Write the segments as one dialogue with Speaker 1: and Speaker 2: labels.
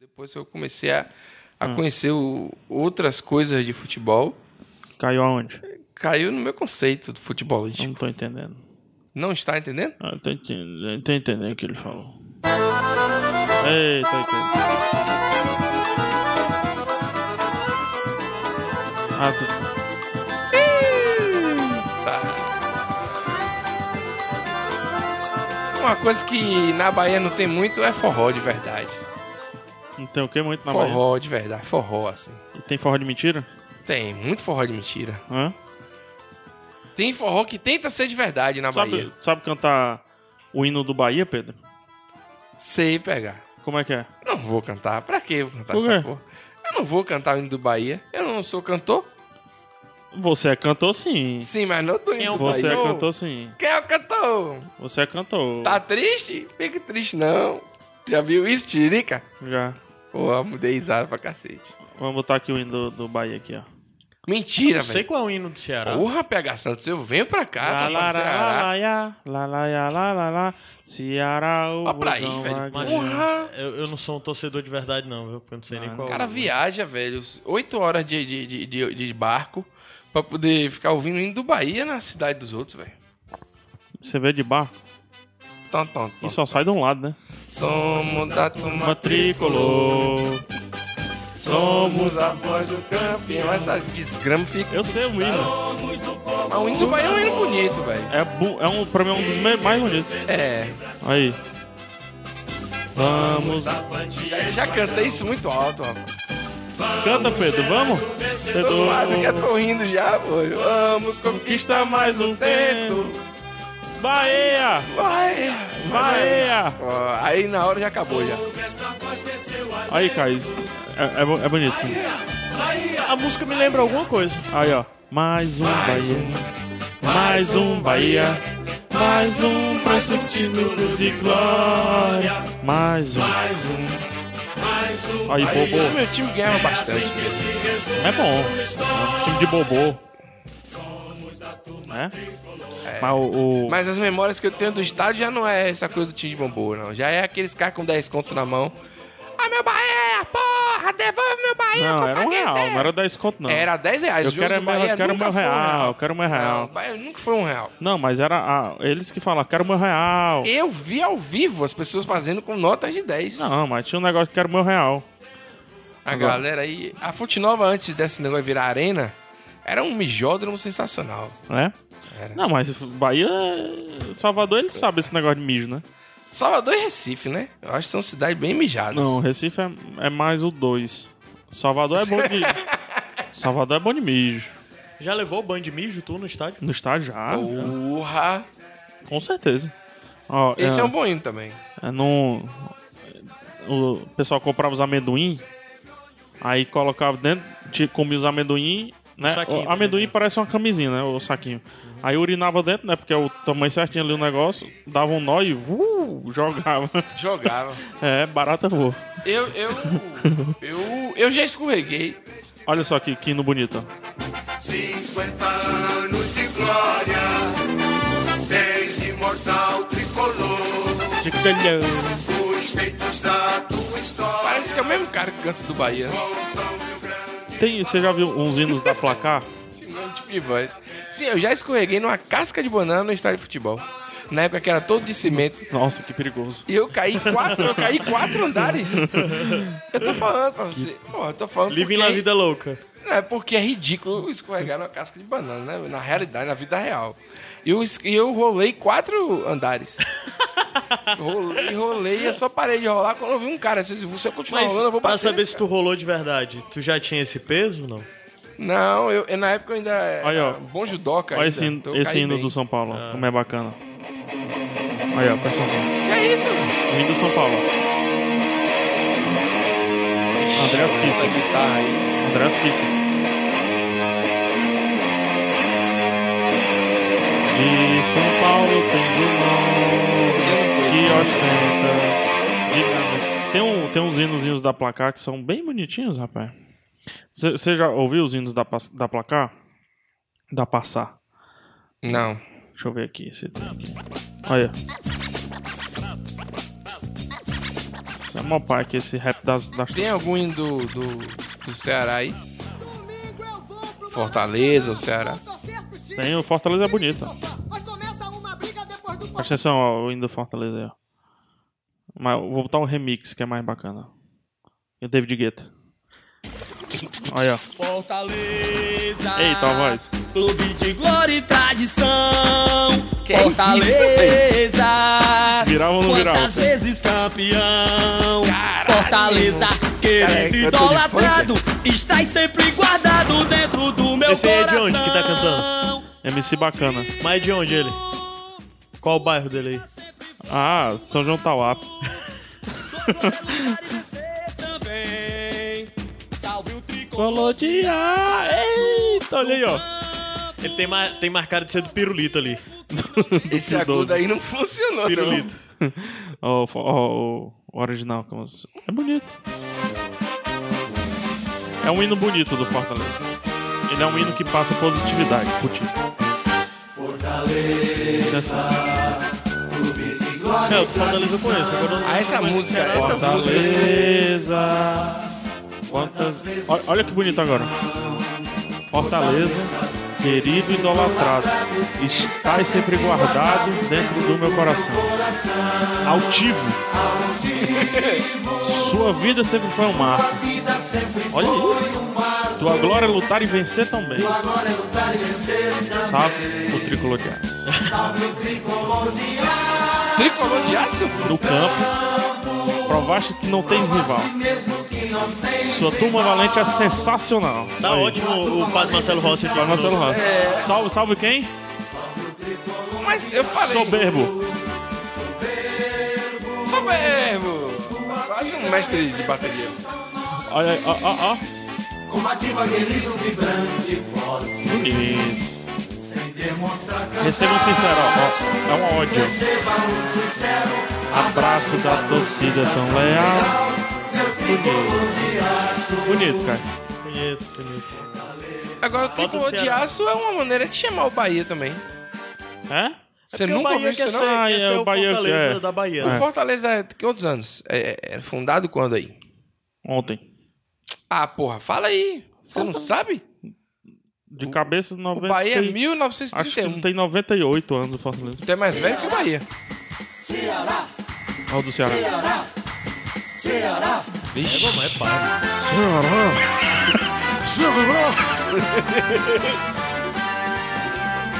Speaker 1: Depois eu comecei a, a
Speaker 2: Hum.
Speaker 1: conhecer o- outras coisas de futebol.
Speaker 2: Caiu aonde?
Speaker 1: É, Caiu no meu conceito do futebolístico.
Speaker 2: Não tô entendendo.
Speaker 1: Não está entendendo?
Speaker 2: Ah, eu tô entendendo, eu tô entendendo o que ele falou. Ei, tô entendendo. Ah, tô...
Speaker 1: Tá. Uma coisa que na Bahia não tem muito é forró de verdade.
Speaker 2: Não tem o que muito na Bahia?
Speaker 1: forró de verdade, forró assim.
Speaker 2: E Tem forró de mentira?
Speaker 1: Tem muito forró de mentira.
Speaker 2: Hã?
Speaker 1: Tem forró que tenta ser de verdade na
Speaker 2: Sabe,
Speaker 1: Bahia.
Speaker 2: sabe cantar o hino do Bahia, Pedro?
Speaker 1: Sei pegar.
Speaker 2: Como é que é?
Speaker 1: Não vou cantar. Pra que eu vou cantar
Speaker 2: Por
Speaker 1: essa
Speaker 2: quê?
Speaker 1: porra? Eu não vou cantar o hino do Bahia. Eu não sou cantor.
Speaker 2: Você é cantor sim.
Speaker 1: Sim, mas não do hino do
Speaker 2: Você é
Speaker 1: Bahia.
Speaker 2: cantor sim.
Speaker 1: Quem é o cantor?
Speaker 2: Você é cantor.
Speaker 1: Tá triste? Fique triste não. Já viu isso, Tirica?
Speaker 2: Já.
Speaker 1: Pô, mudei Zara pra cacete.
Speaker 2: Vamos botar aqui o hino do, do Bahia aqui, ó.
Speaker 1: Mentira,
Speaker 3: Não sei
Speaker 1: velho.
Speaker 3: qual é o hino do Ceará.
Speaker 1: Porra, PH Santos, eu venho pra cá,
Speaker 2: Lá,
Speaker 1: tô pra
Speaker 2: lá, lá,
Speaker 1: Ceará.
Speaker 2: lá, ya, lá, lá, ya, lá, lá, lá. Ceará, o
Speaker 1: Ó pra aí,
Speaker 2: busão
Speaker 1: velho.
Speaker 2: vai
Speaker 3: Mas
Speaker 2: ganhar.
Speaker 1: Porra.
Speaker 3: eu, eu não sou um torcedor de verdade, não, viu? Porque eu não sei nem
Speaker 2: Ah,
Speaker 3: qual. é
Speaker 1: O cara viaja, velho, oito horas de, de, de, de- de barco pra poder ficar ouvindo o hino do Bahia na cidade dos outros, velho.
Speaker 2: Você vê de barco
Speaker 1: Tom, tom, tom.
Speaker 2: e só sai de um lado, né?
Speaker 1: Somos da turma
Speaker 2: Matricolor.
Speaker 1: somos a voz do campeão. Essa desgrama fica...
Speaker 2: Eu sei o hino.
Speaker 1: Mas o hino do Bahia é um hino bonito, velho.
Speaker 2: É, bu- é um, pra mim é um dos me- mais bonitos.
Speaker 1: É,
Speaker 2: Aí. Vamos.
Speaker 1: já, já cantei isso muito alto, rapaz.
Speaker 2: Canta, Pedro, vamos? Pedro.
Speaker 1: Quase que é eu tô rindo já, pô. Vamos conquistar mais um teto.
Speaker 2: Bahia!
Speaker 1: Vai!
Speaker 2: Bahia!
Speaker 1: Ó, aí na hora já acabou já.
Speaker 2: Aí, Caio. isso- É, é, bo- é bonito, sim.
Speaker 3: A música me lembra alguma coisa.
Speaker 2: Aí, ó. Mais um Bahia. Mais um Bahia. Mais um pra esse título de glória. Mais um. Mais um. Aí, Bobô.
Speaker 1: Meu time ganhava
Speaker 2: assim
Speaker 1: bastante.
Speaker 2: É bom. É um time de Bobô. Né? Mas o. o-
Speaker 1: Mas as memórias que eu tenho do estádio já não é essa coisa do time de bambu, não. Já é aqueles caras com 10 contos na mão. Ah, meu Bahia, porra! Devolve meu Bahia! que
Speaker 2: não,
Speaker 1: eu
Speaker 2: era um
Speaker 1: paguei
Speaker 2: real.
Speaker 1: dez.
Speaker 2: Não era 10 conto, não.
Speaker 1: Era 10 reais.
Speaker 2: Eu
Speaker 1: o jogo
Speaker 2: quero é
Speaker 1: do
Speaker 2: meu- eu
Speaker 1: Bahia
Speaker 2: quero
Speaker 1: nunca
Speaker 2: meu
Speaker 1: foi um
Speaker 2: real, eu quero meu real.
Speaker 1: Não, o Bahia nunca foi um real.
Speaker 2: Não, mas era. ah, eles que falam, quero meu real.
Speaker 1: Eu vi ao vivo as pessoas fazendo com notas de 10.
Speaker 2: Não, mas tinha um negócio que quero meu real.
Speaker 1: A galera aí. A Fonte Nova, antes desse negócio virar arena, era um mijódromo sensacional.
Speaker 2: Né?
Speaker 1: Era.
Speaker 2: Não, mas Bahia. Salvador, eles sabem esse negócio de mijo, né?
Speaker 1: Salvador e Recife, né? Eu acho que são cidades bem mijadas.
Speaker 2: Não, Recife é, é mais o 2. Salvador é bom de. Salvador é bom de mijo.
Speaker 3: Já levou o banho de mijo, tu, no estádio?
Speaker 2: No estádio já.
Speaker 1: Porra!
Speaker 2: Com certeza. Ó,
Speaker 1: Esse é.
Speaker 2: é
Speaker 1: um bom hino também.
Speaker 2: É num- O pessoal comprava os amendoim, aí colocava dentro, te- comia os amendoim, né?
Speaker 3: saquinho
Speaker 2: O
Speaker 1: tá
Speaker 2: amendoim
Speaker 3: também, né?
Speaker 2: parece uma camisinha, né? O saquinho.
Speaker 1: Uhum.
Speaker 2: Aí urinava dentro, né? Porque é o tamanho certinho ali o negócio, dava um nó e uh, jogava.
Speaker 1: Jogava.
Speaker 2: É, barata voa.
Speaker 1: eu, eu, eu, eu já escorreguei.
Speaker 2: Olha só que quino bonito. ó.
Speaker 4: 50 anos de glória, desde imortal tricolor, os feitos da tua história.
Speaker 1: Parece que é o mesmo cara que canta do Bahia.
Speaker 2: Tem, você já viu uns hinos da placar?
Speaker 1: Esse mesmo tipo de voz. Sim, eu já escorreguei numa casca de banana no estádio de futebol. Na época que era todo de cimento.
Speaker 2: Nossa, que perigoso.
Speaker 1: E eu caí quatro, eu caí quatro andares. Eu tô falando pra você. Pô, eu tô falando
Speaker 3: Living
Speaker 1: porque-
Speaker 3: la vida louca.
Speaker 1: É porque é ridículo escorregar numa casca de banana, né? Na realidade, na vida real. E eu, es- e eu rolei quatro andares. rolei, rolei, eu só parei de rolar quando eu vi um cara. Se você continuar
Speaker 3: Mas
Speaker 1: rolando, eu vou
Speaker 3: pra
Speaker 1: bater.
Speaker 3: saber
Speaker 1: nesse
Speaker 3: se tu rolou de verdade, tu já tinha esse peso, não?
Speaker 1: cara. Não, eu, eu- na época eu ainda era
Speaker 2: Aí, ó.
Speaker 1: bom judoca.
Speaker 2: Olha
Speaker 1: ainda,
Speaker 2: esse, hino-
Speaker 1: então eu
Speaker 2: esse
Speaker 1: caí
Speaker 2: hino
Speaker 1: bem.
Speaker 2: do São Paulo, ó, como é bacana. Aí, ó, presta atenção.
Speaker 1: Que é isso? mano?
Speaker 2: O hino do São Paulo. Andreas
Speaker 1: Essa
Speaker 2: Kisser.
Speaker 1: guitarra aí.
Speaker 2: Andrés Kisser. De São Paulo tens o nome
Speaker 1: Eu não
Speaker 2: que
Speaker 1: conheço.
Speaker 2: ostenta. dinâmica. Tem, um, tem uns hinozinhos da placar que são bem bonitinhos, rapaz. Você já ouviu os hinos da, Pas- da placar? Da passar.
Speaker 1: Não.
Speaker 2: Deixa eu ver aqui se tem. Olha. É mó pai que esse rap das. das...
Speaker 1: Tem algum hino do, do, do Ceará aí? Fortaleza, o Ceará.
Speaker 2: Tem, o Fortaleza é bonito.
Speaker 5: Mas começa uma briga depois do
Speaker 2: Presta atenção, ó, o hino do Fortaleza aí, ó. Mas eu vou botar o remix, que é mais bacana. E o David Guetta. Aí, ó.
Speaker 6: Fortaleza.
Speaker 2: Eita, a voz.
Speaker 6: Clube de glória e tradição.
Speaker 1: Que
Speaker 6: Fortaleza.
Speaker 2: Viral ou não viral?
Speaker 6: Quantas vezes campeão?
Speaker 1: Caralho.
Speaker 6: Fortaleza, querido
Speaker 1: Cara, eu tô de
Speaker 6: idolatrado. Estás sempre guardado dentro do meu
Speaker 3: Esse aí é
Speaker 6: coração.
Speaker 3: de onde que tá
Speaker 2: MC bacana.
Speaker 3: Mas é de onde ele? Qual o bairro dele aí?
Speaker 2: Ah, São João Tauap. Colou de ar. Eita, olha aí, ó.
Speaker 3: Ele tem, mar... tem marcado de ser do pirulito ali.
Speaker 1: Esse agudo aí não funcionou, não.
Speaker 3: Pirulito.
Speaker 2: Ó, o fo- ó, o o original. como se- É bonito. É um hino bonito do Fortaleza. Ele é um hino que passa positividade. Puti.
Speaker 3: É, o do Fortaleza eu conheço. Agora eu não
Speaker 1: Ah, essa música,
Speaker 2: é
Speaker 1: essas músicas.
Speaker 2: Fortaleza. Quantas... Olha, olha que bonito agora. Fortaleza, querido idolatrado, estás sempre guardado dentro do meu coração. Altivo. Sua vida sempre foi um marco. Olha aí. Tua glória é lutar e vencer também. Salve o tricolor de aço.
Speaker 1: Tricolor de aço?
Speaker 2: No campo, provaste que não tens rival. Sua turma valente é sensacional.
Speaker 3: Tá
Speaker 2: Aí.
Speaker 3: ótimo o Padre Marcelo Rossi aqui.
Speaker 2: Vai
Speaker 3: conosco.
Speaker 2: Marcelo Ramos.
Speaker 1: É.
Speaker 2: Salve, salve quem?
Speaker 1: Mas eu falei.
Speaker 2: Soberbo.
Speaker 1: Soberbo! é, Quase um mestre de bateria.
Speaker 2: Olha aí, ó, ó, ó. Bonito. Receba um sincero, ó, ó. É um ódio. Abraço da torcida tão leal. Bonito. Bonito, cara.
Speaker 3: Bonito, bonito.
Speaker 1: Agora, o
Speaker 3: Bota o
Speaker 1: tricolor de
Speaker 3: Ceará.
Speaker 1: aço é uma maneira de chamar o Bahia também.
Speaker 2: É?
Speaker 1: Você
Speaker 3: Porque o
Speaker 1: nunca
Speaker 3: Bahia
Speaker 1: ouviu
Speaker 3: quer
Speaker 1: isso,
Speaker 3: ser,
Speaker 1: não?
Speaker 2: Ah,
Speaker 3: quer
Speaker 2: é,
Speaker 3: ser
Speaker 2: o
Speaker 3: o
Speaker 2: Bahia-
Speaker 3: Fortaleza
Speaker 2: é.
Speaker 3: da Bahia.
Speaker 1: O Fortaleza é de quantos anos? É, é, era fundado quando aí?
Speaker 2: Ontem.
Speaker 1: Ah, porra, fala aí. Você não sabe?
Speaker 2: De cabeça, 90.
Speaker 1: O Bahia é
Speaker 2: Acho que
Speaker 1: 1931.
Speaker 2: tem 98 anos o Fortaleza.
Speaker 1: Então um. é mais velho que o Bahia.
Speaker 2: Olha o do Ceará.
Speaker 1: Vixe.
Speaker 3: Mas é pai.
Speaker 2: Ceará! Ceará!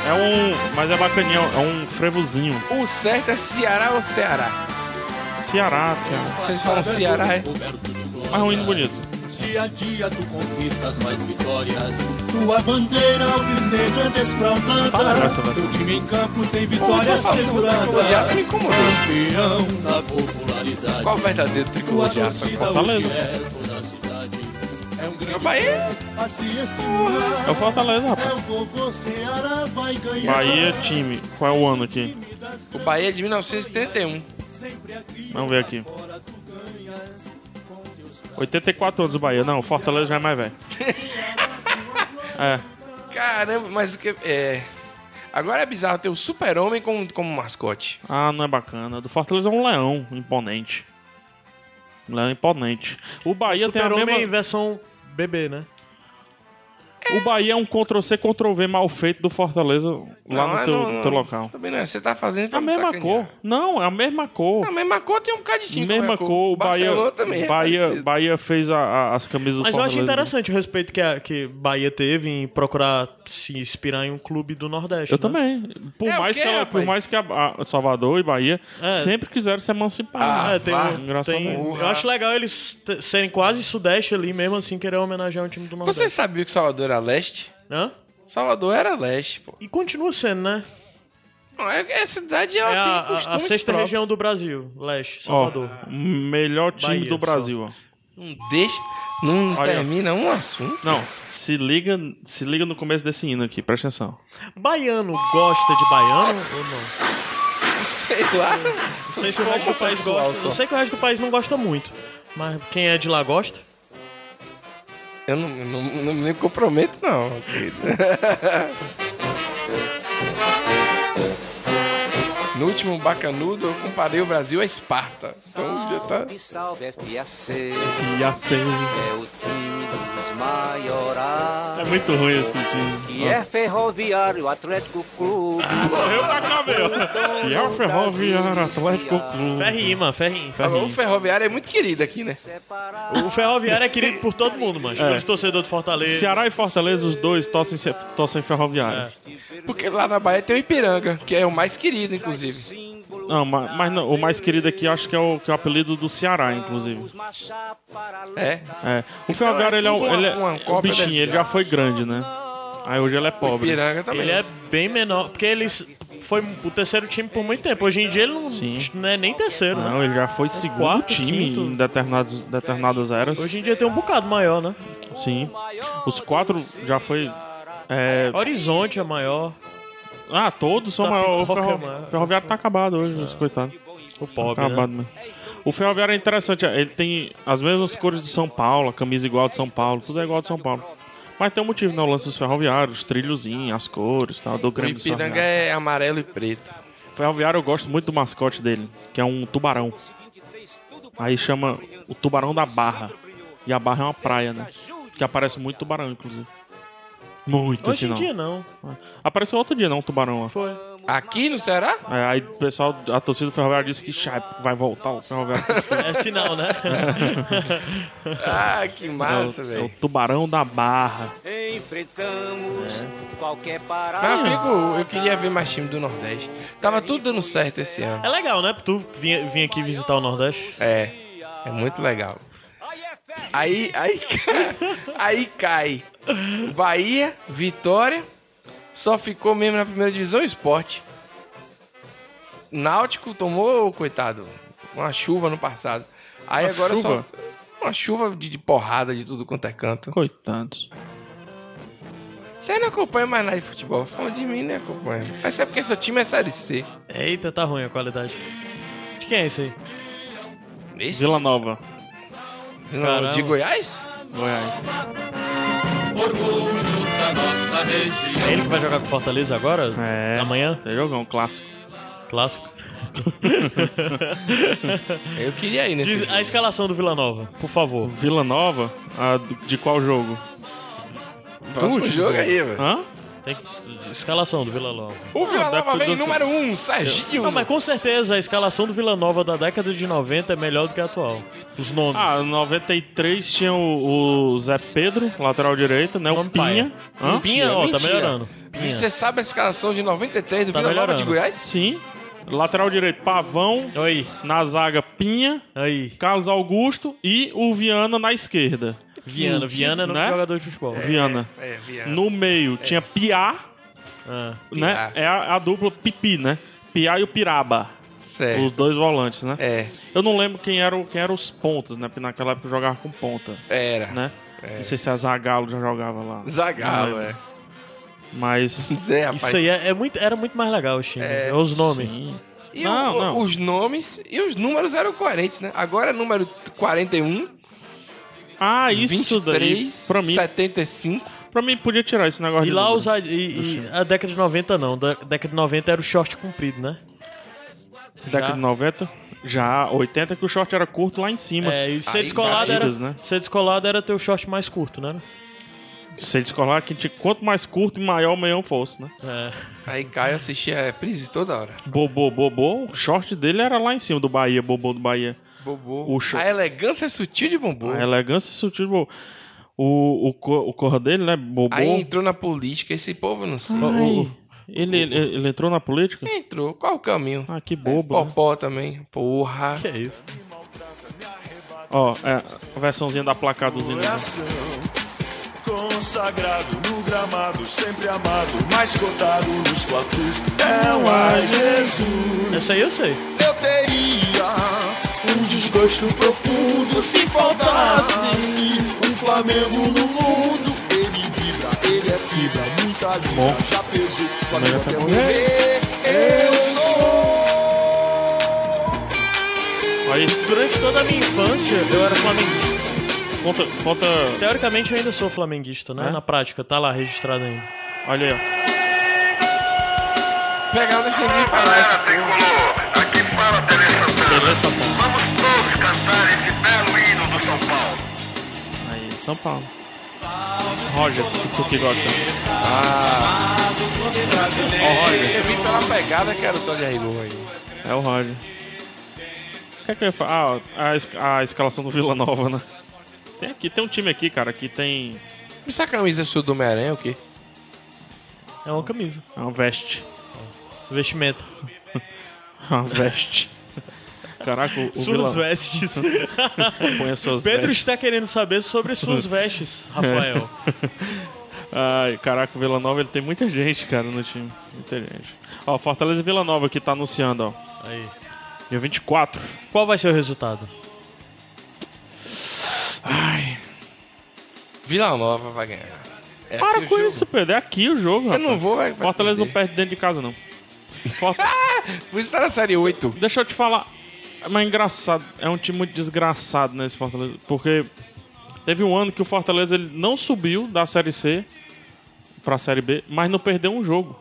Speaker 2: É um. Mas é bacaninha, é um frevozinho.
Speaker 1: O certo é Ceará ou Ceará?
Speaker 2: Ceará, cara.
Speaker 1: Vocês falam Ceará, é?
Speaker 2: Mas é um hino bonito.
Speaker 7: Dia a dia tu conquistas mais vitórias. Tua bandeira alvinegra desfraldada.
Speaker 2: graça, Vasco.
Speaker 7: Teu time em campo tem
Speaker 1: Pô,
Speaker 7: vitória
Speaker 1: eu tô falando do tricolor de aço
Speaker 7: assegurada.
Speaker 1: me incomodou.
Speaker 7: é Campeão da popularidade.
Speaker 1: Qual o verdadeiro
Speaker 7: Tua
Speaker 1: tricolor de aço?
Speaker 7: torcida
Speaker 1: agora?
Speaker 2: Fortaleza.
Speaker 7: hoje é toda a cidade. É um
Speaker 1: O
Speaker 7: grande
Speaker 1: Bahia
Speaker 7: a se estimular.
Speaker 2: É o Fortaleza, rapaz.
Speaker 7: É o vovô Ceará vai ganhar.
Speaker 2: Bahia time. Qual é o ano aqui?
Speaker 1: O Bahia é de 1971.
Speaker 2: Vamos ver aqui. 84 anos o Bahia. Não, o Fortaleza já é mais velho. É.
Speaker 1: Caramba, mas o que. É. Agora é bizarro ter o Super-Homem como, como mascote.
Speaker 2: Ah, não é bacana. Do Fortaleza é um leão imponente. Um leão imponente. O Bahia tem a
Speaker 3: Super-Homem
Speaker 2: mesma.
Speaker 3: em versão bebê, né?
Speaker 2: O Bahia é um Ctrl-C, Ctrl-V mal feito do Fortaleza lá
Speaker 1: Não,
Speaker 2: no
Speaker 1: é,
Speaker 2: teu,
Speaker 1: não, não.
Speaker 2: teu local.
Speaker 1: Também não é. Você tá fazendo pra
Speaker 2: A
Speaker 1: me
Speaker 2: mesma
Speaker 1: sacanear.
Speaker 2: cor. Não, é a mesma cor.
Speaker 1: A mesma cor tem um bocado de time. com a
Speaker 2: mesma cor, o Bahia,
Speaker 1: Barcelona também. é
Speaker 2: Bahia,
Speaker 1: parecido.
Speaker 2: Bahia fez a- a- as camisas do
Speaker 3: Mas eu
Speaker 2: Fortaleza.
Speaker 3: acho interessante o respeito que, a, que Bahia teve em procurar se inspirar em um clube do Nordeste.
Speaker 2: Eu
Speaker 3: né?
Speaker 2: também. Por
Speaker 1: É, o
Speaker 2: mais
Speaker 1: quê,
Speaker 2: que, ela- por
Speaker 1: rapaz?
Speaker 2: mais que a, a Salvador e Bahia
Speaker 3: É.
Speaker 2: sempre quiseram se emancipar.
Speaker 1: Ah,
Speaker 2: né?
Speaker 3: É, tem,
Speaker 1: vá.
Speaker 2: Engraçado
Speaker 3: tem- um
Speaker 2: mesmo.
Speaker 3: eu acho legal eles te- serem quase sudeste ali, mesmo assim, querer homenagear um time do Nordeste.
Speaker 1: Você sabia que Salvador era leste?
Speaker 3: Hã?
Speaker 1: Salvador era leste, pô.
Speaker 3: E continua sendo, né?
Speaker 1: Não, é, é a cidade ela
Speaker 3: É
Speaker 1: tem
Speaker 3: a, a-
Speaker 1: costumes
Speaker 3: a sexta
Speaker 1: próprios.
Speaker 3: região do Brasil, leste,
Speaker 2: Ó,
Speaker 3: Salvador.
Speaker 2: melhor time
Speaker 3: Bahia,
Speaker 2: do Brasil. ó.
Speaker 1: Não deixa. Não
Speaker 2: Olha.
Speaker 1: termina um assunto.
Speaker 2: Não, se liga, se liga no começo desse hino aqui, presta atenção.
Speaker 3: Baiano gosta de baiano ou não?
Speaker 1: Sei lá.
Speaker 3: Não sei se o resto do país
Speaker 1: homossexual
Speaker 3: gosta.
Speaker 1: só.
Speaker 3: Eu sei que o resto do país não gosta muito. Mas quem é de lá gosta?
Speaker 1: Eu não, não, não me comprometo, não. querido. No último Bacanudo, eu comparei o Brasil a Esparta. Então já tá.
Speaker 8: Salve, salve FAC,
Speaker 2: E assim.
Speaker 8: é o time dos maiorais.
Speaker 2: É muito ruim esse time.
Speaker 8: Que é ferroviário, Atlético Clube.
Speaker 3: Ah.
Speaker 2: Morreu pra cá, meu. E é o Ferroviário Atlético Clube.
Speaker 3: Ferrinho, mano, ferrinho,
Speaker 1: O
Speaker 3: ferrinho.
Speaker 1: Ferroviário é muito querido aqui, né?
Speaker 3: O Ferroviário é querido por todo mundo,
Speaker 2: É.
Speaker 3: mano. Pelos torcedores do Fortaleza.
Speaker 2: Ceará e Fortaleza, os dois torcem, se- torcem Ferroviário.
Speaker 3: É.
Speaker 1: Porque lá na Bahia tem o Ipiranga, que é o mais querido, inclusive.
Speaker 2: Não, ma- mas, não, o mais querido aqui acho que é o, que é o apelido do Ceará, inclusive.
Speaker 1: É.
Speaker 2: É. O Ferroviário,
Speaker 1: é
Speaker 2: ele é, o-
Speaker 1: tudo uma-
Speaker 2: ele é
Speaker 1: uma
Speaker 2: o
Speaker 1: cópia
Speaker 2: bichinho,
Speaker 1: desse
Speaker 2: ele já foi grande, né? Aí hoje ele é pobre.
Speaker 1: Ipiranga também.
Speaker 3: Ele é bem menor. Porque eles. Foi o terceiro time por muito tempo. Hoje em dia ele não,
Speaker 2: Sim.
Speaker 3: não é nem terceiro, né?
Speaker 2: Não, ele já foi segundo
Speaker 3: Quarto,
Speaker 2: time
Speaker 3: quinto.
Speaker 2: em determinados, determinadas
Speaker 1: É,
Speaker 2: eras.
Speaker 3: Hoje em dia tem um bocado maior, né?
Speaker 2: Sim. Os quatro já foi. é,
Speaker 3: Horizonte é maior.
Speaker 2: Ah, todos são
Speaker 3: Tá,
Speaker 2: maiores. O
Speaker 3: qualquer
Speaker 2: ferro-
Speaker 3: maior.
Speaker 2: Ferroviário tá acabado hoje, os coitados. Tá
Speaker 3: O pobre.
Speaker 2: Acabado
Speaker 3: Né?
Speaker 2: mesmo. O Ferroviário é interessante, ele tem as mesmas cores do São Paulo, a camisa igual de São Paulo, tudo é igual de São Paulo. Mas tem um motivo, né? O lance dos ferroviários, os trilhozinhos, as cores, tal, do
Speaker 1: O
Speaker 2: Grêmio. dos
Speaker 1: Ipiranga
Speaker 2: Ferroviários.
Speaker 1: é amarelo e preto.
Speaker 2: Ferroviário eu gosto muito do mascote dele, que é um tubarão. Aí chama o Tubarão da Barra. E a Barra é uma praia, né? Que aparece muito tubarão, inclusive. Muito, assim,
Speaker 3: Hoje em
Speaker 2: não.
Speaker 3: dia não.
Speaker 2: Apareceu outro dia, não, um tubarão lá.
Speaker 3: Foi.
Speaker 1: Aqui no Ceará?
Speaker 2: É, aí o pessoal, a torcida do Ferroviário disse que "Chá, vai voltar o Ferroviário.
Speaker 3: É sinal, né?
Speaker 1: Ah, que massa,
Speaker 2: é, o, é o
Speaker 1: velho.
Speaker 2: Tubarão da Barra.
Speaker 8: Enfrentamos
Speaker 3: É.
Speaker 8: qualquer
Speaker 2: é
Speaker 1: Mas eu,
Speaker 8: parada.
Speaker 1: fico, eu queria ver mais time do Nordeste. Tava tudo dando certo esse ano.
Speaker 3: É legal, né? Tu vim, vim aqui visitar o Nordeste.
Speaker 1: É, é muito legal. Aí, aí, aí cai. Bahia, Vitória, só ficou mesmo na primeira divisão o esporte. Náutico tomou, coitado, uma chuva no passado. Aí
Speaker 2: Uma
Speaker 1: agora
Speaker 2: chuva?
Speaker 1: só. Uma chuva de, de porrada de tudo quanto é canto.
Speaker 2: Coitados.
Speaker 1: Você não acompanha mais nada de futebol. Fã de mim, né? Acompanha. Mas é porque seu time é Série C.
Speaker 3: Eita, tá ruim a qualidade. De quem é esse aí?
Speaker 1: Esse?
Speaker 2: Vila Nova,
Speaker 1: Não, de
Speaker 3: Caramba.
Speaker 1: Goiás?
Speaker 2: Goiás.
Speaker 3: É ele que vai jogar com o Fortaleza agora?
Speaker 2: É.
Speaker 3: Amanhã?
Speaker 2: É jogão, clássico.
Speaker 3: Clássico.
Speaker 1: Eu queria ir nesse.
Speaker 3: Diz a escalação do Vila Nova, por favor.
Speaker 2: Vila Nova? Ah, do- de qual jogo?
Speaker 1: Próximo
Speaker 2: último
Speaker 1: jogo
Speaker 2: jogo.
Speaker 1: aí, velho.
Speaker 2: Hã?
Speaker 3: Tem que- Escalação do Vila Nova.
Speaker 1: O Vila
Speaker 2: Não,
Speaker 1: Nova
Speaker 2: deve-
Speaker 1: vem
Speaker 2: do-
Speaker 1: número 1, um, Serginho.
Speaker 3: Não, mas com certeza a escalação do Vila Nova da década de 90 é melhor do que a atual. Os nomes.
Speaker 2: Ah, em 93 tinha o, o Zé Pedro, lateral direito, né? O
Speaker 3: Nome
Speaker 2: Pinha.
Speaker 3: paia.
Speaker 2: Hã?
Speaker 3: Pinha, ó, tá
Speaker 1: Mentira.
Speaker 3: melhorando.
Speaker 1: E
Speaker 3: Pinha.
Speaker 1: você sabe a escalação de 93 do
Speaker 3: Tá
Speaker 1: Vila Nova de
Speaker 3: melhorando.
Speaker 1: Goiás?
Speaker 2: Sim. Lateral direito, Pavão.
Speaker 3: Aí,
Speaker 2: Na zaga, Pinha.
Speaker 3: aí.
Speaker 2: Carlos Augusto e o Viana na esquerda.
Speaker 3: Viana, Viana não
Speaker 2: né?
Speaker 3: é jogador de futebol.
Speaker 2: Viana.
Speaker 1: É, Viana.
Speaker 2: No meio tinha Piá,
Speaker 3: Ah.
Speaker 2: né? É a, a dupla Pipi, né? Piá e o Piraba.
Speaker 1: Certo.
Speaker 2: Os dois volantes, né?
Speaker 1: É,
Speaker 2: Eu não lembro quem eram quem era os pontas, né? Porque naquela época eu jogava com ponta,
Speaker 1: era.
Speaker 2: né?
Speaker 1: É.
Speaker 2: Não sei se a Zagallo já jogava lá.
Speaker 1: Zagallo,
Speaker 2: Né?
Speaker 1: é.
Speaker 2: Mas...
Speaker 1: Zé, rapaz.
Speaker 3: Isso aí é, é muito, era muito mais legal, o time. É, os nomes.
Speaker 2: Sim.
Speaker 1: E
Speaker 2: Não,
Speaker 1: o-
Speaker 2: não.
Speaker 1: os nomes e os números eram coerentes, né? Agora é número 41,
Speaker 2: Ah, isso
Speaker 1: 23,
Speaker 2: daí... Pra mim,
Speaker 1: 75.
Speaker 2: pra mim podia tirar esse negócio
Speaker 3: E
Speaker 2: de
Speaker 3: lá
Speaker 2: número.
Speaker 3: os, a- e, e a década de 90 não. Da década de 90 era o short comprido, né?
Speaker 2: Década de 90? Já, 80, que o short era curto lá em cima.
Speaker 3: É, e ser
Speaker 1: Aí,
Speaker 3: descolado era.
Speaker 2: Adidas, né?
Speaker 3: Ser descolado era ter o short mais curto, né?
Speaker 2: Se descolar, que tinha- quanto mais curto e maior o meião fosse, né?
Speaker 3: É.
Speaker 1: Aí Caio assistia reprise toda hora.
Speaker 2: Bobô, bobô, o short dele era lá em cima do Bahia, bobô do Bahia.
Speaker 1: Bobô.
Speaker 2: O show.
Speaker 1: A elegância é sutil de bombô.
Speaker 2: A elegância e sutil, bobô. O, o, co- o cor dele, né? Bobô.
Speaker 1: Aí entrou na política, esse povo não sei.
Speaker 2: O- o- ele, ele, ele entrou na política?
Speaker 1: Entrou, qual o caminho? É,
Speaker 2: Ah, que bobo. né?
Speaker 1: Popó também, porra.
Speaker 3: Que é isso.
Speaker 2: Ó, é, a versãozinha da placadozinha.
Speaker 4: Coração consagrado no gramado, sempre amado, mais cotado nos platos. É um ai Jesus.
Speaker 3: Essa aí eu sei.
Speaker 4: Eu teria um desgosto profundo se faltasse um Flamengo no mundo. Ele vibra, ele é fibra, muita
Speaker 2: Bom.
Speaker 4: vida, já pesou. Flamengo é
Speaker 2: Melhor
Speaker 4: até
Speaker 2: tá
Speaker 4: morrer. Eu sou.
Speaker 2: Aí,
Speaker 3: Durante toda a minha infância, eu era flamenguista.
Speaker 2: conta, conta.
Speaker 3: Teoricamente, eu ainda sou flamenguista, né?
Speaker 2: É?
Speaker 3: Na prática, tá lá registrado ainda.
Speaker 2: Olha aí, ó.
Speaker 1: Pegar o Alexandre e falar essa
Speaker 9: Aqui fala Pelé Santana. Vamos todos cantar esse belo hino do São Paulo.
Speaker 2: Aí, São Paulo. Roger, tu que gosta.
Speaker 1: Ó, Roger, eu vim pela pegada que era o Tony Arrigou aí.
Speaker 2: É o Roger. O que é que eu ia falar? Ah, a, es- a escalação do Vila Nova, né? Tem aqui, tem um time aqui, cara, que tem.
Speaker 1: Essa camisa sua do Homem-Aranha, o quê?
Speaker 3: É uma camisa.
Speaker 2: É uma veste.
Speaker 3: Vestimento.
Speaker 2: É Uma veste. Caraca, o, o Vila
Speaker 3: Suas vestes.
Speaker 2: põe as suas
Speaker 3: Pedro
Speaker 2: vestes. É.
Speaker 3: está querendo saber sobre suas vestes, Rafael.
Speaker 2: Ai, caraca, o Vila Nova ele tem muita gente, cara, no time. Muita gente. Ó, Fortaleza e Vila Nova que tá anunciando, ó.
Speaker 3: Aí.
Speaker 2: Dia 24.
Speaker 3: Qual vai ser o resultado?
Speaker 1: Vila Nova vai ganhar. É aqui
Speaker 2: Para
Speaker 1: o
Speaker 2: com
Speaker 1: jogo.
Speaker 2: isso, Pedro. É aqui o jogo,
Speaker 1: Eu
Speaker 2: rapaz.
Speaker 1: não vou, é, vai. vai
Speaker 2: Fortaleza não
Speaker 1: perder.
Speaker 2: perde dentro de casa, não. Fort-
Speaker 1: Por isso tá na série 8.
Speaker 2: Deixa eu te falar. Mas é engraçado. É um time muito desgraçado, né, esse Fortaleza. Porque teve um ano que o Fortaleza ele não subiu da Série C pra Série B, mas não perdeu um jogo.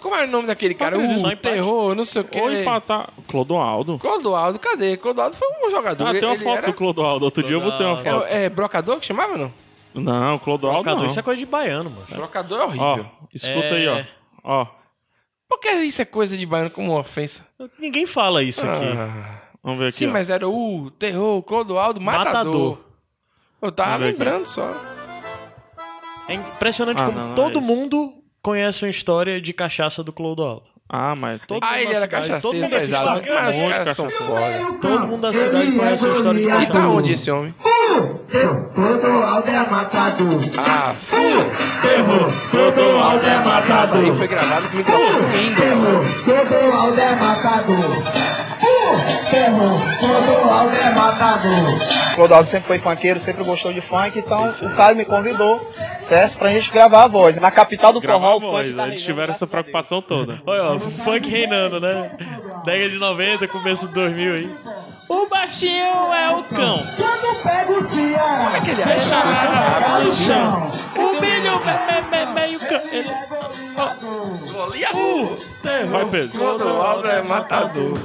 Speaker 1: Como é o nome daquele cara?
Speaker 2: acredito, só
Speaker 1: O
Speaker 2: empate.
Speaker 1: terror, não sei o quê.
Speaker 2: Ou empatar. Clodoaldo.
Speaker 1: Clodoaldo, cadê? Clodoaldo foi um bom jogador.
Speaker 2: Ah, tem uma
Speaker 1: Ele
Speaker 2: foto
Speaker 1: era-
Speaker 2: do Clodoaldo. Outro dia eu botei uma foto.
Speaker 1: É, é brocador que chamava, não?
Speaker 2: Não, Clodoaldo
Speaker 3: Cadu,
Speaker 2: não.
Speaker 3: isso é coisa de baiano, mano.
Speaker 1: Brocador é
Speaker 2: Ó,
Speaker 1: horrível.
Speaker 2: escuta
Speaker 3: É.
Speaker 2: aí, ó. Ó,
Speaker 1: Por que isso é coisa de baiano como ofensa?
Speaker 3: Ninguém fala isso aqui.
Speaker 1: Ah,
Speaker 2: vamos ver aqui.
Speaker 1: sim,
Speaker 2: ó.
Speaker 1: mas era o terror, Clodoaldo, matador. Eu tava
Speaker 2: Vamos ver aqui.
Speaker 1: lembrando só.
Speaker 3: É impressionante
Speaker 2: Ah,
Speaker 3: como
Speaker 2: não, não é isso.
Speaker 3: todo mundo conhece uma história de cachaça do Clodoaldo.
Speaker 2: Ah, mas todo
Speaker 1: Ah, ele
Speaker 3: na
Speaker 1: era
Speaker 3: cidade, todo
Speaker 1: cachaceiro,
Speaker 3: mundo assiste
Speaker 1: pesado.
Speaker 3: bacana,
Speaker 1: Mas os
Speaker 2: muito
Speaker 1: caras são foda.
Speaker 3: Todo mundo da cidade conhece a história
Speaker 1: E
Speaker 3: de
Speaker 1: tá
Speaker 3: cachaça.
Speaker 1: onde esse homem? Ah, f-
Speaker 2: Clodoaldo é
Speaker 1: isso aí foi gravado com o microfone do Windows.
Speaker 10: Clodoaldo sempre foi funkeiro, sempre gostou de funk, então o Caio me convidou, certo? Pra gente gravar a voz. Na capital do
Speaker 2: Gravar
Speaker 10: forró,
Speaker 2: a
Speaker 10: o funk
Speaker 2: voz. né?
Speaker 10: tá
Speaker 2: Eles
Speaker 10: ligando,
Speaker 2: tiveram
Speaker 10: graças a
Speaker 2: essa
Speaker 10: Deus.
Speaker 2: preocupação toda.
Speaker 3: Olha, ó, funk reinando, né? Década de 90, começo de 2000 aí.
Speaker 2: O baixinho é o cão.
Speaker 1: Como é que ele acha isso? Ah, sim.
Speaker 2: O milho meio cão. Vai, Pedro.
Speaker 1: Clodoaldo é matador.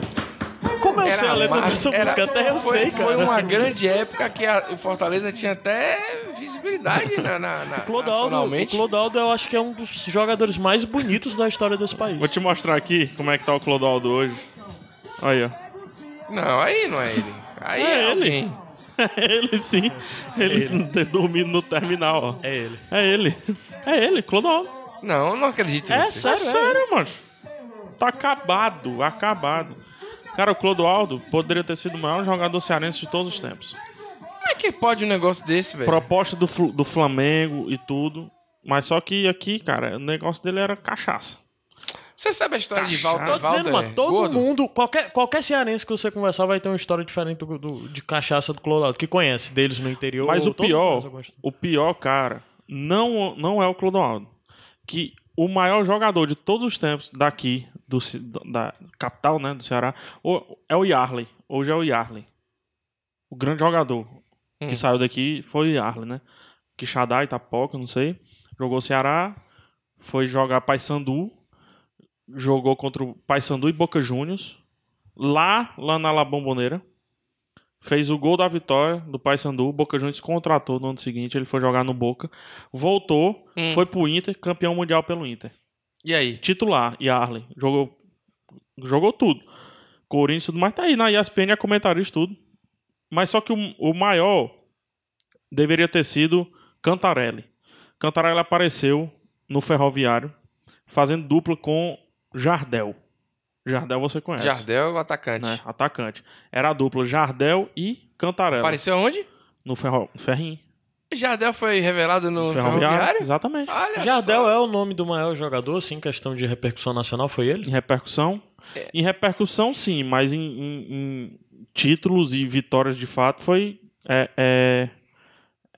Speaker 3: Como eu
Speaker 1: Era
Speaker 3: sei a letra
Speaker 1: massa,
Speaker 3: dessa
Speaker 1: era-
Speaker 3: música? é Até eu
Speaker 1: foi,
Speaker 3: sei,
Speaker 1: Foi
Speaker 3: cara.
Speaker 1: uma grande época que a o Fortaleza tinha até visibilidade na, na, na,
Speaker 3: Clodoaldo, o
Speaker 1: nacionalmente.
Speaker 3: Clodoaldo eu acho que é um dos jogadores mais bonitos da história desse país.
Speaker 2: Vou te mostrar aqui como é que tá o Clodoaldo hoje. Aí, ó.
Speaker 1: Não, aí não é ele. Aí
Speaker 2: É
Speaker 1: é,
Speaker 2: ele.
Speaker 1: alguém.
Speaker 2: É ele sim. É Ele, ter dormindo no terminal, ó.
Speaker 3: É ele.
Speaker 2: É ele. É ele, Clodoaldo.
Speaker 1: Não, eu não acredito
Speaker 2: É
Speaker 1: nisso.
Speaker 2: sério, mano. Tá acabado, acabado. Cara, o Clodoaldo poderia ter sido o maior jogador cearense de todos os tempos.
Speaker 1: Como é que pode um negócio desse, velho?
Speaker 2: Proposta do, Flu- do Flamengo e tudo. Mas só que aqui, cara, o negócio dele era cachaça.
Speaker 1: Você sabe a história de Walter?
Speaker 3: Tá Tô
Speaker 1: Walter é
Speaker 3: dizendo, mano, todo
Speaker 1: gordo?
Speaker 3: mundo, qualquer, qualquer cearense que você conversar vai ter uma história diferente do, do- de cachaça do Clodoaldo, que conhece deles no interior.
Speaker 2: Mas o
Speaker 3: todo mundo
Speaker 2: pior,
Speaker 3: conhece alguma história.
Speaker 2: o pior, cara, não, não é o Clodoaldo. Que o maior jogador de todos os tempos daqui, do, Ce- da capital, né, do Ceará, o- é o Yarley. Hoje é o Yarley. O grande jogador que saiu daqui foi o Yarley, né? Que Xadá, Itapoca, não sei. Jogou o Ceará, foi jogar Paysandu, jogou contra o Paysandu e Boca Juniors. Lá, lá na La Bombonera. Fez o gol da vitória do Paysandu. O Boca Juniors contratou no ano seguinte. Ele foi jogar no Boca. Voltou,
Speaker 1: Hum.
Speaker 2: foi pro Inter, campeão mundial pelo Inter.
Speaker 1: E aí?
Speaker 2: Titular, Yarley. Jogou, jogou tudo. Corinthians e tudo mais. Tá aí na ESPN, é comentarista tudo. Mas só que o, o maior deveria ter sido Cantarelli. Cantarelli apareceu no Ferroviário fazendo dupla com Jardel. Jardel você conhece.
Speaker 1: Jardel é o atacante.
Speaker 2: Né? Atacante. Era a dupla Jardel e Cantarelli.
Speaker 1: Apareceu onde?
Speaker 2: No, ferro... no Ferrinho.
Speaker 1: Jardel foi revelado no
Speaker 2: Ferroviário,
Speaker 1: Ferroviário?
Speaker 2: Exatamente.
Speaker 1: Olha
Speaker 3: Jardel
Speaker 1: só.
Speaker 3: é o nome do maior jogador, assim, em questão de repercussão nacional, foi ele?
Speaker 2: Em repercussão?
Speaker 1: É.
Speaker 2: Em repercussão, sim, mas em, em- em títulos e vitórias de fato foi. É. É,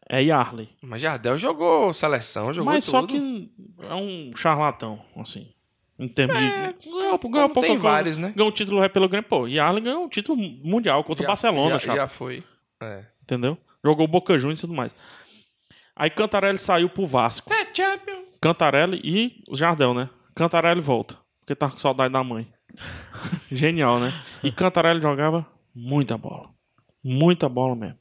Speaker 2: é Yarley.
Speaker 1: Mas Jardel jogou seleção, jogou
Speaker 2: mas só
Speaker 1: tudo.
Speaker 2: que é um charlatão, assim. Em termos de. Ganhou,
Speaker 1: É, como tem
Speaker 2: ganhou-
Speaker 1: vários, né?
Speaker 2: Ganhou um título pelo Grêmio. Pô, Yarley ganhou um título mundial contra o Barcelona,
Speaker 1: já,
Speaker 2: chapa.
Speaker 1: já foi. É.
Speaker 2: Entendeu? Jogou Boca Juniors e tudo mais. Aí Cantarelli saiu pro Vasco.
Speaker 1: É Champions.
Speaker 2: Cantarelli e o Jardel, né? Cantarelli volta. Porque porque tava com saudade da mãe. Genial, né? E Cantarelli jogava muita bola. Muita bola mesmo.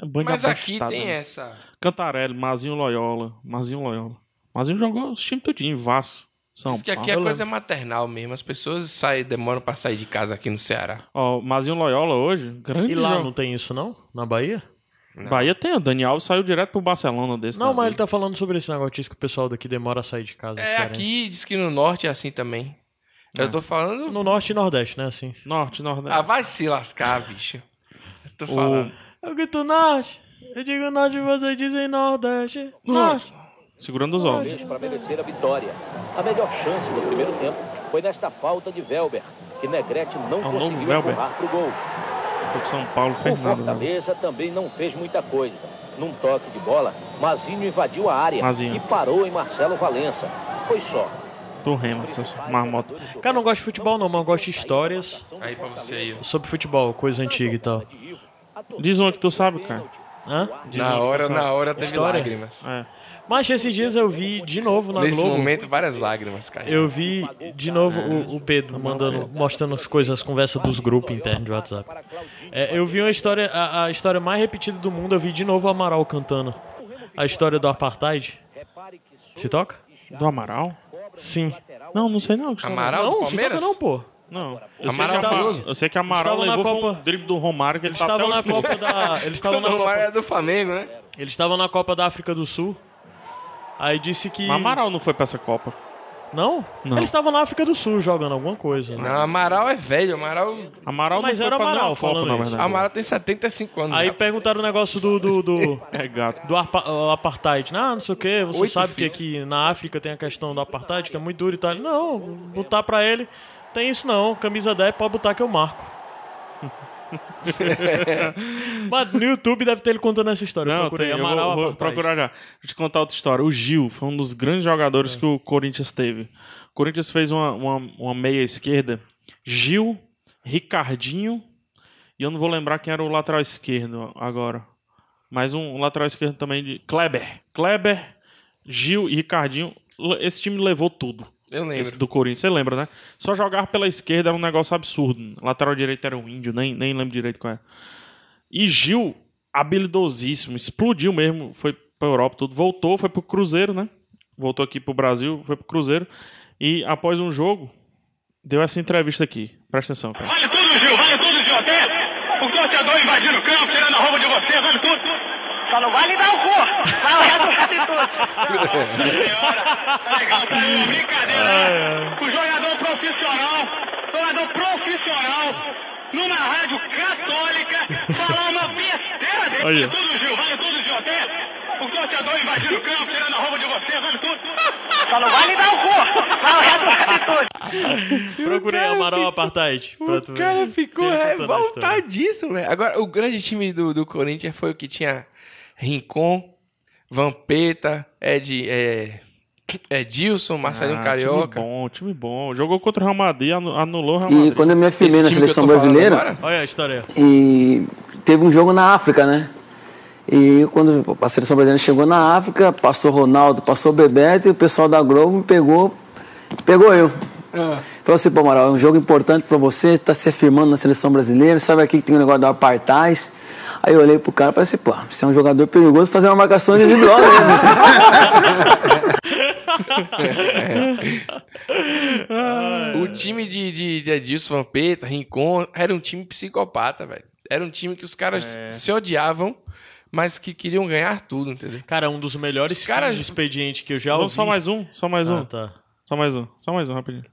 Speaker 2: É banho de
Speaker 1: Mas aqui
Speaker 2: apostada,
Speaker 1: tem é.
Speaker 2: né?
Speaker 1: essa.
Speaker 2: Cantarelli, Mazinho Loyola, Mazinho Loyola. Mazinho jogou os times tudinho, Vasco, São
Speaker 1: Diz que aqui a
Speaker 2: Paulo.
Speaker 1: coisa é maternal mesmo. As pessoas saem, demoram pra sair de casa aqui no Ceará.
Speaker 2: Ó, Mazinho Loyola hoje, grande
Speaker 3: E lá
Speaker 2: jogo.
Speaker 3: não tem isso, não? Na Bahia?
Speaker 2: Bahia tem, o Daniel Alves saiu direto pro Barcelona desse.
Speaker 3: Não,
Speaker 2: tá
Speaker 3: mas
Speaker 2: vendo?
Speaker 3: ele tá falando sobre esse negócio que o pessoal daqui demora a sair de casa.
Speaker 1: É,
Speaker 3: diferente.
Speaker 1: aqui diz que no norte é assim também.
Speaker 2: É.
Speaker 1: Eu tô falando.
Speaker 3: No norte e nordeste, né? Assim.
Speaker 2: Norte, Nordeste.
Speaker 1: Ah, vai se lascar, bicho. Eu tô falando.
Speaker 3: Eu grito norte, eu digo norte e vocês dizem nordeste.
Speaker 2: Norte. Segurando os olhos.
Speaker 11: para merecer a vitória. A melhor chance no primeiro tempo foi nesta falta de Velber, que Negrete não
Speaker 2: É novo
Speaker 11: conseguiu
Speaker 2: Welber.
Speaker 11: empurrar para o gol.
Speaker 2: Foi pro São Paulo,
Speaker 11: O
Speaker 2: Fernando.
Speaker 3: tá
Speaker 2: Né?
Speaker 11: Fortaleza também não fez muita coisa. Num toque de bola, Mazinho invadiu a área
Speaker 2: Mazinho.
Speaker 11: e parou em Marcelo Valença. Foi só.
Speaker 2: Do Remo, essas marmotas.
Speaker 3: Cara, eu não gosto de futebol não, mas eu gosto de histórias
Speaker 1: Aí pra você aí. ó.
Speaker 3: sobre futebol, coisa antiga e tal.
Speaker 2: Diz uma que tu sabe, cara.
Speaker 3: Hã?
Speaker 1: Na hora, na hora teve
Speaker 3: História?
Speaker 1: lágrimas.
Speaker 2: É.
Speaker 3: Mas esses dias eu vi de novo na
Speaker 1: Nesse
Speaker 3: Globo.
Speaker 1: momento, várias lágrimas, cara.
Speaker 3: Eu vi de novo o, o Pedro mandando, mostrando as coisas, as conversas dos grupos internos de WhatsApp. É, eu vi uma história, a, a história mais repetida do mundo, eu vi de novo o Amaral cantando. A história do apartheid. Se toca?
Speaker 2: Do Amaral?
Speaker 3: Sim.
Speaker 2: Não, não sei não. Gustavo.
Speaker 1: Amaral do
Speaker 3: Não, se toca
Speaker 1: Palmeiras?
Speaker 3: não, pô.
Speaker 2: Não. Eu
Speaker 1: Amaral
Speaker 2: sei que,
Speaker 1: Furioso?
Speaker 2: eu sei que Amaral
Speaker 3: Eles estavam
Speaker 2: levou
Speaker 3: na
Speaker 2: foi um
Speaker 3: Copa.
Speaker 2: drible do Romário que ele
Speaker 3: Eles
Speaker 2: tá até
Speaker 3: estavam na
Speaker 2: hoje no-
Speaker 3: Copa da. Eles estavam na
Speaker 1: Não, mas
Speaker 3: Copa.
Speaker 1: é do Flamengo, né?
Speaker 3: Eles estavam na Copa da África do Sul. Aí disse que.
Speaker 2: Mas Amaral não foi pra essa Copa.
Speaker 3: Não?
Speaker 2: Não.
Speaker 3: Eles estavam na África do Sul jogando alguma coisa. né?
Speaker 1: Não, Amaral é velho. Amaral
Speaker 2: Amaral
Speaker 3: Mas
Speaker 2: não foi
Speaker 3: era
Speaker 2: pra
Speaker 3: Amaral
Speaker 2: nenhuma Copa,
Speaker 3: falando
Speaker 2: na
Speaker 3: isso.
Speaker 2: verdade.
Speaker 1: Amaral tem 75 anos. né?
Speaker 3: Aí
Speaker 1: já.
Speaker 3: perguntaram o negócio do. do, do...
Speaker 2: É gato.
Speaker 3: do arpa- o apartheid. Ah, não sei o que, você
Speaker 1: Oito
Speaker 3: sabe que
Speaker 1: filhos.
Speaker 3: aqui na África tem a questão do apartheid, que é muito duro e tal. Ele, Não, botar pra ele, tem isso não, camisa 10 pode botar que eu marco. Mas no YouTube deve ter ele contando essa história. eu
Speaker 2: Não,
Speaker 3: procurei
Speaker 2: tem, eu
Speaker 3: Amaral
Speaker 2: vou, vou
Speaker 3: apartheid.
Speaker 2: procurar já. Deixa eu contar outra história. O Gil foi um dos grandes jogadores
Speaker 3: É.
Speaker 2: que o Corinthians teve. O Corinthians fez uma, uma, uma meia esquerda. Gil, Ricardinho, e eu não vou lembrar quem era o lateral esquerdo agora. Mas um lateral esquerdo também de. Kleber. Kleber, Gil e Ricardinho. L- Esse time levou tudo.
Speaker 1: Eu lembro.
Speaker 2: Esse do Corinthians, você lembra, né? Só jogar pela esquerda era um negócio absurdo. Lateral direito era um índio, nem, nem lembro direito qual era. E Gil, habilidosíssimo, explodiu mesmo, foi pra Europa, tudo. Voltou, foi pro Cruzeiro, né? Voltou aqui pro Brasil, foi pro Cruzeiro. E após um jogo, deu essa entrevista aqui. Presta atenção, cara.
Speaker 9: Vale tudo, Gil, vale tudo, Gil, até o torcedor invadindo o campo, tirando a roupa de você, vale tudo. Só não vale dar o cu, vai o resto vale tudo. Nossa senhora, tá legal, tá aí, brincadeira, né? O jogador profissional, jogador profissional, numa rádio católica, falar uma besteira dele.
Speaker 2: Aí.
Speaker 9: Vale tudo, Gil, vale tudo, Gil, até o torcedor invadindo o campo, tirando a roupa de você, vale tudo. Só não vale dar o cu, vai o resto vale tudo.
Speaker 3: Procurei Amaral Apartheid. pra tu
Speaker 1: O
Speaker 3: ver.
Speaker 1: cara ficou
Speaker 3: Tem ele contando a história.
Speaker 1: revoltadíssimo, velho. Agora, o grande time do, do Corinthians foi o que tinha Rincon, Vampeta, Ed, é, Edilson, Marcelinho
Speaker 2: Ah,
Speaker 1: Carioca.
Speaker 2: Time bom, time bom. Jogou contra o Real Madrid, anu- anulou o Real
Speaker 12: E
Speaker 2: Madrid.
Speaker 12: quando eu me afirmei
Speaker 1: Esse
Speaker 12: na
Speaker 1: time que eu
Speaker 12: seleção
Speaker 1: tô falando
Speaker 12: brasileira,
Speaker 1: agora,
Speaker 3: Olha a história.
Speaker 12: e teve um jogo na África, né? E quando a seleção brasileira chegou na África, passou Ronaldo, passou Bebeto e o pessoal da Globo me pegou, pegou eu. Falou assim, pô, Amaral, é um jogo importante pra você, tá se afirmando na seleção brasileira, sabe aqui que tem o negócio do apartheid. Aí eu olhei pro cara e falei assim, pô, você é um jogador perigoso fazer uma marcação individual mesmo.
Speaker 1: É. O time de, de, de Edilson, Vampeta, Rincon, era um time psicopata, velho. Era um time que os caras
Speaker 3: É.
Speaker 1: se odiavam, mas que queriam ganhar tudo, entendeu?
Speaker 3: Cara, um dos melhores
Speaker 1: Os caras-
Speaker 3: fins de expediente que eu já ouvi.
Speaker 2: Vamos só mais um, só mais um.
Speaker 3: Ah, tá.
Speaker 2: Só mais um, só mais um, rapidinho.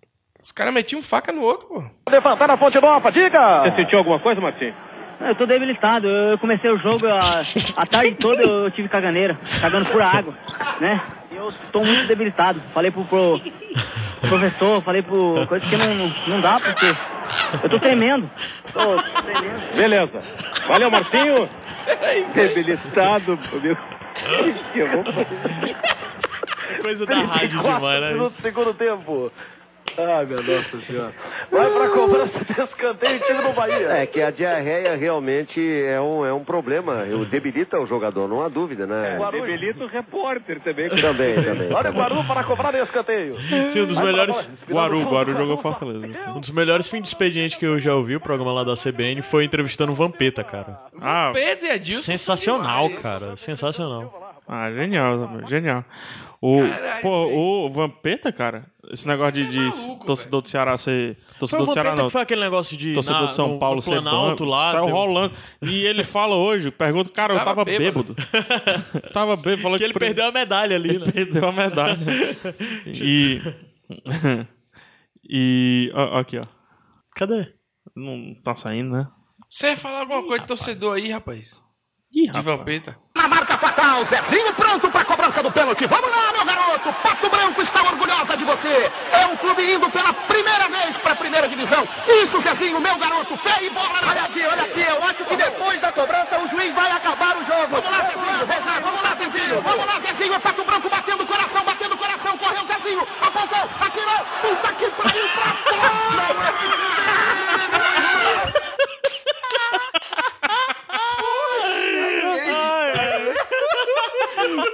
Speaker 1: Os caras metiam faca no outro, pô.
Speaker 13: Levantar a ponte nova, diga!
Speaker 9: Você sentiu alguma coisa, Martim?
Speaker 13: Eu tô debilitado, eu comecei o jogo a, a tarde toda eu tive caganeira, cagando por água, né? Eu tô muito debilitado, falei pro, pro professor, falei pro... coisa que não, não dá, porque eu tô tremendo. Tô tremendo.
Speaker 9: Beleza. Valeu, Marcinho. Debilitado, meu. Que eu vou fazer
Speaker 3: Coisa da rádio demais, né?
Speaker 9: no segundo tempo.
Speaker 14: Ah, minha nossa senhora. Vai pra cobrança desse escanteio time do Bahia.
Speaker 15: É que a diarreia realmente é um, é um problema. Eu debilita o jogador, não há dúvida, né?
Speaker 14: É, Debilita o repórter também.
Speaker 15: Também, também.
Speaker 14: Olha o Guaru para cobrar esse escanteio.
Speaker 3: Sim, um dos
Speaker 14: Vai pra
Speaker 3: melhores.
Speaker 14: bola.
Speaker 3: Guaru, Guaru jogou Fortaleza. Um dos melhores fins de expediente que eu já ouvi, o programa lá da CBN, foi entrevistando o Vampeta, cara. Ah,
Speaker 1: Vampeta e Edilson são
Speaker 3: Sensacional,
Speaker 1: demais.
Speaker 3: cara. Sensacional.
Speaker 2: Ah, genial, genial. O, pô, o Vampeta, cara, esse negócio de, de torcedor do Ceará ser.
Speaker 3: Foi o
Speaker 2: Torcedor do Ceará
Speaker 3: Vampeta
Speaker 2: não.
Speaker 3: que foi aquele negócio de.
Speaker 2: torcedor
Speaker 3: na-
Speaker 2: de São
Speaker 3: no-
Speaker 2: Paulo
Speaker 3: no
Speaker 2: ser
Speaker 3: Planalto
Speaker 2: dono,
Speaker 3: lá. um
Speaker 2: saiu
Speaker 3: deu-
Speaker 2: rolando. E ele fala hoje, pergunta, cara, eu tava bêbado. tava bêbado, falou que,
Speaker 3: ele perdeu a medalha ali, né?
Speaker 2: perdeu a medalha. E. e. Ó, ó aqui, ó.
Speaker 3: Cadê?
Speaker 2: Não tá saindo, né?
Speaker 1: Você ia falar alguma coisa de torcedor aí, rapaz?
Speaker 2: Ih,
Speaker 1: de Vampeta.
Speaker 16: Na marca fatal, Zezinho pronto para cobrança do pênalti. Vamos lá, meu garoto. Pato Branco está orgulhosa de você. É um clube indo pela primeira vez para a primeira divisão. Isso, Zezinho, meu garoto. Pé e bola na Olha aqui, olha aqui. Eu acho que depois da cobrança o juiz vai acabar o jogo. Vamos lá, Zezinho. Rezar. Vamos lá, Zezinho. Vamos lá, Zezinho. É Pato Branco batendo o coração, batendo o coração. Correu, Zezinho. Apontou, atirou. Puta que pariu. Pra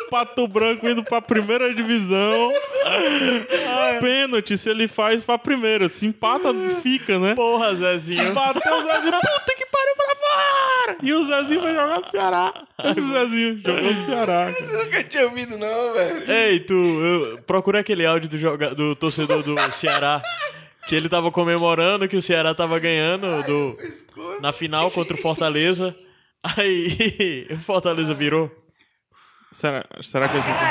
Speaker 2: Pato Branco indo pra primeira divisão. Pênalti, se ele faz pra primeira. Se empata, fica, né?
Speaker 3: Porra, Zezinho.
Speaker 2: Bateu o Zezinho. Puta que pariu pra fora! E o Zezinho vai jogar no Ceará. Esse Zezinho jogou no Ceará. cara.
Speaker 1: Eu nunca tinha ouvido, não, velho.
Speaker 3: Ei, tu, eu, procura aquele áudio do, joga, do torcedor do Ceará. Que ele tava comemorando que o Ceará tava ganhando do, na final contra o Fortaleza. Aí o Fortaleza virou.
Speaker 2: Será, será que esse.
Speaker 17: Nunca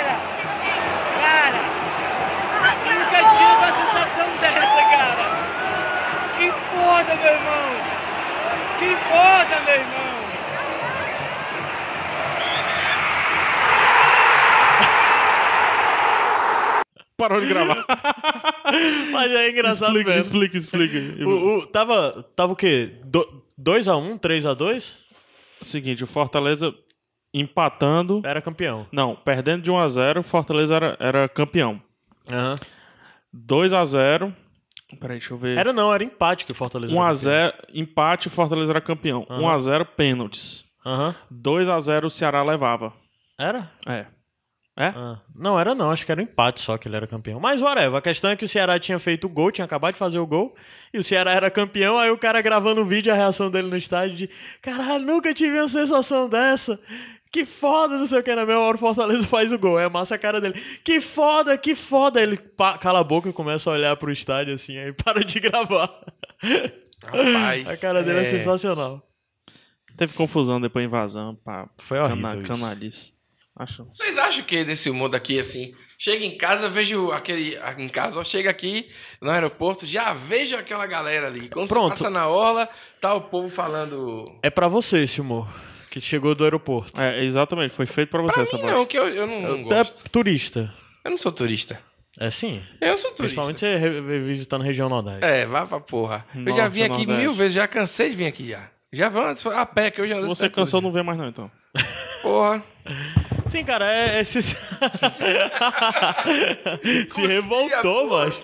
Speaker 17: tive uma sensação dessa, cara. Que foda, meu irmão. Que foda, meu irmão.
Speaker 2: Parou de gravar.
Speaker 3: Mas já é engraçado
Speaker 2: Explica,
Speaker 3: mesmo.
Speaker 2: explica, explica.
Speaker 3: O, o- tava, tava o quê? 2x1? 3x2?
Speaker 2: Seguinte, o Fortaleza empatando.
Speaker 3: Era campeão.
Speaker 2: Não, perdendo de 1x0, o Fortaleza era, era campeão.
Speaker 3: Aham.
Speaker 2: 2x0. Peraí, deixa eu ver.
Speaker 3: Era não, era empate que o Fortaleza era
Speaker 2: 1x0, empate, o Fortaleza era campeão.
Speaker 3: Aham.
Speaker 2: 1x0, pênaltis. 2x0, o Ceará levava.
Speaker 3: Era?
Speaker 2: É. É?
Speaker 3: Ah. Não, era não, acho que era um empate só que ele era campeão. Mas whatever, a questão é que o Ceará tinha feito o gol, tinha acabado de fazer o gol, e o Ceará era campeão, aí o cara gravando o vídeo, a reação dele no estádio de caralho, nunca tive uma sensação dessa. Que foda, não sei o que, na mesma hora o Fortaleza faz o gol. É massa a cara dele. Que foda, que foda. Ele pa- cala a boca e começa a olhar pro estádio assim, aí para de gravar.
Speaker 1: Rapaz,
Speaker 3: a cara dele é,
Speaker 2: é.
Speaker 3: sensacional.
Speaker 2: Teve confusão depois da invasão. Pá.
Speaker 3: Foi
Speaker 1: horrível isso.
Speaker 2: canalice. Acho.
Speaker 1: Vocês acham que desse mundo aqui, assim, chega em casa, vejo aquele. Em casa, ó, chega aqui no aeroporto, já vejo aquela galera ali. Quando
Speaker 3: Pronto.
Speaker 1: você passa na orla, tá o povo falando.
Speaker 3: É pra você esse humor, que chegou do aeroporto.
Speaker 2: É, exatamente, foi feito pra
Speaker 1: você Pra essa mim, não, voz. que eu- eu não- não
Speaker 3: É turista.
Speaker 1: Eu não sou turista.
Speaker 3: É sim.
Speaker 1: Eu sou turista.
Speaker 3: Principalmente você re- re- visitando região nordeste.
Speaker 1: É, vá pra porra. eu já vim aqui mil vezes, já cansei de vir aqui já. Já vão antes, a pé, que eu já ando
Speaker 2: Você
Speaker 1: essa
Speaker 2: cansou, não vê mais não, então.
Speaker 1: Porra.
Speaker 3: Sim, cara, é, é se... se revoltou, Tá mano.
Speaker 1: assim,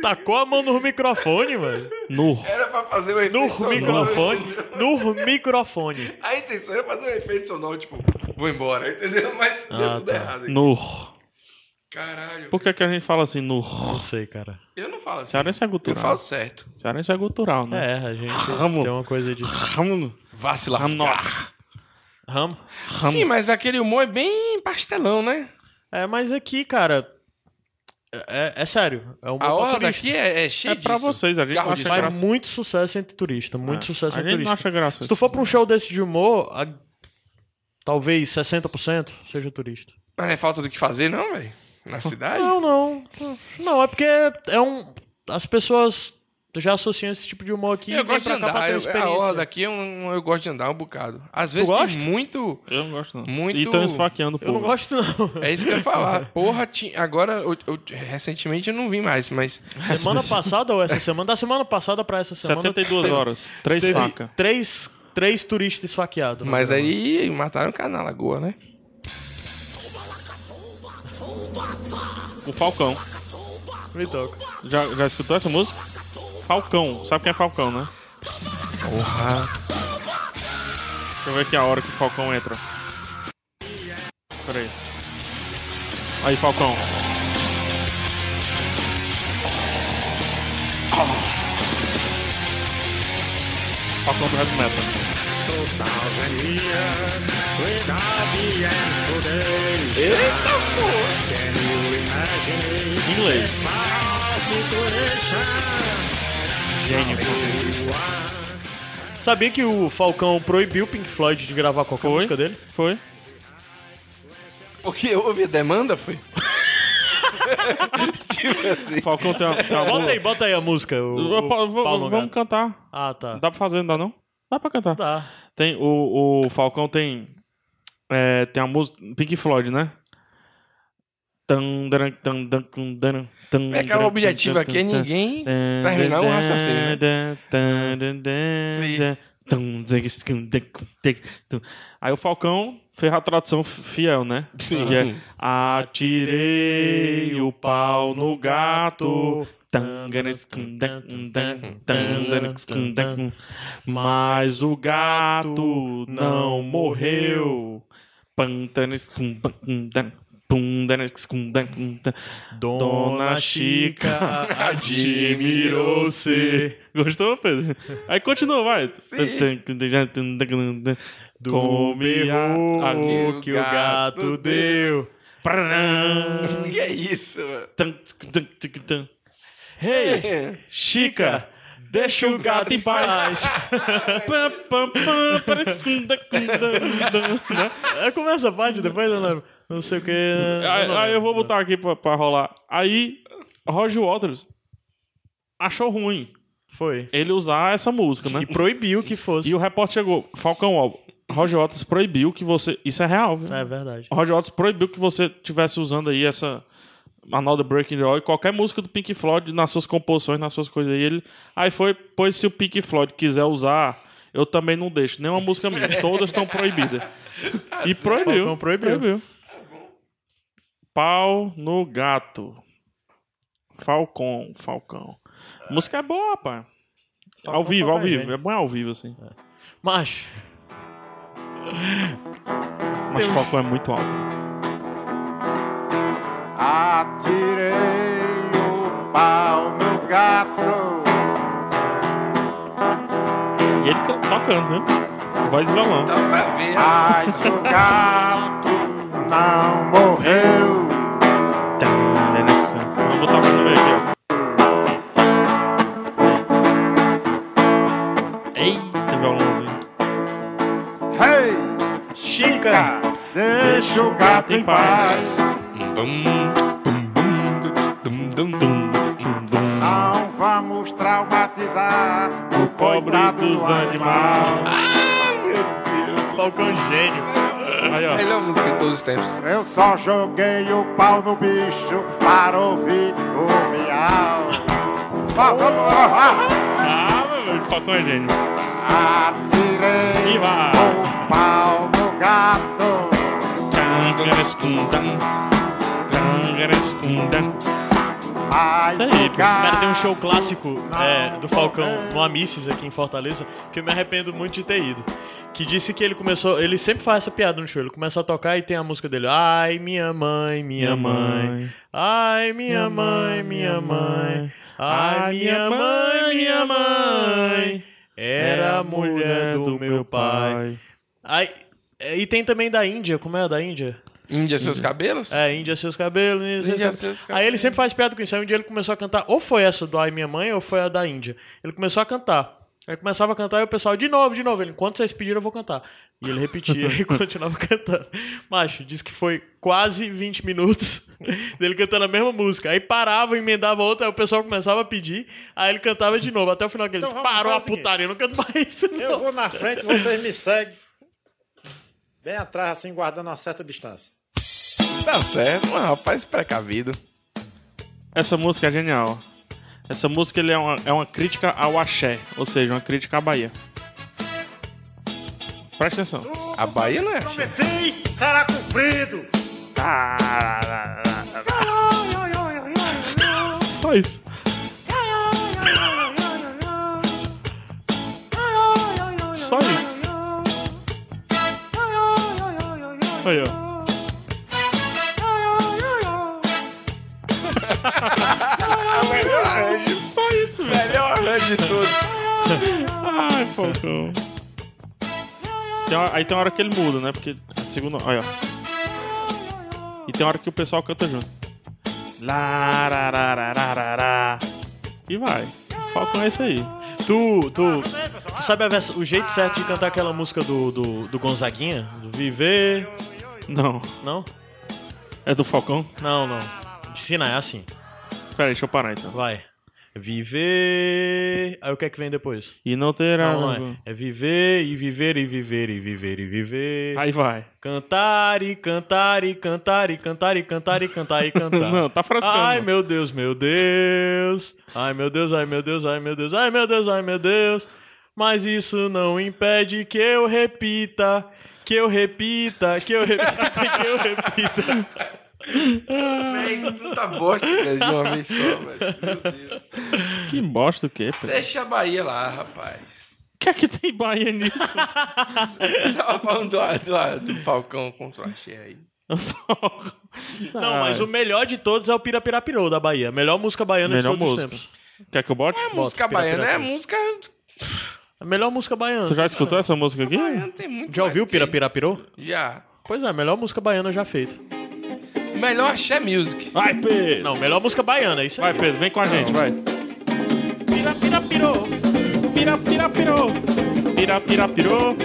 Speaker 3: Tacou a mão no microfone, mano.
Speaker 2: No.
Speaker 1: Era pra fazer o
Speaker 3: No
Speaker 1: efeito sonoro.
Speaker 3: microfone. No microfone.
Speaker 1: A intenção era fazer um efeito sonoro, tipo, vou embora, entendeu? Mas deu
Speaker 3: Ah,
Speaker 1: tudo
Speaker 3: tá.
Speaker 1: errado. aqui.
Speaker 2: No.
Speaker 1: Caralho.
Speaker 2: Por que, que a gente fala assim, no?
Speaker 3: Não sei, cara.
Speaker 1: Eu não falo assim.
Speaker 2: Cearense é cultural.
Speaker 1: Eu falo certo.
Speaker 2: Cearense é cultural, né?
Speaker 3: É, a gente
Speaker 2: Ramo.
Speaker 3: tem uma coisa de...
Speaker 2: Ramo.
Speaker 1: Vá se
Speaker 2: Ramo.
Speaker 1: lascar.
Speaker 3: Ramo.
Speaker 1: Sim, mas aquele humor é bem pastelão, né?
Speaker 3: É, mas aqui, cara... É, é- é sério. É um
Speaker 1: A orla daqui é, é cheia
Speaker 3: É pra
Speaker 1: disso.
Speaker 3: vocês, a gente
Speaker 1: Carro
Speaker 3: faz
Speaker 1: de som.
Speaker 3: muito sucesso entre turista, muito
Speaker 2: É.
Speaker 3: sucesso
Speaker 2: A
Speaker 3: entre
Speaker 2: gente não
Speaker 3: turista.
Speaker 2: acha graça
Speaker 3: Se tu for pra um show desse de humor, a- talvez 60% seja turista.
Speaker 1: Mas não é falta do que fazer, não, velho? Na cidade?
Speaker 3: Não, não. Não, é porque é um as pessoas já associam esse tipo de humor aqui e
Speaker 1: eu
Speaker 3: vêm
Speaker 1: gosto de
Speaker 3: pra cá pra
Speaker 1: andar.
Speaker 3: ter uma
Speaker 1: Eu, a
Speaker 3: experiência.
Speaker 1: orla daqui é um- eu gosto de andar um bocado. Às
Speaker 3: Tu
Speaker 1: vezes
Speaker 3: gosta?
Speaker 1: tem muito.
Speaker 2: Eu não gosto, não.
Speaker 1: Muito...
Speaker 2: E tão esfaqueando o Eu não povo.
Speaker 3: gosto, não.
Speaker 1: É isso que eu ia falar. Porra, ti- agora, eu- eu- recentemente eu não vi mais, mas.
Speaker 3: Semana passada ou essa semana? Da semana passada pra essa semana.
Speaker 1: 72
Speaker 3: teve-
Speaker 1: horas, três
Speaker 3: teve
Speaker 1: faca.
Speaker 3: Três, três turistas esfaqueados.
Speaker 1: Mas é- aí mataram o cara na lagoa, né?
Speaker 2: O Falcão.
Speaker 3: Me toca.
Speaker 2: Um Já, já escutou essa música? Falcão. Sabe quem é Falcão, né?
Speaker 1: Porra.
Speaker 2: Deixa eu ver aqui a hora que o Falcão entra. Pera aí. Aí, Falcão. Falcão do Red Metal.
Speaker 17: Eita,
Speaker 2: Inglês. Gênio.
Speaker 3: Sabia que o Falcão proibiu o Pink Floyd de gravar qualquer música dele?
Speaker 2: Foi.
Speaker 1: Porque houve demanda, foi?
Speaker 2: Falcão tem uma. Tem uma
Speaker 3: Bota
Speaker 2: boa-
Speaker 3: aí, bota aí a múca. O,
Speaker 2: Eu
Speaker 3: o
Speaker 2: po- vou-
Speaker 3: Paulo
Speaker 2: vamos
Speaker 3: Gato.
Speaker 2: cantar.
Speaker 3: Ah, tá.
Speaker 2: Dá pra fazer, não dá não? Dá pra cantar.
Speaker 3: Dá.
Speaker 2: Tem, o, o Falcão tem. É, tem a música. Pink Floyd, né? Tan, daran, tan, dan, tan, daran, tan,
Speaker 1: É que o
Speaker 2: daran,
Speaker 1: objetivo
Speaker 2: tan,
Speaker 1: aqui é
Speaker 2: tan, tan,
Speaker 1: ninguém
Speaker 2: tan,
Speaker 1: terminar um
Speaker 2: tan,
Speaker 1: raciocínio, né?
Speaker 2: tan, tan, tan, tan,
Speaker 1: Sim.
Speaker 2: tan, tan, zig, skin, tic, tic, tum. Aí o Falcão fez a tradução f- fiel, né?
Speaker 1: Sim.
Speaker 2: Que é Atirei o pau no gato. Tangarascum, dacum, dacum, tangarascum, dacum. Mas o gato não morreu. Pantanescum, bacum, dacum, pundanescum, dacum, da- Dona Chica admirou-se. Gostou, Pedro? Aí continua, vai. Come
Speaker 3: o que o gato deu.
Speaker 1: que é isso, mano?
Speaker 2: Hey, Chica, deixa o gato em paz. Pam, pam, pam, parascunda, cunda, cunda.
Speaker 3: É, Começa a parte, depois eu lembro. Não sei o que.
Speaker 2: Aí, aí eu vou botar aqui pra, pra rolar. Aí, Roger Waters achou ruim.
Speaker 3: Foi.
Speaker 2: Ele usar essa música, né? E
Speaker 3: proibiu que fosse.
Speaker 2: E o repórter chegou, Falcão, ó, Roger Waters proibiu que você... Isso é real, viu?
Speaker 3: É verdade.
Speaker 2: O Roger Waters proibiu que você tivesse usando aí essa Another Breaking the Law e qualquer música do Pink Floyd nas suas composições, nas suas coisas aí. Ele, aí foi, pois se o Pink Floyd quiser usar, eu também não deixo. Nenhuma música minha, todas estão proibidas. E proibiu.
Speaker 3: Falcão proibiu.
Speaker 2: Pau no gato. Falcão, Falcão. Música é boa, rapaz.
Speaker 3: Falcão
Speaker 2: ao vivo, ao
Speaker 3: Falcão é
Speaker 2: vivo.
Speaker 3: gênio.
Speaker 2: É bom ao vivo, assim.
Speaker 3: Mas.
Speaker 2: Mas Falcão é muito alto.
Speaker 4: Atirei o pau no gato.
Speaker 2: E ele tá tocando, né? Voz e violão.
Speaker 1: Dá pra ver.
Speaker 4: Mas o gato não morreu.
Speaker 2: Vamos botar mais no meio aqui, ó. Eita, violãozinho.
Speaker 4: Hey, Chica, deixa o gato em paz. Não vamos traumatizar o coitado do Ah, animal.
Speaker 3: Falcão Tá gênio.
Speaker 1: Melhor música de todos os tempos.
Speaker 4: Eu só joguei o pau no bicho para ouvir o miau. Vamos, vamos, vamos, vamos.
Speaker 2: Ah, meu, Falcão é gênio.
Speaker 4: Atirei o pau no gato. Mas
Speaker 3: Isso aí,
Speaker 4: o
Speaker 3: pô. cara tem um
Speaker 4: gato
Speaker 3: show clássico é, do Falcão no Amices aqui em Fortaleza, que eu me arrependo muito de ter ido. Que disse que ele começou, ele sempre faz essa piada no show, ele começa a tocar e tem a música dele, ai minha mãe,
Speaker 2: Minha
Speaker 3: minha mãe, ai minha mãe, minha mãe, ai minha mãe, minha mãe, era a mulher do meu pai. Ai, é, e tem também da Índia, como é a da Índia?
Speaker 1: Índia seus cabelos?
Speaker 3: É, Índia seus cabelos, Índia, seus,
Speaker 1: Índia
Speaker 3: cabelos.
Speaker 1: seus
Speaker 3: Aí ele sempre faz piada com isso. Aí um dia ele começou a cantar, ou foi essa do Ai Minha Mãe, ou foi a da Índia. Ele começou a cantar. Aí começava a cantar e o pessoal, de novo, de novo. Ele, enquanto vocês pediram, eu vou cantar. E ele repetia e continuava cantando. Macho, disse que foi quase 20 minutos dele cantando a mesma música. Aí parava, emendava outra, aí o pessoal começava a pedir, aí ele cantava de novo. Até o final que ele
Speaker 18: Então
Speaker 3: disse,
Speaker 18: vamos
Speaker 3: parou
Speaker 18: fazer
Speaker 3: a
Speaker 18: o seguinte.
Speaker 3: putaria, eu não canto mais isso não.
Speaker 18: Eu vou na frente, vocês me seguem. Bem atrás, assim, guardando uma certa distância.
Speaker 1: Tá certo, mano, rapaz precavido.
Speaker 2: Essa música é genial. Essa música ele é, uma, é uma crítica ao axé, ou seja, uma crítica à Bahia. Presta atenção.
Speaker 1: A Bahia não é
Speaker 18: Prometi, será cumprido.
Speaker 2: Só isso. Só isso. Aí, ó.
Speaker 1: melhor arranjo.
Speaker 2: Só isso, velho.
Speaker 1: Melhor arranjo de todos.
Speaker 2: Ai, Falcão. Tem hora- aí tem hora que ele muda, né? Porque a segunda. Olha, ó. E tem hora que o pessoal canta junto. Lá, ra, ra, ra, ra, ra, ra. E vai. Falcão é isso aí.
Speaker 3: Tu, tu, tu sabe a vers- o jeito certo de cantar aquela música do, do, do Gonzaguinha? Do Viver.
Speaker 2: Não.
Speaker 3: Não?
Speaker 2: É do Falcão?
Speaker 3: Não, não. Ensina, é assim.
Speaker 2: Peraí, deixa eu parar então.
Speaker 3: Vai. Viver. Aí o que é que vem depois?
Speaker 2: E não terá.
Speaker 3: Não, não é. É viver e viver e viver e viver e viver.
Speaker 2: Aí vai.
Speaker 3: Cantar e cantar e cantar e cantar e cantar e cantar e cantar.
Speaker 2: Não, tá frascando.
Speaker 3: Ai, meu Deus, meu Deus. Ai, meu Deus, ai, meu Deus, ai, meu Deus, ai, meu Deus, ai, meu Deus. Mas isso não impede que eu repita, que eu repita, que eu repita, que eu repita.
Speaker 1: Véi, puta bosta, velho, de uma vez só, velho. Meu Deus.
Speaker 2: Que bosta o quê, pô?
Speaker 1: Deixa a Bahia lá, rapaz.
Speaker 2: O que é que tem Bahia nisso?
Speaker 1: Tava falando do, do, do Falcão contra o Axé aí.
Speaker 3: Não, mas o melhor de todos é o Pirapirapirou da Bahia. Melhor música baiana
Speaker 2: Melhor
Speaker 3: de todos
Speaker 2: música.
Speaker 3: os tempos.
Speaker 2: Quer que eu bote?
Speaker 1: A música baiana é a música.
Speaker 3: A melhor música baiana.
Speaker 2: Tu já escutou essa música aqui?
Speaker 1: Tem muito
Speaker 3: Já
Speaker 1: mais
Speaker 3: ouviu
Speaker 1: do que-
Speaker 3: Pirapirapirou?
Speaker 1: Já.
Speaker 3: Pois é, a melhor música baiana já feita.
Speaker 1: Melhor Axé Music.
Speaker 2: Vai, Pedro!
Speaker 3: Não, melhor música baiana, é isso
Speaker 2: Vai, Pedro, vem com a gente, vai.
Speaker 3: Pira, pira, pirou.
Speaker 2: Pira, pira, pirou. Pira, pira, pirou.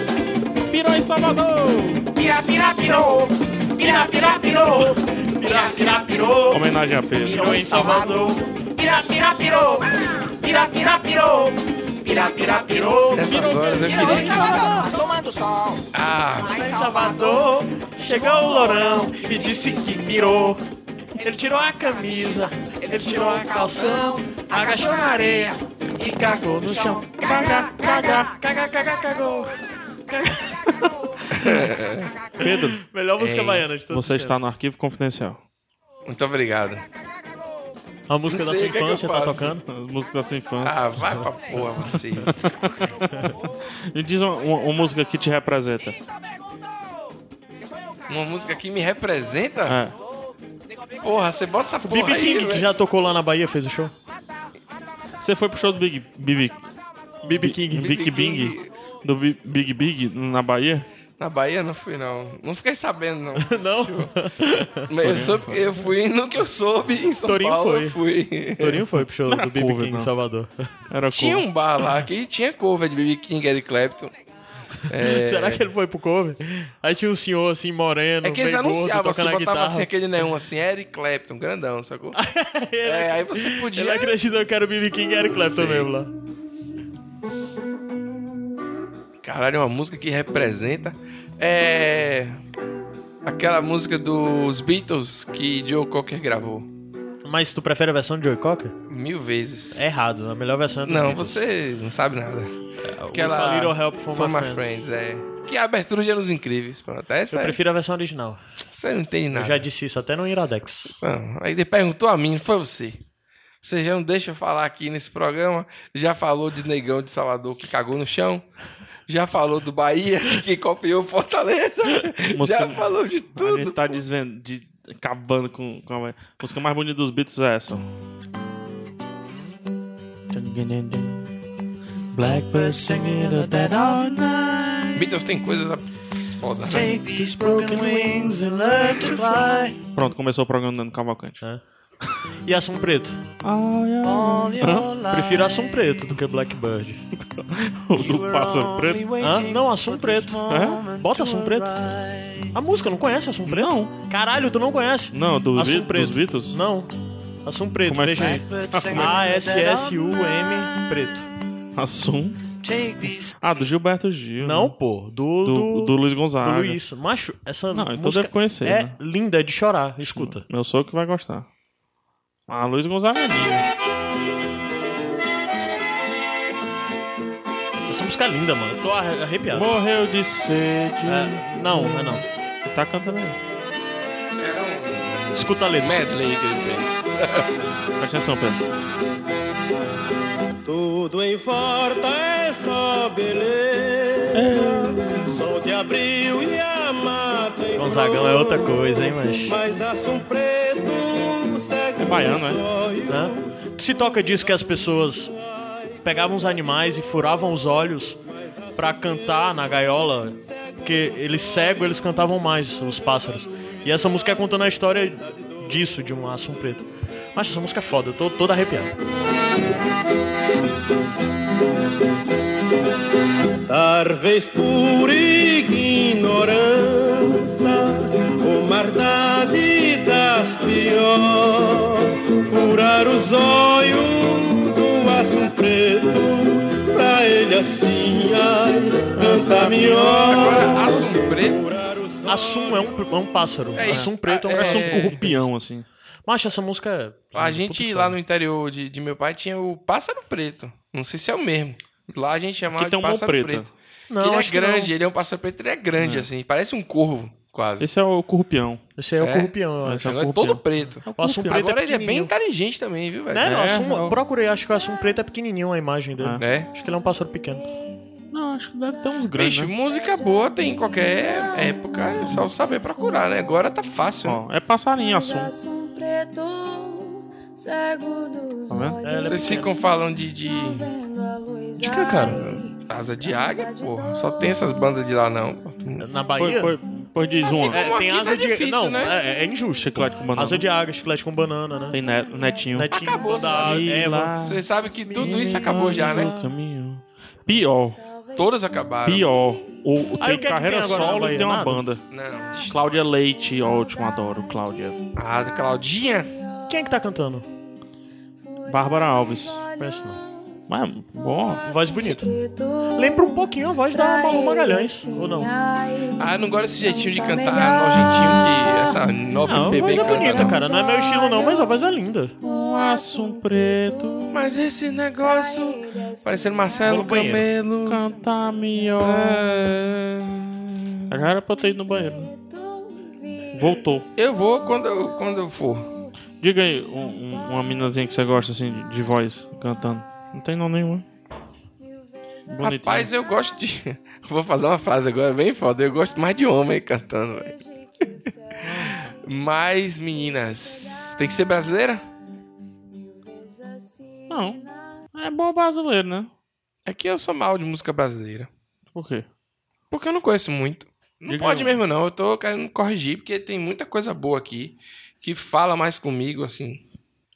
Speaker 2: Pirou em Salvador.
Speaker 17: Pira, pira, pirou. Pira, pira, pirou. Pira, pira, pirou.
Speaker 2: Homenagem a Pedro.
Speaker 17: Pirou em Salvador. Pira, pira, pirou. Pira, pira, pirou. Pira, pira, pirou.
Speaker 1: Nessas horas é eu
Speaker 17: Pirou em
Speaker 1: queria.
Speaker 17: Salvador, tá tomando sol.
Speaker 1: Ah,
Speaker 17: Lá em Salvador, chegou o Lourão e disse que pirou. Ele tirou a camisa, ele tirou a calção, agachou na areia e cagou no chão. Caga, caga, caga, caga, cagou.
Speaker 2: Pedro.
Speaker 3: Melhor música
Speaker 2: Ei,
Speaker 3: baiana de todos
Speaker 2: Você
Speaker 3: os
Speaker 2: está
Speaker 3: tempos.
Speaker 2: no arquivo confidencial.
Speaker 1: Muito obrigado.
Speaker 3: A música
Speaker 1: Não
Speaker 3: da sua
Speaker 1: sei o que é que eu
Speaker 3: infância tá
Speaker 1: faço.
Speaker 3: tocando.
Speaker 2: As músicas da sua infância.
Speaker 1: Ah, vai pra porra, você.
Speaker 2: Me diz uma, uma- uma música que te representa.
Speaker 1: Uma música que me representa?
Speaker 2: É.
Speaker 1: Porra, você bota essa porra
Speaker 3: BB
Speaker 1: aí,
Speaker 3: King, que
Speaker 1: velho.
Speaker 3: já tocou lá na Bahia, fez o show.
Speaker 2: Você foi pro show do Big Big
Speaker 3: BB King.
Speaker 2: Big Bing do Bi- Big Big na Bahia?
Speaker 1: Na Bahia não fui, não. Não fiquei sabendo, não.
Speaker 3: Não?
Speaker 1: Mas eu, soube, eu fui no que eu soube em São
Speaker 3: Torinho
Speaker 1: Paulo.
Speaker 3: foi.
Speaker 1: Eu fui.
Speaker 3: Torinho foi pro show
Speaker 2: Não era
Speaker 3: do BB
Speaker 2: cover,
Speaker 3: King
Speaker 2: não.
Speaker 3: em Salvador.
Speaker 2: Era
Speaker 1: Tinha
Speaker 2: cool.
Speaker 1: um bar lá que tinha cover de B.B. King, Eric Clapton. É...
Speaker 3: Será que ele foi pro cover? Aí tinha um senhor assim, moreno,
Speaker 1: É que eles
Speaker 3: bem gordo,
Speaker 1: anunciavam, você
Speaker 3: tocando a
Speaker 1: botava
Speaker 3: guitarra.
Speaker 1: assim aquele neon assim, Eric Clapton, grandão, sacou?
Speaker 3: Ele-
Speaker 1: é, aí você podia.
Speaker 3: Ele acreditou que era o BB King e era o Clapton
Speaker 1: Sei.
Speaker 3: mesmo lá.
Speaker 1: Caralho, é uma música que representa. É. Aquela música dos Beatles que Joe Cocker gravou.
Speaker 3: Mas tu prefere a versão de Joey Cocker?
Speaker 1: Mil vezes.
Speaker 3: É errado, a melhor versão é dos
Speaker 1: Não,
Speaker 3: Beatles.
Speaker 1: você não sabe nada.
Speaker 3: É, With a little help from
Speaker 1: From
Speaker 3: my
Speaker 1: My Friends, é. Que é a abertura de Anos Incríveis. Pronto, essa
Speaker 3: Eu
Speaker 1: é-
Speaker 3: prefiro a versão original.
Speaker 1: Você não entende
Speaker 3: Eu
Speaker 1: nada.
Speaker 3: já disse isso até no Iradex.
Speaker 1: Não, aí ele perguntou a mim, não foi você. Você já não deixa eu falar aqui nesse programa. Já falou de Negão de Salvador que cagou no chão. Já falou do Bahia que copiou Fortaleza.
Speaker 2: Música-
Speaker 1: Já falou de
Speaker 2: A
Speaker 1: tudo.
Speaker 2: gente tá desvendo, de- acabando com, com a... a música mais bonita dos Beatles é essa. Blackbird singing that all night.
Speaker 1: Beatles tem coisas foda.
Speaker 6: Take these broken wings and learn to fly.
Speaker 2: Pronto, começou o programa dando Cavalcante.
Speaker 3: E Assum Preto?
Speaker 6: All your life.
Speaker 3: Prefiro Assum Preto do que Blackbird.
Speaker 2: o do Pássaro Preto?
Speaker 3: Hã? Não, Assum Preto.
Speaker 2: É?
Speaker 3: Bota Assum Preto. A música, não conhece Assum Preto? Não. Caralho, tu não conhece?
Speaker 2: Não, do
Speaker 3: Assum
Speaker 2: Be- dos
Speaker 3: Preto.
Speaker 2: Beatles?
Speaker 3: Não. Assum Preto,
Speaker 2: Como é que
Speaker 3: veja aí.
Speaker 2: é?
Speaker 3: A-S-S-U-M Preto.
Speaker 2: Assum.
Speaker 6: Take these.
Speaker 2: Ah, do Gilberto Gil.
Speaker 3: Não,
Speaker 2: né?
Speaker 3: pô. Do,
Speaker 2: Do- do Luiz Gonzaga.
Speaker 3: Do Luiz. Macho, essa
Speaker 2: Não, então
Speaker 3: música
Speaker 2: deve conhecer,
Speaker 3: é
Speaker 2: né?
Speaker 3: linda, é de chorar. Escuta.
Speaker 2: Meu sogro que vai gostar. Ah, Luiz Gonzaga é lindo.
Speaker 3: Essa música é linda, mano. Tô arre- arrepiado.
Speaker 2: Morreu de sede.
Speaker 3: É, não, é não.
Speaker 2: Tá cantando aí.
Speaker 3: Escuta a letra.
Speaker 1: Medley que ele fez.
Speaker 2: Presta atenção, Pedro.
Speaker 19: Tudo importa é só beleza. Sol de abril e a mata em
Speaker 3: Gonzagão é outra coisa, hein, mas.
Speaker 19: Mas assum preto segue
Speaker 3: É baiano,
Speaker 19: no
Speaker 3: é? Né? Se toca disso que as pessoas pegavam os animais e furavam os olhos pra cantar na gaiola, porque eles cegos, eles cantavam mais, os pássaros. E essa música é contando a história disso, de um assum preto. Mas essa música é foda, eu tô todo arrepiado.
Speaker 19: Talvez por ignorância ou maldade das pior Furar os olhos do aço preto Pra ele assim, ai, canta melhor
Speaker 1: Agora, assum preto
Speaker 3: Assum é um, é um pássaro.
Speaker 1: É isso.
Speaker 3: Assum preto é um
Speaker 1: É,
Speaker 3: pássaro.
Speaker 1: é um
Speaker 2: corrupião, assim.
Speaker 3: Macho, essa música é.
Speaker 1: A gente lá no interior de, de meu pai tinha o pássaro preto. Não sei se é o mesmo. Lá a gente chamava
Speaker 2: Que tem
Speaker 1: de
Speaker 2: um bom
Speaker 1: pássaro
Speaker 2: preto.
Speaker 1: preto.
Speaker 3: Não,
Speaker 1: Que ele
Speaker 3: acho
Speaker 1: é
Speaker 3: que não.
Speaker 1: grande, ele é um pássaro preto, ele é grande,
Speaker 2: É.
Speaker 1: assim. Parece um corvo, quase.
Speaker 2: Esse é o corrupião.
Speaker 3: Esse aí é o corrupião,
Speaker 2: Esse
Speaker 3: eu acho.
Speaker 2: é o
Speaker 1: Agora é
Speaker 2: corrupião.
Speaker 1: todo preto.
Speaker 3: O Assum Preto
Speaker 1: Agora
Speaker 3: é
Speaker 1: ele é bem
Speaker 3: pequenininho.
Speaker 1: inteligente também, viu, velho?
Speaker 3: Né, não,
Speaker 1: É,
Speaker 3: Assum-
Speaker 1: não.
Speaker 3: Procurei, acho que o Assum Preto é pequenininho a imagem dele.
Speaker 1: É.
Speaker 3: Acho que ele é um pássaro pequeno.
Speaker 2: Não, acho que deve ter uns grandes.
Speaker 1: Bicho,
Speaker 2: né?
Speaker 1: música boa tem em qualquer época, é só saber procurar, né? Agora tá fácil.
Speaker 2: Ó, é passarinho,
Speaker 20: assim,
Speaker 21: Traço
Speaker 2: assunto.
Speaker 21: preto, cego dos
Speaker 2: Tá vendo?
Speaker 21: olhos,
Speaker 1: Vocês ficam falando de. De,
Speaker 21: vendo a luz
Speaker 1: é de que, é, cara? Asa de águia, porra. Só tem essas bandas de lá, não.
Speaker 3: Na Bahia?
Speaker 2: Pois, pois, pois diz
Speaker 1: Assim
Speaker 2: uma.
Speaker 1: como aqui
Speaker 3: É, tem
Speaker 1: tá
Speaker 3: asa de-
Speaker 1: difícil,
Speaker 3: não,
Speaker 1: né?
Speaker 3: é- é injusto.
Speaker 2: Chiclete com banana.
Speaker 3: Asa de águia, chiclete com banana, né?
Speaker 2: Tem
Speaker 1: um
Speaker 2: ne- netinho.
Speaker 3: Netinho, da
Speaker 2: sabe?
Speaker 3: Eva.
Speaker 1: É, Você sabe que tudo isso acabou já, né?
Speaker 2: Caminho. Pior.
Speaker 1: Todas acabaram.
Speaker 2: Pior. O, o
Speaker 1: Aí
Speaker 2: tem
Speaker 1: o que é que
Speaker 2: carreira
Speaker 1: tem agora na
Speaker 2: solo e
Speaker 1: Bahia?
Speaker 2: tem uma
Speaker 1: Nada?
Speaker 2: banda.
Speaker 1: Não.
Speaker 2: Cláudia Leite, ótimo, adoro Cláudia.
Speaker 1: Ah, Claudinha?
Speaker 3: Quem é que tá cantando?
Speaker 2: Bárbara Alves.
Speaker 3: Conheço não.
Speaker 2: Mas, bom.
Speaker 3: Voz bonita. Lembra um pouquinho a voz da Malu Magalhães, ou não?
Speaker 1: Ah, eu não gosto desse jeitinho
Speaker 2: Tá
Speaker 1: de cantar nojentinho que essa nova
Speaker 3: Não, a
Speaker 1: MPB
Speaker 3: voz é
Speaker 1: canta, né?
Speaker 3: bonita, cara. Não é meu estilo, não, mas a voz é linda.
Speaker 2: Um assunto preto.
Speaker 1: Mas esse negócio. Parecendo Marcelo
Speaker 2: Vou no banheiro.
Speaker 1: Camelo.
Speaker 2: Cantar melhor.
Speaker 1: É.
Speaker 2: Já era pra eu ter ido no banheiro. Voltou.
Speaker 1: Eu vou quando eu, quando eu for.
Speaker 2: Diga aí um- um- uma minazinha que você gosta assim de, de voz cantando. Não tem não nenhuma. Bonitinho.
Speaker 1: Rapaz, eu gosto de. Vou fazer uma frase agora bem foda. Eu gosto mais de homem cantando, velho. Mas, meninas, tem que ser brasileira?
Speaker 2: Não. É bom brasileiro, né?
Speaker 1: É que eu sou mal de música brasileira.
Speaker 2: Por quê?
Speaker 1: Porque eu não conheço muito. Não
Speaker 2: Diga
Speaker 1: pode
Speaker 2: aí.
Speaker 1: mesmo, não. Eu tô querendo corrigir, porque tem muita coisa boa aqui que fala mais comigo, assim.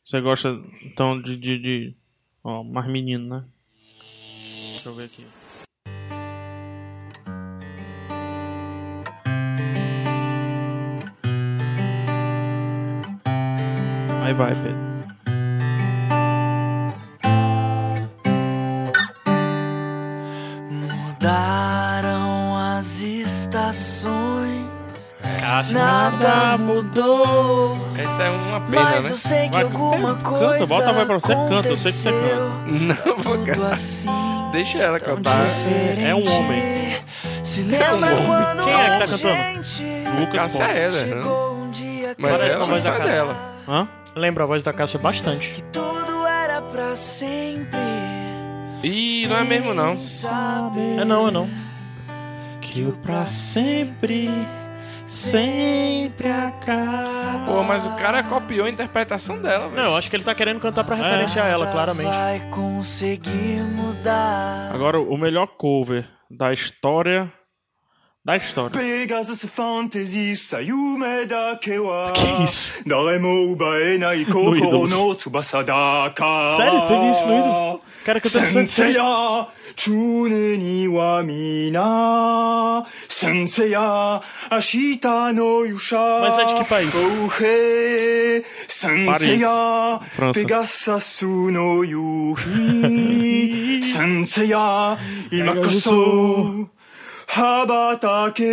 Speaker 2: Você gosta então de. de, de- Ó, mais menino, né? Deixa eu ver aqui. Aí vai, Pedro.
Speaker 20: Mudaram as estações,
Speaker 3: Cássio,
Speaker 20: nada mudou.
Speaker 1: Essa é uma pena,
Speaker 20: Mas
Speaker 1: né?
Speaker 20: eu sei que
Speaker 1: Vai,
Speaker 20: alguma coisa.
Speaker 2: Canta, bota a voz pra você, canta, eu sei que você canta.
Speaker 1: Não, vou cantar.
Speaker 20: assim.
Speaker 1: Deixa ela cantar.
Speaker 2: É, é um homem.
Speaker 20: Se
Speaker 1: lembra quando
Speaker 2: Quem é que tá
Speaker 1: a
Speaker 2: cantando? Lucas
Speaker 1: Cássia
Speaker 2: Pontes.
Speaker 1: é ela, né?
Speaker 20: um
Speaker 1: Mas
Speaker 3: Parece
Speaker 1: ela
Speaker 3: com a
Speaker 1: não
Speaker 3: voz da
Speaker 1: sai
Speaker 3: Cássia.
Speaker 1: dela.
Speaker 2: Hã?
Speaker 3: Lembra a voz da Cássia bastante.
Speaker 20: Tudo era pra sempre.
Speaker 1: Ih, não é mesmo, não.
Speaker 3: É não, é não.
Speaker 2: Que o pra sempre, sempre acaba.
Speaker 1: Pô, mas o cara copiou a interpretação dela, velho.
Speaker 3: Não, eu acho que ele tá querendo cantar pra referenciar ela, claramente.
Speaker 20: Vai conseguir mudar.
Speaker 2: Agora o melhor cover da história. Da história.
Speaker 22: ペガスファンタジーさ夢だけは
Speaker 2: isso?
Speaker 22: 誰も奪えない心の翼だから
Speaker 3: Sério? Teve isso no ídolo? Cara, que eu tô
Speaker 22: 先
Speaker 3: pensando
Speaker 22: 生
Speaker 3: sério.
Speaker 22: や常には皆先生や明日の勇者
Speaker 3: Mas é de que país?
Speaker 22: 公平先生や
Speaker 3: França.
Speaker 22: ペガサスの夕日先生や今こそ羽ばたけ
Speaker 2: E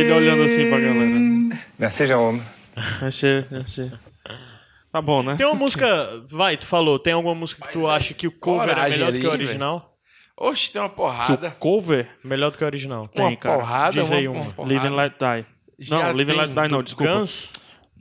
Speaker 2: ele olhando assim pra galera.
Speaker 22: Seja homem.
Speaker 2: Achei, achei. Tá bom, né?
Speaker 3: Tem uma música. Vai, tu falou, tem alguma música que tu acha que o cover é
Speaker 1: coragem
Speaker 3: melhor do
Speaker 1: ali,
Speaker 3: que o original?
Speaker 1: Oxe, tem uma
Speaker 2: Que
Speaker 1: porrada.
Speaker 2: o cover?
Speaker 3: Melhor do que o original.
Speaker 1: Uma
Speaker 2: Tem, cara.
Speaker 1: porrada,
Speaker 3: Diz aí
Speaker 1: uma-
Speaker 3: uma.
Speaker 1: uma porrada.
Speaker 2: Live and Let Die.
Speaker 1: Já
Speaker 2: não, Live and
Speaker 1: tem
Speaker 2: Let Die não,
Speaker 3: do
Speaker 2: desculpa.
Speaker 3: Guns?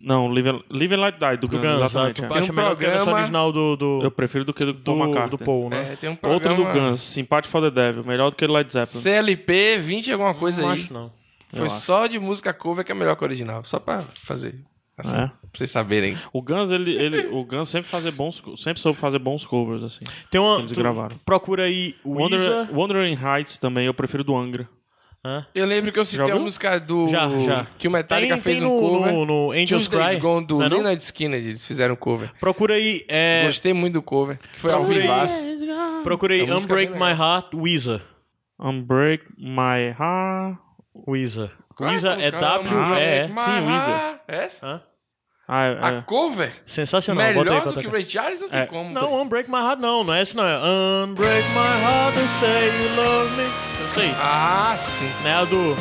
Speaker 2: Não, Live, and- Live and Let Die, do Guns,
Speaker 3: Guns,
Speaker 2: exatamente.
Speaker 3: exato. Tu acha Tem um melhor que a versão programa- original do,
Speaker 2: Eu prefiro do que do, Paul
Speaker 3: do-
Speaker 2: McCartney.
Speaker 3: do Paul, né? É, tem um
Speaker 2: Outro do
Speaker 3: programa-
Speaker 2: Guns, Sympathy for the Devil, melhor do que Led Zeppelin.
Speaker 1: CLP 20 alguma coisa
Speaker 3: Não
Speaker 1: aí.
Speaker 3: acho, não.
Speaker 1: Foi
Speaker 2: Eu acho.
Speaker 1: só de música cover que é melhor que a original. Só pra fazer. Assim,
Speaker 2: É.
Speaker 1: Pra vocês saberem.
Speaker 2: O Guns, ele, ele, o Guns sempre, fazer bons, sempre soube fazer bons covers, assim.
Speaker 3: Tem uma-
Speaker 2: que Eles
Speaker 3: tu-
Speaker 2: gravaram.
Speaker 3: Procura aí Weezer.
Speaker 2: Wonder, Wandering Heights também, eu prefiro do Angra.
Speaker 1: Eu lembro que eu
Speaker 2: Já
Speaker 1: citei a
Speaker 2: ouviu?
Speaker 1: música do.
Speaker 3: Já, já.
Speaker 1: Que o Metallica
Speaker 3: Tem-
Speaker 1: fez
Speaker 3: tem
Speaker 1: um
Speaker 3: no-
Speaker 1: cover.
Speaker 3: no- no Angels
Speaker 1: Tuesdays
Speaker 3: Cry,
Speaker 1: Gone do
Speaker 3: não é não?
Speaker 1: Leonard Skinner, eles fizeram um cover.
Speaker 3: Procura aí. É...
Speaker 1: Gostei muito do cover, que foi ao
Speaker 3: Procura aí-
Speaker 1: vivaço.
Speaker 3: Procura aí
Speaker 1: É uma música
Speaker 3: Unbreak
Speaker 1: bem
Speaker 3: My Heart, Weezer.
Speaker 2: Unbreak My Heart.
Speaker 3: Weezer.
Speaker 1: Claro,
Speaker 3: Weezer é
Speaker 1: os caras- um
Speaker 3: W, E,
Speaker 1: Mas-
Speaker 2: Sim, Weezer.
Speaker 1: É essa?
Speaker 2: Ah,
Speaker 1: A
Speaker 2: é,
Speaker 1: cover?
Speaker 3: Sensacional. bota aí
Speaker 1: Melhor
Speaker 3: pra
Speaker 1: do que o
Speaker 3: tocar.
Speaker 1: Ray Charles não tem
Speaker 3: É.
Speaker 1: como.
Speaker 3: Não, Unbreak My Heart não, não é esse não. É Unbreak My Heart and Say You Love Me. Eu sei.
Speaker 1: Ah, sim.
Speaker 3: Né, a do...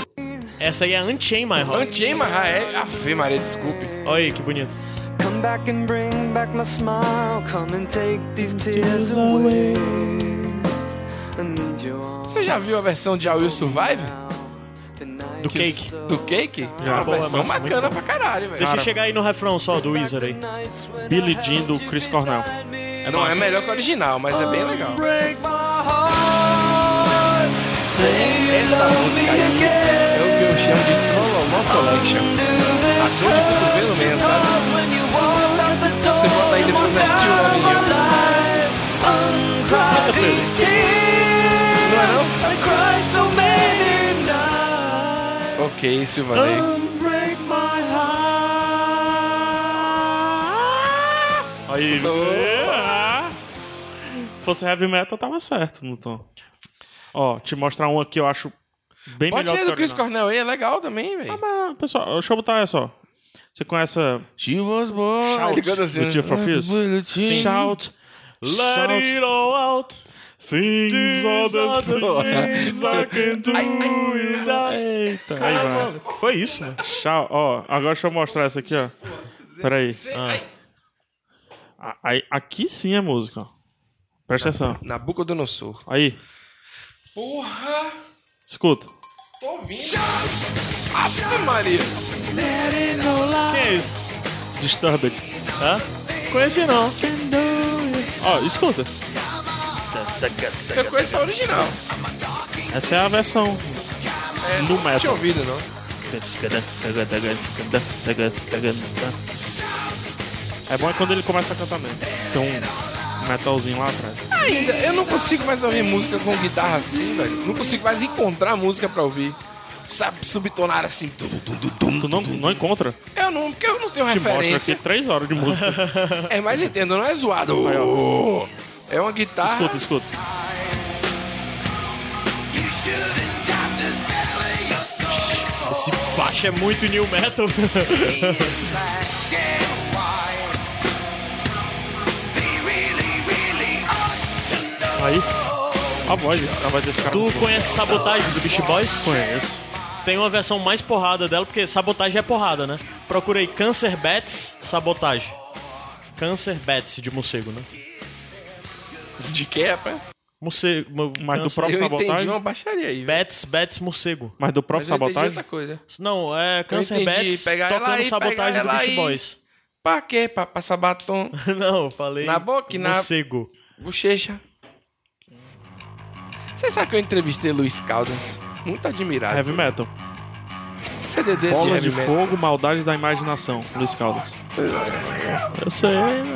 Speaker 3: Essa aí é Unchain My Heart.
Speaker 1: Unchain My Heart, é... Ave Maria, desculpe.
Speaker 3: Olha aí, que bonito.
Speaker 20: Come back and bring back my smile. Come and take these tears away. I need your arms.
Speaker 1: Você já viu a versão de I Will Survive?
Speaker 3: Do
Speaker 1: Que os-
Speaker 3: Cake.
Speaker 1: Do Cake? É uma
Speaker 3: Boa,
Speaker 1: versão
Speaker 3: massa, muito
Speaker 1: bacana pra
Speaker 3: boa.
Speaker 1: caralho, velho.
Speaker 3: Deixa eu chegar aí no refrão só do Weezer aí.
Speaker 2: Billy Jean do Chris Cornell.
Speaker 1: Não é melhor que o original, mas é bem legal. Essa música aí é o que eu chamo de Trolloló Collection. Passou de cotovelo mesmo, sabe? Você bota aí depois na Steel Avenue. Ok,
Speaker 3: Ah,
Speaker 1: Silvanei.
Speaker 2: Aí. Se fosse heavy metal, tava certo no tom. Ó, te mostrar um aqui eu acho bem
Speaker 1: Bota
Speaker 2: melhor
Speaker 1: aí
Speaker 2: que
Speaker 1: do
Speaker 2: o
Speaker 1: Chris
Speaker 2: original.
Speaker 1: Cornell aí, é legal também, velho.
Speaker 2: Ah, pessoal, deixa eu botar essa, ó. Você conhece a
Speaker 1: She was born.
Speaker 2: Shout
Speaker 1: Ele canta assim,
Speaker 2: do
Speaker 1: né?
Speaker 2: Tear for Fears?
Speaker 1: Sim.
Speaker 2: Shout.
Speaker 3: Let
Speaker 2: shout.
Speaker 3: it all out.
Speaker 2: Things are
Speaker 3: These
Speaker 2: the
Speaker 3: are the things I can do without-
Speaker 2: Eita, aí vai.
Speaker 3: Caramba, que foi isso, mano?
Speaker 2: Tchau. Ó, agora deixa eu mostrar essa aqui, ó. Peraí. Ah. Aí, aqui sim é música, ó. Presta atenção.
Speaker 1: Nabucodonosor.
Speaker 2: Aí,
Speaker 1: Porra,
Speaker 2: escuta.
Speaker 1: tô ouvindo. Ave Maria.
Speaker 3: Que é isso?
Speaker 2: Disturbed.
Speaker 3: Hã? Conheci não.
Speaker 2: Ó, escuta.
Speaker 1: Eu conheço a original.
Speaker 2: Essa é a versão.
Speaker 1: É,
Speaker 2: No
Speaker 1: não
Speaker 2: metal.
Speaker 1: tinha ouvido, não.
Speaker 2: É bom é quando ele começa a cantar mesmo. Tem um metalzinho lá atrás.
Speaker 1: Ainda, eu não consigo mais ouvir música com guitarra assim, velho. Não consigo mais encontrar música pra ouvir. Sabe, subtonar assim. tum, tum, tum, tum.
Speaker 2: Tu não, não encontra?
Speaker 1: Eu não, porque eu não tenho
Speaker 2: Te mostra
Speaker 1: referência.
Speaker 2: aqui três horas de música.
Speaker 1: É, mas entendo, não é zoado.
Speaker 2: Aí, ó.
Speaker 1: É uma guitarra.
Speaker 2: Escuta, escuta.
Speaker 3: Esse baixo é muito new metal.
Speaker 2: Aí. A voz, a voz desse cara. é
Speaker 3: Tu conhece Sabotagem do Beast Boys?
Speaker 2: Conheço.
Speaker 3: Tem uma versão mais porrada dela, porque Sabotagem é porrada, né? Procura aí Cancer Bats, Sabotagem. Cancer Bats de morcego, né?
Speaker 1: De que, rapaz?
Speaker 3: Morcego. mo-
Speaker 2: Mas do
Speaker 3: câncer-
Speaker 2: próprio
Speaker 1: Eu entendi
Speaker 2: sabotagem?
Speaker 1: uma baixaria aí. velho.
Speaker 3: Bats, Bats, morcego.
Speaker 2: Mas do
Speaker 1: Mas
Speaker 2: próprio
Speaker 1: eu entendi
Speaker 2: sabotagem?
Speaker 1: outra coisa.
Speaker 3: Não, é Cancer
Speaker 1: entendi,
Speaker 3: Bats
Speaker 1: pegar ela
Speaker 3: tocando
Speaker 1: aí, pegar
Speaker 3: Sabotagem do
Speaker 1: ela
Speaker 3: Beast
Speaker 1: aí.
Speaker 3: Boys.
Speaker 1: Pra quê? Pra passar batom
Speaker 3: Não, eu falei.
Speaker 1: Na boca e na-
Speaker 3: Morcego.
Speaker 1: Bochecha. Você sabe que eu entrevistei Luiz Caldas? Muito admirado.
Speaker 2: Heavy metal.
Speaker 1: CD dele
Speaker 2: Bolas
Speaker 1: de
Speaker 2: de
Speaker 1: heavy metal.
Speaker 2: fogo, maldade da imaginação. Luiz Caldas. Eu sei, velho.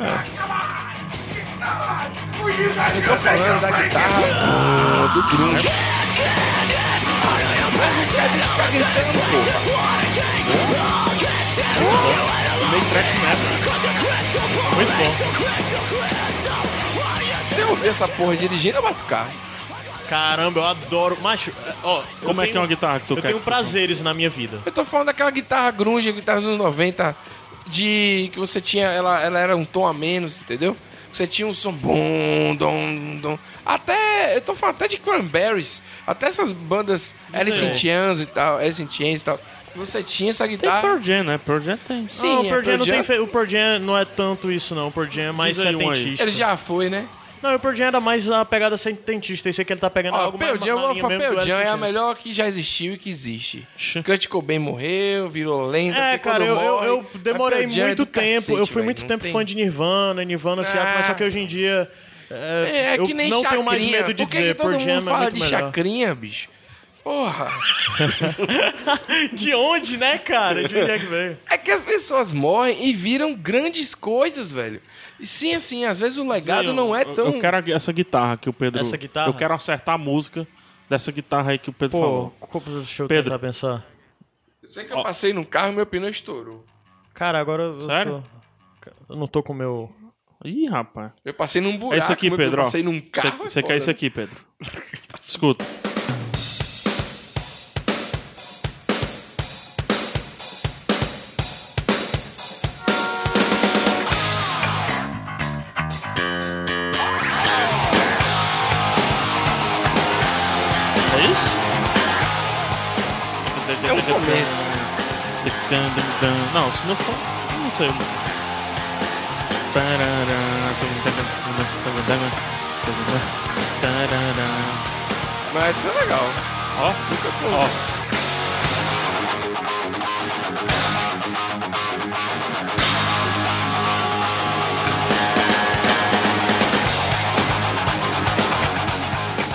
Speaker 1: Eu tô falando da guitarra, do grunge. Mas os caras ficam gritando, pô.
Speaker 2: Meio trash metal. Muito bom.
Speaker 1: Se eu ouvir essa porra dirigindo, eu bato o carro.
Speaker 3: Caramba, eu adoro. Macho, é, ó. eu
Speaker 2: Como é que é
Speaker 3: tenho-
Speaker 2: uma guitarra que tu
Speaker 3: Eu
Speaker 2: quer?
Speaker 1: um
Speaker 3: tenho prazeres na minha vida.
Speaker 1: Eu tô falando daquela guitarra grunge, guitarra dos anos 90, de que você tinha, ela, ela era um tom a menos, entendeu? Você tinha um som bom, dom, dom. Até, eu tô falando até de Cranberries, até essas bandas Alice in Chains e tal, Alice in Chains e tal. Você tinha essa
Speaker 2: Tem
Speaker 1: guitarra...
Speaker 2: Pearl Jam, né? Pearl Jam tem.
Speaker 1: Sim,
Speaker 3: não, o
Speaker 1: é
Speaker 3: Pearl Jam
Speaker 1: Pearl
Speaker 3: não tem
Speaker 1: Jam.
Speaker 3: fe... O Pearl Jam não é tanto isso, não. O Pearl Jam é mais
Speaker 2: Diz aí um aí.
Speaker 3: setentista.
Speaker 1: Ele já foi, né?
Speaker 3: Não, o Pearl Jam era mais a pegada sententista. Esse aqui ele tá pegando
Speaker 1: Ó,
Speaker 3: algo mais
Speaker 1: Pearl Jam,
Speaker 3: na
Speaker 1: eu vou
Speaker 3: linha
Speaker 1: falar,
Speaker 3: mesmo do
Speaker 1: Pearl Jam é a
Speaker 3: Alice in Chains.
Speaker 1: melhor que já existiu e que existe. Kurt Cobain morreu, virou lenda.
Speaker 3: É,
Speaker 1: porque quando
Speaker 3: cara, eu, eu,
Speaker 1: morre-
Speaker 3: eu
Speaker 1: Mas
Speaker 3: demorei
Speaker 1: Pearl Jam é
Speaker 3: muito
Speaker 1: do
Speaker 3: tempo.
Speaker 1: cacete,
Speaker 3: eu fui
Speaker 1: velho,
Speaker 3: muito
Speaker 1: não
Speaker 3: tempo
Speaker 1: tem-
Speaker 3: fã de Nirvana, Nirvana, Seattle, mas só que hoje em dia. Ah. É,
Speaker 1: É,
Speaker 3: eu
Speaker 1: que nem
Speaker 3: não tenho mais
Speaker 1: chacrinha.
Speaker 3: medo de
Speaker 1: Por que
Speaker 3: dizer.
Speaker 1: que todo
Speaker 3: Pearl Jam
Speaker 1: mundo
Speaker 3: é
Speaker 1: fala
Speaker 3: muito
Speaker 1: de
Speaker 3: melhor.
Speaker 1: chacrinha, bicho? Porra.
Speaker 3: de onde, né, cara? De onde é que veio?
Speaker 1: É que as pessoas morrem e viram grandes coisas, velho. E sim, assim, às vezes o legado
Speaker 2: Sim, eu-
Speaker 1: não é
Speaker 2: eu-
Speaker 1: tão.
Speaker 2: Eu quero a- essa guitarra que o Pedro.
Speaker 3: Essa guitarra?
Speaker 2: Eu quero acertar a música dessa guitarra aí que o Pedro
Speaker 3: Pô,
Speaker 2: falou.
Speaker 3: co- deixa eu
Speaker 2: Pedro.
Speaker 3: tentar pensar.
Speaker 1: Eu sei que eu passei num carro e meu pneu estourou.
Speaker 3: Cara, agora eu
Speaker 1: Sério?
Speaker 3: tô- Eu não tô com o meu.
Speaker 2: Ih, rapaz.
Speaker 1: Eu passei num buraco.
Speaker 2: É isso aqui,
Speaker 1: meu pneu-
Speaker 2: Pedro. ó.
Speaker 1: Passei num
Speaker 2: Você-
Speaker 1: carro. é
Speaker 2: Você quer isso
Speaker 1: né?
Speaker 2: aqui, Pedro? Escuta. É isso?
Speaker 1: É um começo.
Speaker 2: Não, se não for, não sei.
Speaker 1: Mas isso é legal.
Speaker 2: Ó, ó.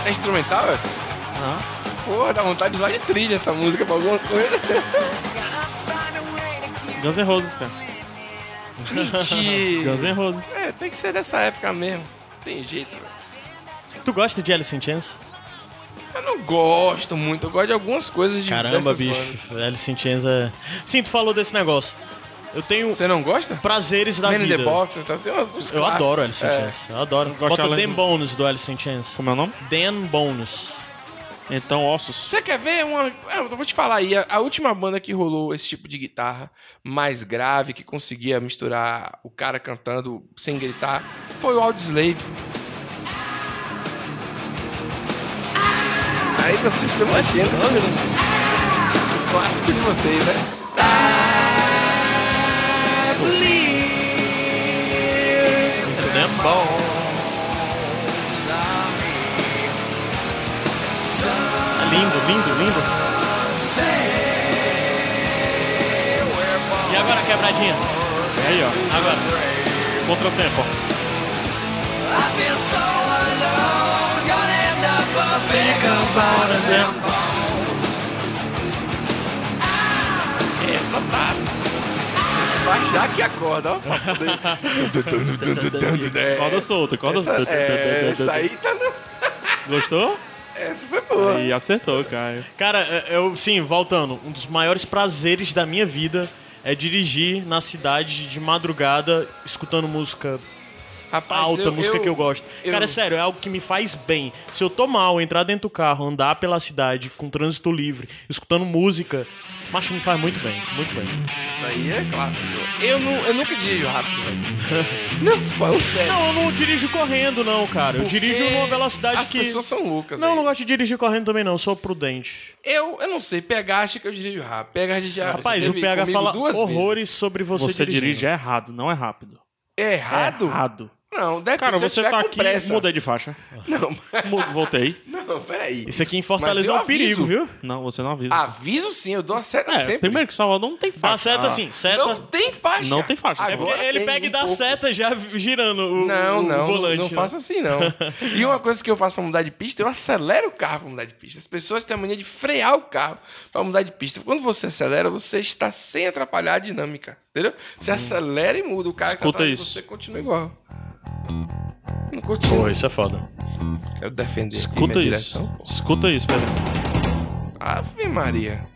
Speaker 1: É instrumental, velho? Pô, dá vontade de usar de trilha essa música pra alguma coisa.
Speaker 2: Guns N' Roses, cara.
Speaker 1: Mentira.
Speaker 2: Guns N' Roses.
Speaker 1: É, tem que ser dessa época mesmo. Tem jeito, velho.
Speaker 3: Tu gosta de Alice in Chains?
Speaker 1: Eu não gosto muito, eu gosto de algumas coisas de
Speaker 3: Caramba,
Speaker 1: dessas
Speaker 3: bicho.
Speaker 1: bandas.
Speaker 3: Alice in Chains é. Sim, tu falou desse negócio. Eu tenho.
Speaker 1: Você não gosta?
Speaker 3: Prazeres da
Speaker 1: Man in
Speaker 3: vida.
Speaker 1: the Box, tá? tem uns
Speaker 3: Eu adoro Alice in
Speaker 1: É.
Speaker 3: Chains. Eu adoro.
Speaker 2: gosto de
Speaker 3: Bota
Speaker 2: Alice
Speaker 3: Dan
Speaker 2: in-
Speaker 3: Bonus do Alice in Chains.
Speaker 2: Como é o nome?
Speaker 3: Dan Bonus.
Speaker 2: Então, ossos.
Speaker 1: Você quer ver uma. Ah, Eu vou te falar aí, a, a última banda que rolou esse tipo de guitarra mais grave, que conseguia misturar o cara cantando sem gritar, foi o Audioslave. Aí vocês estão achando. O clássico de vocês, né?
Speaker 3: Dan Bonus. Ah, Lindo, lindo, lindo. E agora a quebradinha?
Speaker 2: Aí, ó.
Speaker 3: Agora.
Speaker 2: Contratempo, ó.
Speaker 1: Essa tá. Tem que Baixar aqui a corda, ó. pra poder-
Speaker 2: Corda solta, corda
Speaker 1: Essa,
Speaker 2: solta.
Speaker 1: é, essa aí tá no.
Speaker 2: Gostou?
Speaker 1: Essa foi boa.
Speaker 2: E acertou, Caio.
Speaker 3: Cara, é- eu, sim, voltando, um dos maiores prazeres da minha vida é dirigir na cidade de madrugada, escutando música
Speaker 1: Rapaz,
Speaker 3: alta,
Speaker 1: eu-
Speaker 3: música
Speaker 1: eu-
Speaker 3: que eu gosto.
Speaker 1: eu-
Speaker 3: Cara, é sério, é algo que me faz bem. Se eu tô mal, entrar dentro do carro, andar pela cidade com trânsito livre, escutando música, macho me faz muito bem, muito bem.
Speaker 1: Isso aí é clássico. Eu, não, eu nunca dirijo rápido, velho. Não, tô falando sério.
Speaker 3: Não, eu não dirijo correndo, não, cara. Eu
Speaker 1: Porque
Speaker 3: dirijo numa velocidade
Speaker 1: as
Speaker 3: que.
Speaker 1: pessoas são loucas,
Speaker 3: Não, eu
Speaker 1: velho.
Speaker 3: não gosto de dirigir correndo também, não. Eu sou prudente.
Speaker 1: Eu, eu não sei, PH acha que eu dirijo rápido. PH já
Speaker 3: Rapaz,
Speaker 1: já
Speaker 3: o
Speaker 1: teve
Speaker 3: PH
Speaker 1: comigo
Speaker 3: fala
Speaker 1: duas
Speaker 3: horrores sobre você,
Speaker 2: Você
Speaker 3: dirigindo.
Speaker 2: dirige errado, não é rápido.
Speaker 1: vezes. É errado?
Speaker 2: Errado.
Speaker 1: Não, deve
Speaker 2: Cara,
Speaker 1: ser
Speaker 2: você
Speaker 1: tiver
Speaker 2: tá
Speaker 1: com
Speaker 2: aqui,
Speaker 1: pressa.
Speaker 2: mudei de faixa.
Speaker 1: Não,
Speaker 2: Mu- Voltei.
Speaker 1: não, peraí.
Speaker 3: Isso aqui em
Speaker 1: Mas
Speaker 3: Fortaleza
Speaker 1: eu
Speaker 3: é um perigo,
Speaker 1: aviso.
Speaker 3: viu?
Speaker 2: Não, você não avisa.
Speaker 1: Aviso sim, eu dou a seta
Speaker 2: é,
Speaker 1: Ah, sempre. Tá assim.
Speaker 2: primeiro que Salvador não tem faixa. Ah,
Speaker 3: Dá seta sim, seta.
Speaker 1: Não tem faixa.
Speaker 2: Não tem faixa.
Speaker 3: É porque
Speaker 1: Agora
Speaker 3: ele
Speaker 1: tem
Speaker 3: pega e
Speaker 1: um
Speaker 3: dá
Speaker 1: pouco.
Speaker 3: seta já girando o,
Speaker 1: Não,
Speaker 3: o
Speaker 1: não,
Speaker 3: volante.
Speaker 1: não
Speaker 3: né?
Speaker 1: faço assim não. E uma coisa que eu faço pra mudar de pista, eu acelero o carro pra mudar de pista. As pessoas têm a mania de frear o carro pra mudar de pista. Quando você acelera, você está sem atrapalhar a dinâmica, entendeu? Você
Speaker 3: Uhum.
Speaker 1: acelera e muda o carro que tá
Speaker 2: Escuta
Speaker 1: atrás de
Speaker 2: isso.
Speaker 1: você continua igual. Não
Speaker 3: Pô,
Speaker 1: continua.
Speaker 3: isso é foda.
Speaker 1: Quero defender aqui
Speaker 2: Escuta
Speaker 1: minha
Speaker 2: isso.
Speaker 1: direção.
Speaker 2: Escuta isso, Pedro.
Speaker 1: Ave Maria.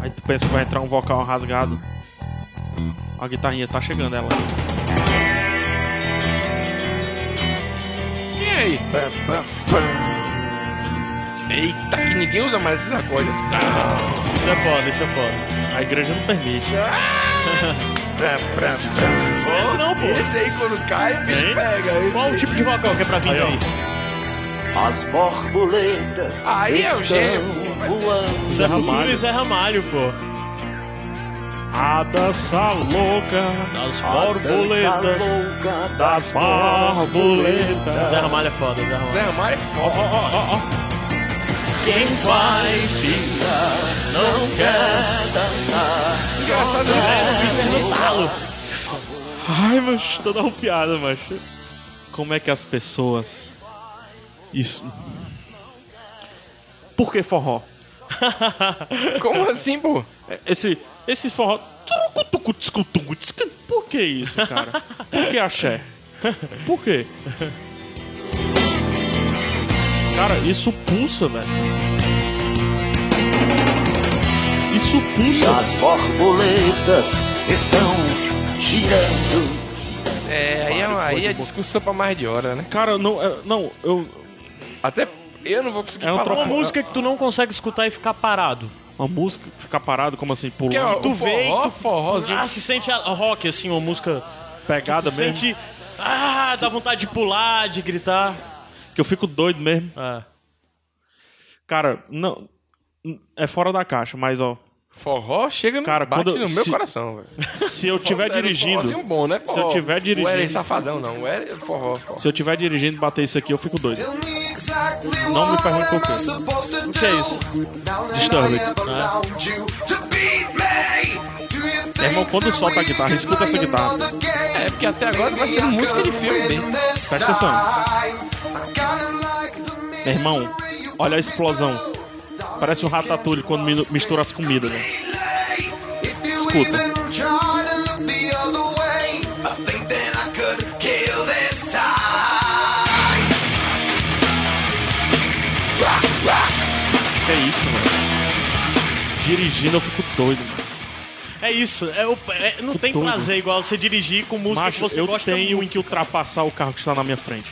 Speaker 2: Aí tu pensa que vai entrar um vocal rasgado. Ó, A guitarrinha tá chegando, ela.
Speaker 1: Quem é aí? Eita, que ninguém usa mais esses acordes.
Speaker 3: Isso é foda, isso é foda.
Speaker 2: A igreja não permite.
Speaker 3: Esse não, pô.
Speaker 1: Esse aí quando cai, o bicho
Speaker 3: Hein?
Speaker 1: pega. Ele-
Speaker 3: Qual o tipo de vocal que é pra vir
Speaker 2: Aí, ó.
Speaker 3: aí?
Speaker 16: As borboletas
Speaker 1: Aí é o
Speaker 16: estão
Speaker 1: gênio, pô.
Speaker 16: voando.
Speaker 3: Zé Ramalho
Speaker 2: Ramalho.
Speaker 3: e Zé Ramalho, pô.
Speaker 2: A dança louca das borboletas. das borboletas.
Speaker 3: Zé Ramalho é foda, Zé Ramalho.
Speaker 1: Zé Ramalho é foda.
Speaker 17: Quem vai ficar não quer dançar.
Speaker 1: Engraçado, né? Isso é
Speaker 17: Gonçalo.
Speaker 2: Ai, mas tô dando piada, mas. Como é que as pessoas. Isso. Por que forró? É,
Speaker 1: Como assim, pô?
Speaker 2: Esse, esses forró. Turucu, tucu, tscu, tucu, tscu. Por que isso, cara? Por que axé? Por quê? Cara, isso pulsa, velho. Isso
Speaker 4: E
Speaker 2: pulsa.
Speaker 4: as borboletas estão girando.
Speaker 1: É, aí é, uma- aí é discussão pra mais de hora, né?
Speaker 2: Cara, não, é- não, eu.
Speaker 1: Até eu não vou conseguir
Speaker 2: É um
Speaker 1: falar.
Speaker 2: troco-
Speaker 3: Uma música que tu não consegue escutar e ficar parado.
Speaker 2: Uma música ficar parado, como assim,
Speaker 3: Que é,
Speaker 2: pulando.
Speaker 3: tu vê e tu...
Speaker 1: forrózinho.
Speaker 3: Ah, se sente a a rock, assim, uma música...
Speaker 2: Pegada
Speaker 3: tu
Speaker 2: mesmo.
Speaker 3: sente... Ah, dá vontade de pular, de gritar. É.
Speaker 2: Que eu fico doido mesmo. Cara, não. É fora da caixa, mas ó.
Speaker 1: Forró chega no,
Speaker 2: Cara,
Speaker 1: bate
Speaker 2: quando eu-
Speaker 1: no meu
Speaker 2: se-
Speaker 1: coração, velho.
Speaker 2: Se eu tiver
Speaker 1: Era um forrózinho
Speaker 2: dirigindo.
Speaker 1: bom, né?
Speaker 2: Se eu tiver
Speaker 1: Não era
Speaker 2: dirigindo.
Speaker 1: safadão, não. Era forró, forró.
Speaker 2: Se eu tiver dirigindo e bater isso aqui, eu fico doido.
Speaker 4: Não
Speaker 2: pergunte
Speaker 4: me pergunte
Speaker 2: por
Speaker 4: por
Speaker 2: quê.
Speaker 4: quê.
Speaker 2: O que é isso? Disturbed. Ah. Meu irmão, quando solta a guitarra, escuta essa guitarra.
Speaker 1: É, porque até agora tá sendo música de filme dele.
Speaker 2: Presta atenção. Meu irmão, olha a explosão. Parece um ratatouille quando mi- mistura as comidas, né? Escuta. Que é isso, mano. Dirigindo eu fico doido, mano.
Speaker 3: É isso. É, o- é- não tem
Speaker 2: doido.
Speaker 3: prazer igual você dirigir com música
Speaker 2: Macho,
Speaker 3: que você
Speaker 2: eu
Speaker 3: gosta
Speaker 2: tenho
Speaker 3: muito.
Speaker 2: que ultrapassar o carro que está na minha frente.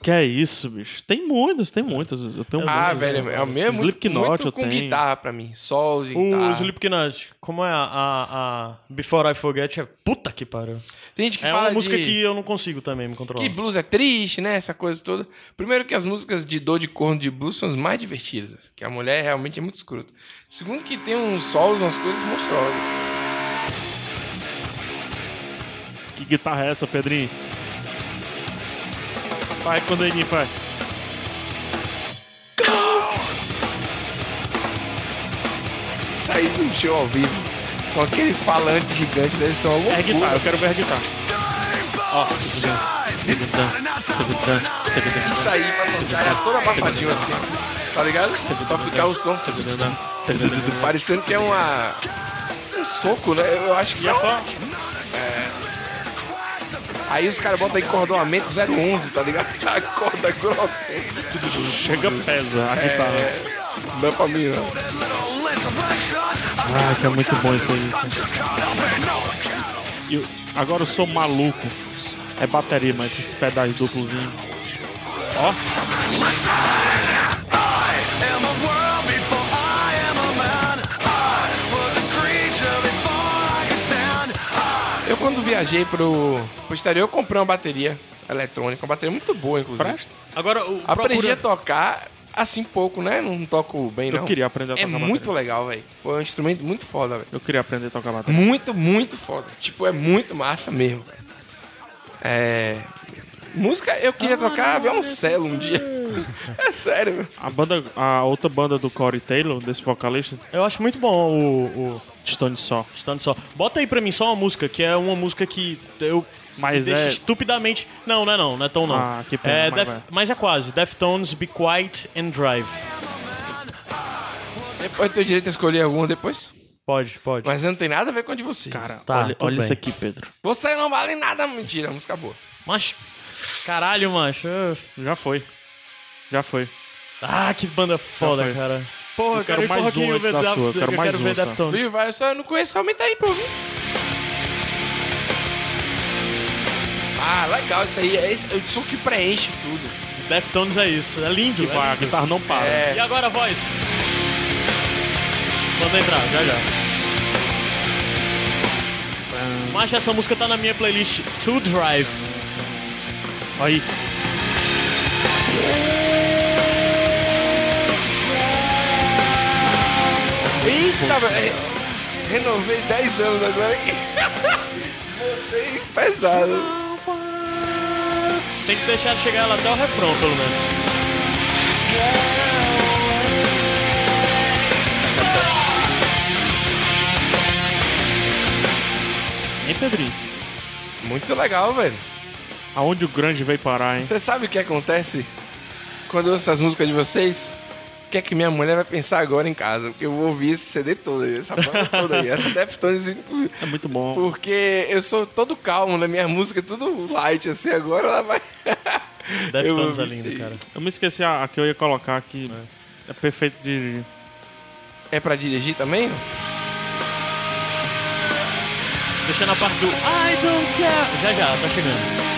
Speaker 2: que é isso, bicho? Tem muitos, tem muitos. Eu tenho
Speaker 1: Ah,
Speaker 2: muitos.
Speaker 1: velho, é o mesmo muito,
Speaker 2: Slipknot
Speaker 1: muito
Speaker 2: eu
Speaker 1: com
Speaker 2: tenho.
Speaker 1: guitarra pra mim. Sol de
Speaker 3: O
Speaker 2: um Tá.
Speaker 1: guitarra.
Speaker 3: Slipknot, como é a, a, a Before I Forget, é puta que pariu.
Speaker 1: Tem gente que
Speaker 3: é
Speaker 1: fala
Speaker 3: uma música
Speaker 1: de-
Speaker 3: que eu não consigo também me controlar.
Speaker 1: Que blues é triste, né? Essa coisa toda. Primeiro que as músicas de dor de corno de blues são as mais divertidas. Que a mulher realmente é muito escrota. Segundo que tem uns solos, umas coisas monstruosas.
Speaker 2: Que guitarra é essa, Pedrinho? Vai quando ele faz.
Speaker 1: Sair do show ao vivo com aqueles falantes gigantes deles são uma
Speaker 2: É
Speaker 1: loucura.
Speaker 2: guitarra, eu quero ver a guitarra. Ó.
Speaker 1: Isso aí pra tocar é todo abafadinho assim. Tá ligado? Pra ficar o som. Parecendo que é uma. Um soco, né? Eu acho que isso é uma- É. Aí os caras botam aí cordoamento 011, tá ligado? A corda grossa.
Speaker 2: Chega pesa a guitarra.
Speaker 1: É. Não é pra mim, não.
Speaker 2: Ah, que é muito bom isso aí. Eu, agora eu sou maluco. É bateria, mas esses pedais duplozinhos. Ó.
Speaker 1: Eu quando viajei pro, pro exterior, eu comprei uma bateria eletrônica, uma bateria muito boa, inclusive.
Speaker 2: Presta.
Speaker 3: Agora, o
Speaker 1: Aprendi
Speaker 3: procura-
Speaker 1: a tocar assim pouco, né? Não toco bem,
Speaker 2: Eu
Speaker 1: não.
Speaker 2: queria aprender a
Speaker 1: É
Speaker 2: tocar bateria.
Speaker 1: muito legal, velho. Pô, É um instrumento muito foda, velho.
Speaker 2: Eu queria aprender a tocar bateria.
Speaker 1: Muito, muito foda. Tipo, é muito massa mesmo. velho. É. Música, eu queria tocar violoncelo um dia. é sério, meu.
Speaker 2: A banda, a outra banda do Corey Taylor, desse vocalista,
Speaker 3: Eu acho muito bom o, o
Speaker 2: Stone só.
Speaker 3: Stand Só. Bota aí pra mim só uma música, que é uma música que eu
Speaker 2: Mas
Speaker 3: deixa
Speaker 2: é-
Speaker 3: estupidamente... Não, não é não, não é tão não.
Speaker 2: Ah, que pena,
Speaker 3: é,
Speaker 2: mas
Speaker 3: Def-
Speaker 2: vai.
Speaker 3: mas é quase. Deftones, Be Quiet and Drive.
Speaker 1: Depois eu tenho direito a escolher alguma depois?
Speaker 3: Pode, pode.
Speaker 1: Mas não tem nada a ver com a de vocês. Cara,
Speaker 3: Tá,
Speaker 2: olha
Speaker 3: tudo
Speaker 2: olha isso
Speaker 3: bem.
Speaker 2: aqui, Pedro.
Speaker 1: Você não vale nada, mentira, a música boa.
Speaker 3: Mas... Caralho, macho.
Speaker 2: Já foi. Já foi.
Speaker 3: Ah, que banda foda,
Speaker 2: foi.
Speaker 3: cara.
Speaker 2: Eu quero
Speaker 3: e porra
Speaker 2: mais
Speaker 3: que
Speaker 2: um
Speaker 3: eu
Speaker 2: antes
Speaker 3: ver
Speaker 2: da
Speaker 3: Daft-
Speaker 2: sua, eu quero mais um
Speaker 3: ver
Speaker 2: só.
Speaker 3: Deftones.
Speaker 1: Viu, vai, eu só não conheço, aumenta aí pra ouvir. Ah, legal isso aí. É esse, é o som que preenche tudo.
Speaker 3: Deftones é isso. É lindo. é
Speaker 2: Vai, a
Speaker 3: lindo.
Speaker 2: guitarra não para.
Speaker 1: É.
Speaker 3: E agora a voz? Manda entrar, já já. Mas essa música tá na minha playlist To Drive.
Speaker 2: Aí.
Speaker 1: Eita, velho. é, Renovei 10 anos agora aqui. Voltei pesado.
Speaker 3: Tem que deixar chegar ela até o refrão, pelo menos.
Speaker 2: Hein, Pedrinho?
Speaker 1: Muito legal, velho.
Speaker 2: Aonde o grande veio parar, hein?
Speaker 1: Você sabe o que acontece quando eu ouço as músicas de vocês? O que é que minha mulher vai pensar agora em casa? Porque eu vou ouvir esse CD todo, aí, essa banda toda aí, essa Deftones. inclu-
Speaker 2: É muito bom.
Speaker 1: Porque eu sou todo calmo na minha música, tudo light assim, agora ela vai. Eu vou
Speaker 3: Deftones é
Speaker 1: ouvir isso aí.
Speaker 3: lindo, cara.
Speaker 2: Eu me esqueci a, a que eu ia colocar aqui. É, perfeito de dirigir.
Speaker 1: É pra dirigir também?
Speaker 3: Deixando a parte do I don't care. Já já, tá chegando.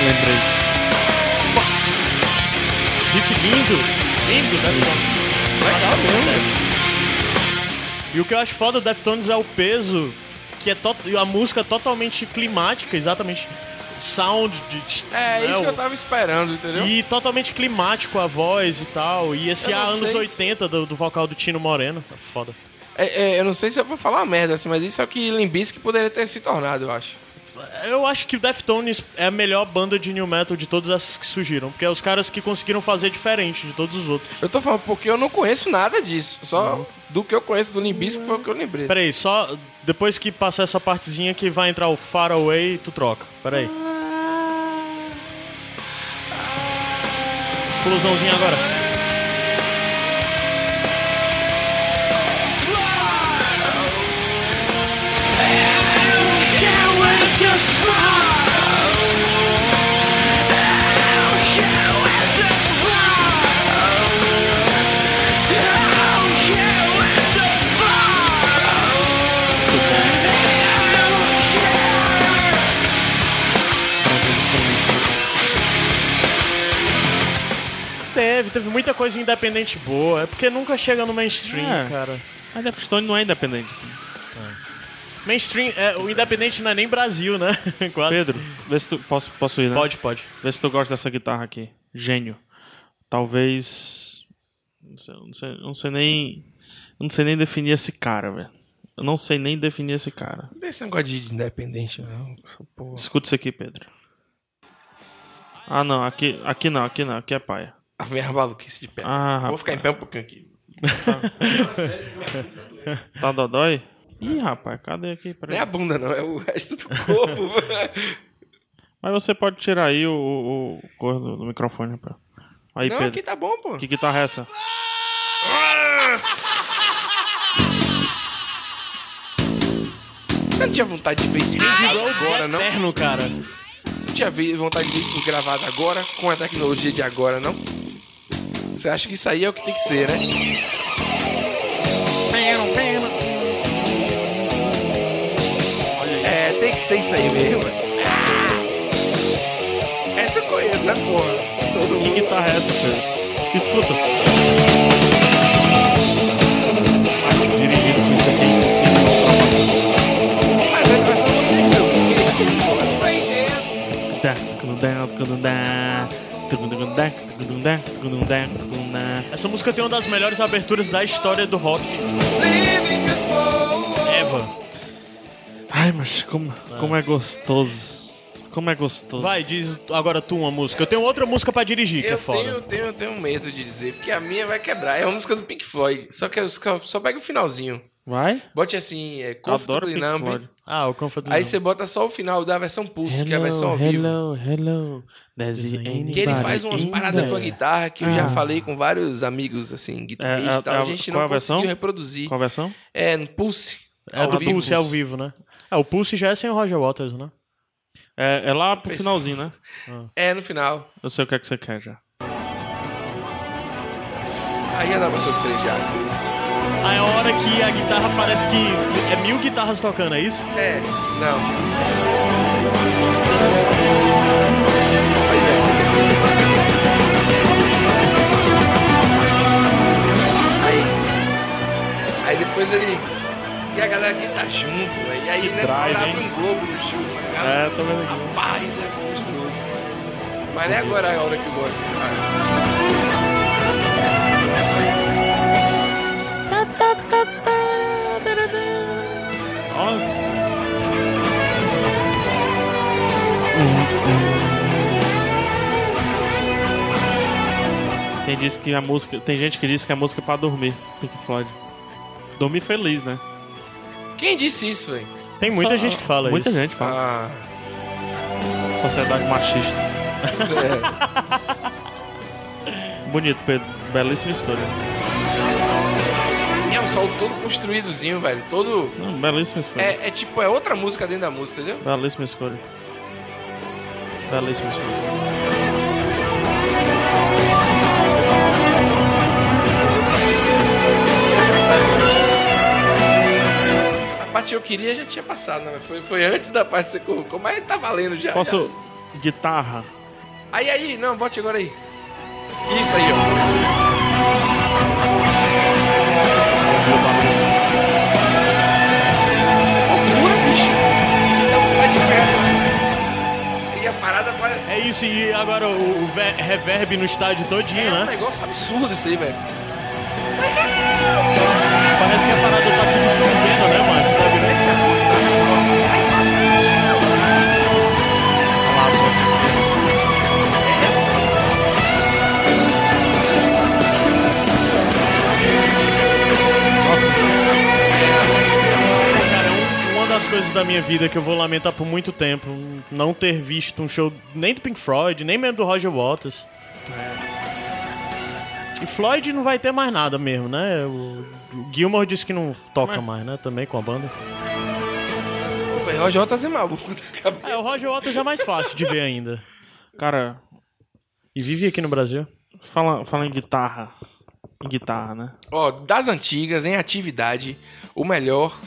Speaker 2: Lembrei.
Speaker 3: Riff lindo. Lindo, Deftones. Legal mesmo. um né? E o que eu acho foda do Deftones é o peso, que é to- e a música totalmente climática, exatamente sound de
Speaker 1: É,
Speaker 3: né,
Speaker 1: isso que eu
Speaker 3: o-
Speaker 1: tava esperando, entendeu?
Speaker 3: E totalmente climático a voz e tal. E esse
Speaker 1: Eu não
Speaker 3: a anos
Speaker 1: sei se-
Speaker 3: 80 do, do vocal do Tino Moreno. Tá Foda.
Speaker 1: É, é, eu não sei se eu vou falar merda, assim, mas isso é o que Limbisky poderia ter se tornado, eu acho.
Speaker 3: Eu acho que o Deftones é a melhor banda de new metal de todas essas que surgiram. Porque é os caras que conseguiram fazer diferente de todos os outros.
Speaker 1: Eu tô falando porque eu não conheço nada disso. Só do que eu conheço do Limbisky foi o que eu lembrei.
Speaker 3: Peraí, só depois que passar essa partezinha que vai entrar o Far Away, tu troca. Peraí. Explosãozinha agora. Teve, teve muita coisa independente boa. É porque nunca chega no mainstream,
Speaker 2: É.
Speaker 3: cara.
Speaker 2: Mas Deftone não é independente.
Speaker 3: Mainstream, é, o independente não é nem Brasil, né? Quase.
Speaker 2: Pedro, vê se tu. Posso, posso ir, né?
Speaker 3: Pode, pode.
Speaker 2: Vê se tu gosta dessa guitarra aqui. Gênio. Talvez. Não sei, não sei, não sei nem. eu Não sei nem definir esse cara, velho. Eu não sei nem definir esse cara.
Speaker 1: Não tem esse negócio de independente, não. Essa porra.
Speaker 2: Escuta isso aqui, Pedro. Ah, não. Aqui, aqui não, aqui não. Aqui é paia.
Speaker 1: A minha maluquice de pé.
Speaker 2: Ah,
Speaker 1: Vou ficar em pé um pouquinho aqui.
Speaker 2: Tá dodói? Ih, rapaz, cadê aqui? Peraí.
Speaker 1: Não é a bunda, não. É o resto do corpo.
Speaker 2: Mas você pode tirar aí o, o, o cor do, do microfone, rapaz. Aí,
Speaker 1: não,
Speaker 2: Pedro.
Speaker 1: aqui tá bom, pô.
Speaker 2: Que guitarra é essa?
Speaker 1: Você não tinha vontade de ver isso agora, não?
Speaker 3: Eterno, cara.
Speaker 1: Você não tinha vi- vontade de ver isso gravado agora, com a tecnologia de agora, não? Você acha que isso aí é o que tem que ser, né? É, tem que ser isso aí mesmo. Ah! Essa eu conheço, né, porra? Todo mundo.
Speaker 2: Que guitarra é essa, Pedro? Escuta. Dirigido com isso aqui em é
Speaker 1: Mas vai começar a música aí, meu.
Speaker 2: cima.
Speaker 3: Essa música tem uma das melhores aberturas da história do rock. Eva.
Speaker 2: Ai, mas como, como é gostoso. Como é gostoso.
Speaker 3: Vai, diz agora tu uma música. Eu tenho outra música pra dirigir, que é
Speaker 1: Eu
Speaker 3: foda.
Speaker 1: tenho, tenho, tenho medo de dizer, porque a minha vai quebrar. É uma música do Pink Floyd. Só que eu só só pega o finalzinho.
Speaker 2: Vai?
Speaker 1: Bote assim, é
Speaker 2: Adoro
Speaker 1: Comfortably
Speaker 2: Pink
Speaker 1: Numb.
Speaker 2: Floyd.
Speaker 3: Ah, o Comfort
Speaker 1: Aí
Speaker 3: Zone.
Speaker 1: você bota só o final da versão Pulse, que é a versão ao vivo.
Speaker 2: hello, hello. There's anybody
Speaker 1: Que ele faz umas
Speaker 2: in
Speaker 1: paradas com a
Speaker 2: there?
Speaker 1: guitarra que eu já
Speaker 2: Ah.
Speaker 1: falei com vários amigos, assim, guitarristas
Speaker 2: É, é,
Speaker 1: e tal.
Speaker 2: é,
Speaker 1: a gente
Speaker 2: qual
Speaker 1: não
Speaker 2: a versão?
Speaker 1: conseguiu reproduzir.
Speaker 2: Qual versão?
Speaker 1: É, no Pulse.
Speaker 3: É
Speaker 1: ao
Speaker 3: do
Speaker 1: vivo.
Speaker 3: Pulse ao vivo, né? É, o Pulse já é sem o Roger Waters, né?
Speaker 2: É, é lá pro finalzinho, né?
Speaker 1: É, no final.
Speaker 2: Eu sei o que é que você quer já.
Speaker 1: Aí já dá pra sofrer já.
Speaker 3: Aí é a hora que a guitarra parece que é mil guitarras tocando, é isso?
Speaker 1: É, não. Aí. Aí depois ele. E a galera aqui tá junto, velho. E aí,
Speaker 2: Que
Speaker 1: nessa
Speaker 2: drive,
Speaker 1: hora abre
Speaker 2: hein?
Speaker 1: um globo no show, tá ligado?
Speaker 2: É, tô vendo aqui.
Speaker 1: Rapaz, é monstruoso. Mas nem agora é a hora que eu gosto. sabe?
Speaker 2: Nossa. Tem, diz que a música, tem gente que diz que a música é pra dormir, Pink Floyd. Dormir feliz, né?
Speaker 1: Quem disse isso, velho? Ah,
Speaker 3: Tem muita gente que fala
Speaker 2: muita
Speaker 3: isso.
Speaker 2: Muita gente fala. Sociedade machista.
Speaker 1: é.
Speaker 2: Bonito, Pedro. Belíssima escolha.
Speaker 1: E É um sol todo construídozinho, velho. Todo.
Speaker 2: Não, belíssima escolha.
Speaker 1: É, é tipo, é outra música dentro da música, entendeu?
Speaker 2: Belíssima escolha. Belíssima escolha.
Speaker 1: A parte que eu queria já tinha passado, né? Foi, foi antes da parte que você colocou, mas tá valendo já.
Speaker 2: Posso.
Speaker 1: já.
Speaker 2: Guitarra.
Speaker 1: Aí, aí, não, bote agora aí. Isso aí, ó. Loucura, bicho. Então, vai de pegar essa- E a parada parece.
Speaker 3: É isso, e agora o, o ve- reverb no estádio todinho,
Speaker 1: É
Speaker 3: né?
Speaker 1: um negócio absurdo isso aí, velho.
Speaker 3: Parece que a parada tá se dissolvendo, né, mano? Tá virando
Speaker 1: essa
Speaker 3: um, Uma das coisas da minha vida que eu vou lamentar por muito tempo, não ter visto um show nem do Pink Floyd, nem mesmo do Roger Waters. E Floyd não vai ter mais nada mesmo, né? O o Gilmore disse que não toca mais, né? Também com a banda.
Speaker 1: O Roger Waters é maluco.
Speaker 3: É, o Roger Waters é mais fácil de ver ainda.
Speaker 2: Cara.
Speaker 3: E vive aqui no Brasil?
Speaker 2: Fala, fala em guitarra. Em guitarra, né?
Speaker 1: Ó, das antigas, em atividade, o melhor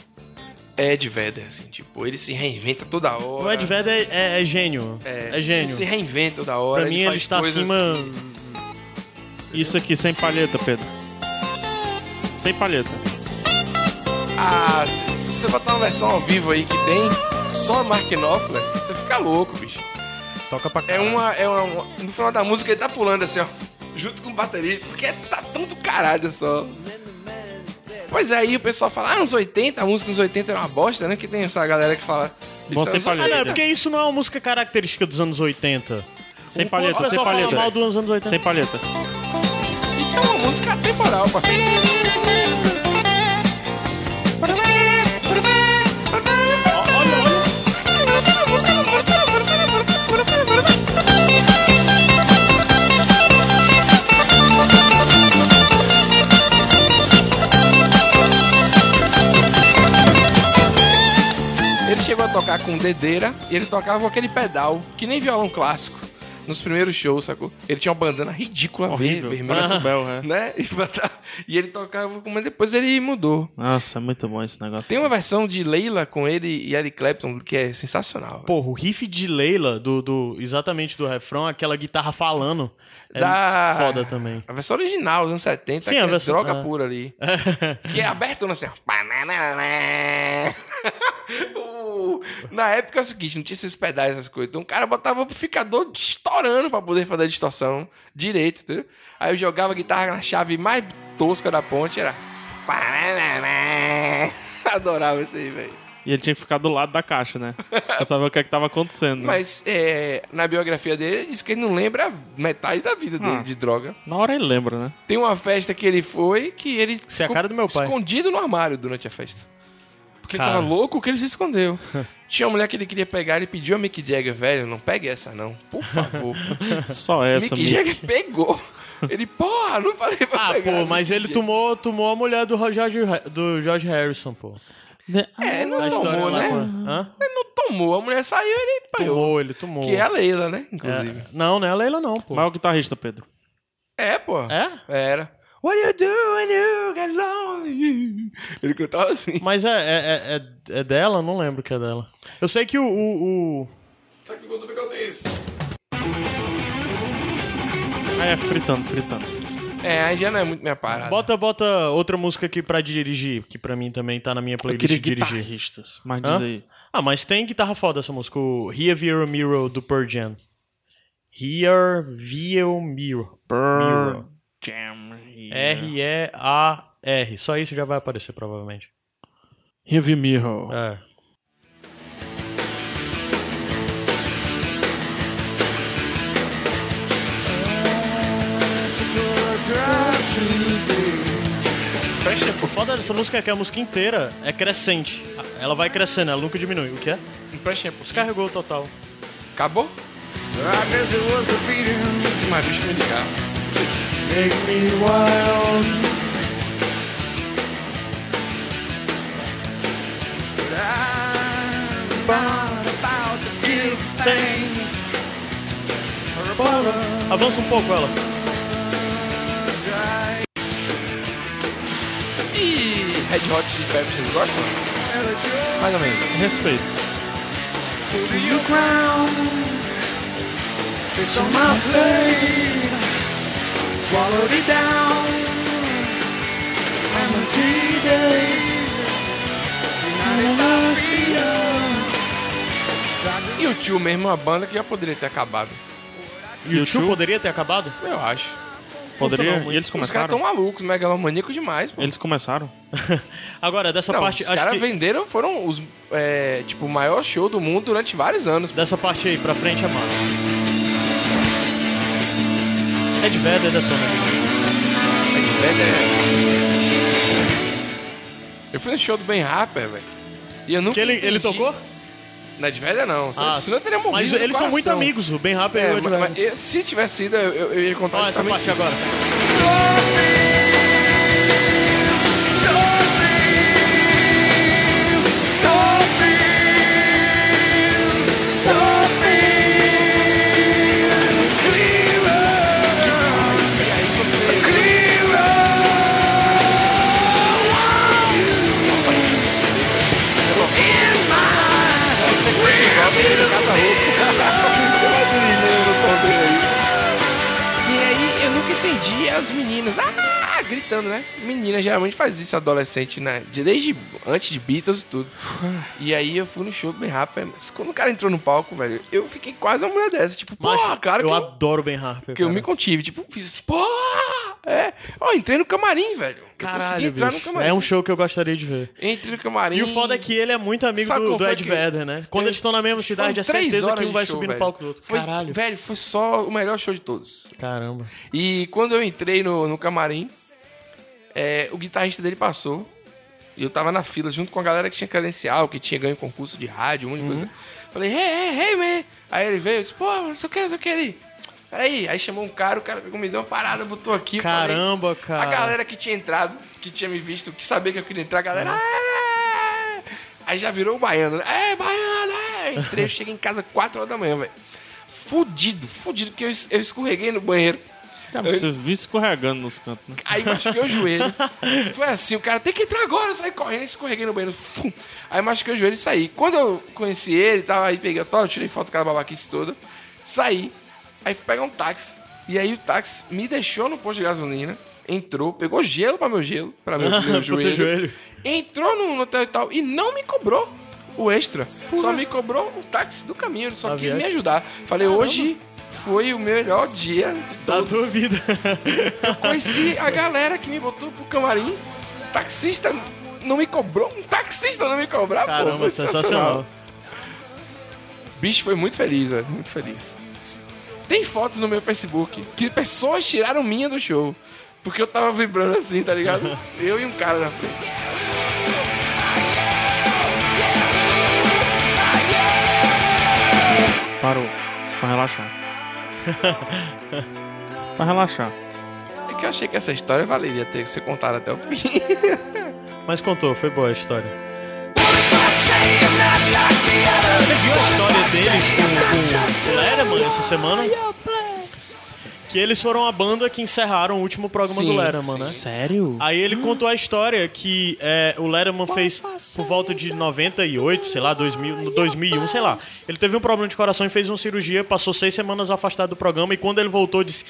Speaker 1: é Ed Vedder, assim, tipo, ele se reinventa toda hora.
Speaker 3: O Ed Vedder é, é- é gênio. É, gênio.
Speaker 1: Ele se reinventa toda hora.
Speaker 3: Pra mim, ele
Speaker 1: faz
Speaker 3: está
Speaker 1: coisas- assim.
Speaker 3: acima.
Speaker 2: Isso aqui sem palheta, Pedro. Sem palheta.
Speaker 1: Ah, se, se você botar uma versão ao vivo aí que tem só Mark Knopfler, você fica louco, bicho.
Speaker 3: Toca pra
Speaker 1: É uma, é uma- uma- No final da música ele tá pulando assim, ó. Junto com o baterista, porque é- tá tão do caralho só. Pois é, aí o pessoal fala, ah, nos 80, a música nos 80 era uma bosta, né? Que tem essa galera que fala. "Isso é nos
Speaker 3: Ah, não, é
Speaker 1: 80."
Speaker 3: porque isso não é uma música característica dos anos 80.
Speaker 2: Sem
Speaker 3: O
Speaker 2: palheta,
Speaker 3: pessoal
Speaker 2: sem
Speaker 3: fala
Speaker 2: palheta.
Speaker 3: é mal dos anos 80.
Speaker 2: Sem palheta.
Speaker 1: Isso é uma música atemporal, pá. Ele chegou a tocar com dedeira e ele tocava com aquele pedal, que nem violão clássico. Nos primeiros shows, sacou? Ele tinha uma bandana ridícula, ver-
Speaker 2: Horrível.
Speaker 1: vermelha.
Speaker 2: Parece o Bel, né?
Speaker 1: né? E bota- E ele tocava, com- mas depois ele mudou.
Speaker 2: Nossa, é muito bom esse negócio.
Speaker 1: Tem uma versão de Leila com ele e Eric Clapton que é sensacional.
Speaker 3: Porra, o riff de Leila, do, do- exatamente do refrão, aquela guitarra falando, é
Speaker 1: Da-
Speaker 3: foda também.
Speaker 1: A versão original, dos anos 70,
Speaker 3: Sim,
Speaker 1: que
Speaker 3: a
Speaker 1: é
Speaker 3: versão-
Speaker 1: droga
Speaker 3: é.
Speaker 1: pura ali. que é aberto assim, ó. Bananana. O- Na época é o seguinte, não tinha esses pedais, essas coisas. Então o cara botava o amplificador estourando pra poder fazer a distorção direito, entendeu? Aí eu jogava a guitarra na chave mais tosca da ponte, era... bananana. Adorava isso aí, velho.
Speaker 2: E ele tinha que ficar do lado da caixa, né? Pra saber o que é que tava acontecendo. né?
Speaker 1: Mas é, na biografia dele, ele diz que ele não lembra metade da vida dele
Speaker 2: Ah.
Speaker 1: de droga.
Speaker 2: Na hora ele lembra, né?
Speaker 1: Tem uma festa que ele foi que ele
Speaker 3: é a
Speaker 1: ficou
Speaker 3: cara do meu pai.
Speaker 1: escondido no armário durante a festa. Porque
Speaker 3: Cara.
Speaker 1: ele tava louco que ele se escondeu. Tinha uma mulher que ele queria pegar, ele pediu a Mick Jagger, velho, não pegue essa não, por favor.
Speaker 2: Só essa,
Speaker 1: Mick Jagger pegou. Ele, porra, não falei pra
Speaker 3: Ah,
Speaker 1: pegar.
Speaker 3: pô, mas
Speaker 1: Mick
Speaker 3: ele
Speaker 1: Jagger.
Speaker 3: tomou, tomou a mulher do George, do George Harrison, pô.
Speaker 2: Né? Ah,
Speaker 1: É, não
Speaker 3: Da
Speaker 1: tomou,
Speaker 3: lá
Speaker 1: né?
Speaker 3: com- Hã?
Speaker 1: Ele não tomou, a mulher saiu e ele pegou.
Speaker 3: Tomou, ele tomou.
Speaker 1: Que é a Leila, né, inclusive.
Speaker 3: É, não, não é a Leila não, pô.
Speaker 2: Mas é o guitarrista, Pedro.
Speaker 1: É, pô.
Speaker 3: É?
Speaker 1: Era. What you do when you get lonely? Ele cantava assim.
Speaker 3: Mas é, é, é, é- é dela? Eu Não lembro que é dela. Eu sei que o... o, o-
Speaker 1: Ah,
Speaker 2: Aí é fritando, fritando.
Speaker 1: É, a Indiana é muito minha parada.
Speaker 3: Bota, bota outra música aqui pra dirigir, que pra mim também tá na minha playlist
Speaker 2: queria
Speaker 3: de dirigir.
Speaker 2: guitarristas, mas diz aí.
Speaker 3: Ah, mas tem guitarra foda essa música, o Here Vero Miro do Pearl Jam. Here Vero Miro. Miro. R-E-A-R. Só isso já vai aparecer provavelmente.
Speaker 2: Heavy Mirror.
Speaker 3: É. Presta- O foda dessa música é que a música inteira é crescente. Ela vai crescendo, ela nunca diminui. O que é?
Speaker 1: Presta
Speaker 3: Descarregou o total.
Speaker 1: Acabou? Mas bicho me ligar.
Speaker 3: Avança um pouco ela.
Speaker 1: E Red Hot de Pepe, vocês gostam? Mais ou menos.
Speaker 2: Respeito.
Speaker 1: E o tio mesmo é uma banda que já poderia ter acabado.
Speaker 3: E o tio poderia ter acabado?
Speaker 1: Eu acho.
Speaker 2: Poderia?
Speaker 3: Não,
Speaker 2: E eles
Speaker 1: É. Os caras
Speaker 2: começaram?
Speaker 1: tão malucos, megalomaníacos demais, pô.
Speaker 2: Eles começaram?
Speaker 3: Agora, dessa
Speaker 1: Não,
Speaker 3: parte.
Speaker 1: os
Speaker 3: acho
Speaker 1: caras
Speaker 3: que
Speaker 1: venderam, foram os, é, tipo, o maior show do mundo durante vários anos.
Speaker 3: Dessa parte aí pra frente é massa. Red Vedder é detona.
Speaker 1: Eu fui no show do Ben Harper, velho. E eu nunca.
Speaker 3: Que ele- ele tocou?
Speaker 1: Na de velha não,
Speaker 3: Ah,
Speaker 1: senão eu teria morrido.
Speaker 3: mas
Speaker 1: do
Speaker 3: eles são muito
Speaker 1: coração. É,
Speaker 3: amigos, o Ben Harper e o Ed
Speaker 1: mas-
Speaker 3: Vedder.
Speaker 1: mas Se tivesse ido, eu, eu- eu ia contar
Speaker 3: Ó, essa
Speaker 1: justamente
Speaker 3: parte
Speaker 1: isso.
Speaker 3: agora.
Speaker 1: Sim, é aí eu nunca entendi as meninas. Ah, gritando, né? Menina geralmente faz isso, adolescente, né? De- Desde antes de Beatles e tudo. E aí eu fui no show do Ben Harper. Mas quando o cara entrou no palco, velho, eu fiquei quase uma mulher dessa. Tipo, porra, cara,
Speaker 3: eu,
Speaker 1: que, eu,
Speaker 3: adoro Ben Harper.
Speaker 1: que eu
Speaker 3: cara.
Speaker 1: me contive. Tipo, fiz assim, porra! É. Ó, entrei no camarim, velho. Eu consegui
Speaker 3: Caralho,
Speaker 1: entrar
Speaker 3: bicho.
Speaker 1: no camarim.
Speaker 3: É um show que eu gostaria de ver.
Speaker 1: Entrei no camarim.
Speaker 3: E o foda é que ele é muito amigo
Speaker 1: Sabe
Speaker 3: do,
Speaker 1: qual
Speaker 3: do
Speaker 1: foi
Speaker 3: Ed
Speaker 1: que-
Speaker 3: Vedder, né? Quando
Speaker 1: Eu-
Speaker 3: eles estão na mesma cidade, é
Speaker 1: Foram três
Speaker 3: certeza que
Speaker 1: horas
Speaker 3: um
Speaker 1: de
Speaker 3: vai
Speaker 1: show,
Speaker 3: subir no
Speaker 1: velho.
Speaker 3: palco do outro.
Speaker 1: Foi,
Speaker 3: Caralho. Tá
Speaker 1: Velho, foi só o melhor show de todos.
Speaker 3: Caramba.
Speaker 1: E quando eu entrei no, no camarim, é, o guitarrista dele passou. E eu tava na fila junto com a galera que tinha credencial, que tinha ganho concurso de rádio, um monte de
Speaker 3: Uhum.
Speaker 1: coisa. Falei, hey, hey, hey, man. Aí ele veio, eu disse, pô, não sei o que, não sei o que, ele. Peraí, aí chamou um cara, o cara pegou, me deu uma parada, botou aqui. eu falei-
Speaker 3: Caramba, cara.
Speaker 1: A galera que tinha entrado, que tinha me visto, que sabia que eu queria entrar, a
Speaker 3: Uhum.
Speaker 1: galera. "Ah!" Aí já virou o baiano, né? É, baiano, é! Entrei, eu cheguei em casa 4 horas da manhã, velho. Fudido, fudido, porque eu, es- eu escorreguei no banheiro.
Speaker 2: Cara,
Speaker 1: Eu-
Speaker 2: você viu escorregando nos cantos, né?
Speaker 1: Aí machuquei o joelho. Foi assim, o cara tem que entrar agora. Eu saí correndo, escorreguei no banheiro. Fum. Aí machuquei o joelho e saí. Quando eu conheci ele, tava aí, peguei a tola, tirei foto com aquela babaquice toda. Saí. Aí fui pegar um táxi. E aí o táxi me deixou no posto de gasolina. Entrou, pegou gelo pra meu gelo, pra meu,
Speaker 3: Pro
Speaker 1: meu
Speaker 3: teu
Speaker 1: joelho.
Speaker 3: joelho.
Speaker 1: Entrou no, no hotel e tal e não me cobrou o extra. Só me cobrou o táxi do caminho. Ele só
Speaker 3: A
Speaker 1: quis
Speaker 3: viagem.
Speaker 1: me ajudar. Falei, hoje foi o melhor dia
Speaker 3: Da tua vida.
Speaker 1: Conheci a galera que me botou pro camarim. Taxista não me cobrou. Um taxista não me cobrava. pô,
Speaker 3: Caramba,
Speaker 1: foi
Speaker 3: sensacional.
Speaker 1: Bicho, foi muito feliz, velho. Muito feliz. Tem fotos no meu Facebook que pessoas tiraram minha do show. Porque eu tava vibrando assim, tá ligado? eu e um cara na frente.
Speaker 2: Parou. Pra relaxar. pra relaxar.
Speaker 1: É que eu achei que essa história valeria ter que ser contada até o fim.
Speaker 3: Mas contou, foi boa a história. Você viu a história deles com, com o Letterman essa semana? Que eles foram a banda que encerraram o último programa do
Speaker 2: Sim,
Speaker 3: Letterman,
Speaker 2: sim.
Speaker 3: né?
Speaker 2: Sério?
Speaker 3: Aí ele contou a história que é, o Letterman fez por volta de 98, sei lá, 2000, no 2001, sei um lá. Ele teve um problema de coração e fez uma cirurgia, passou seis semanas afastado do programa e quando ele voltou disse...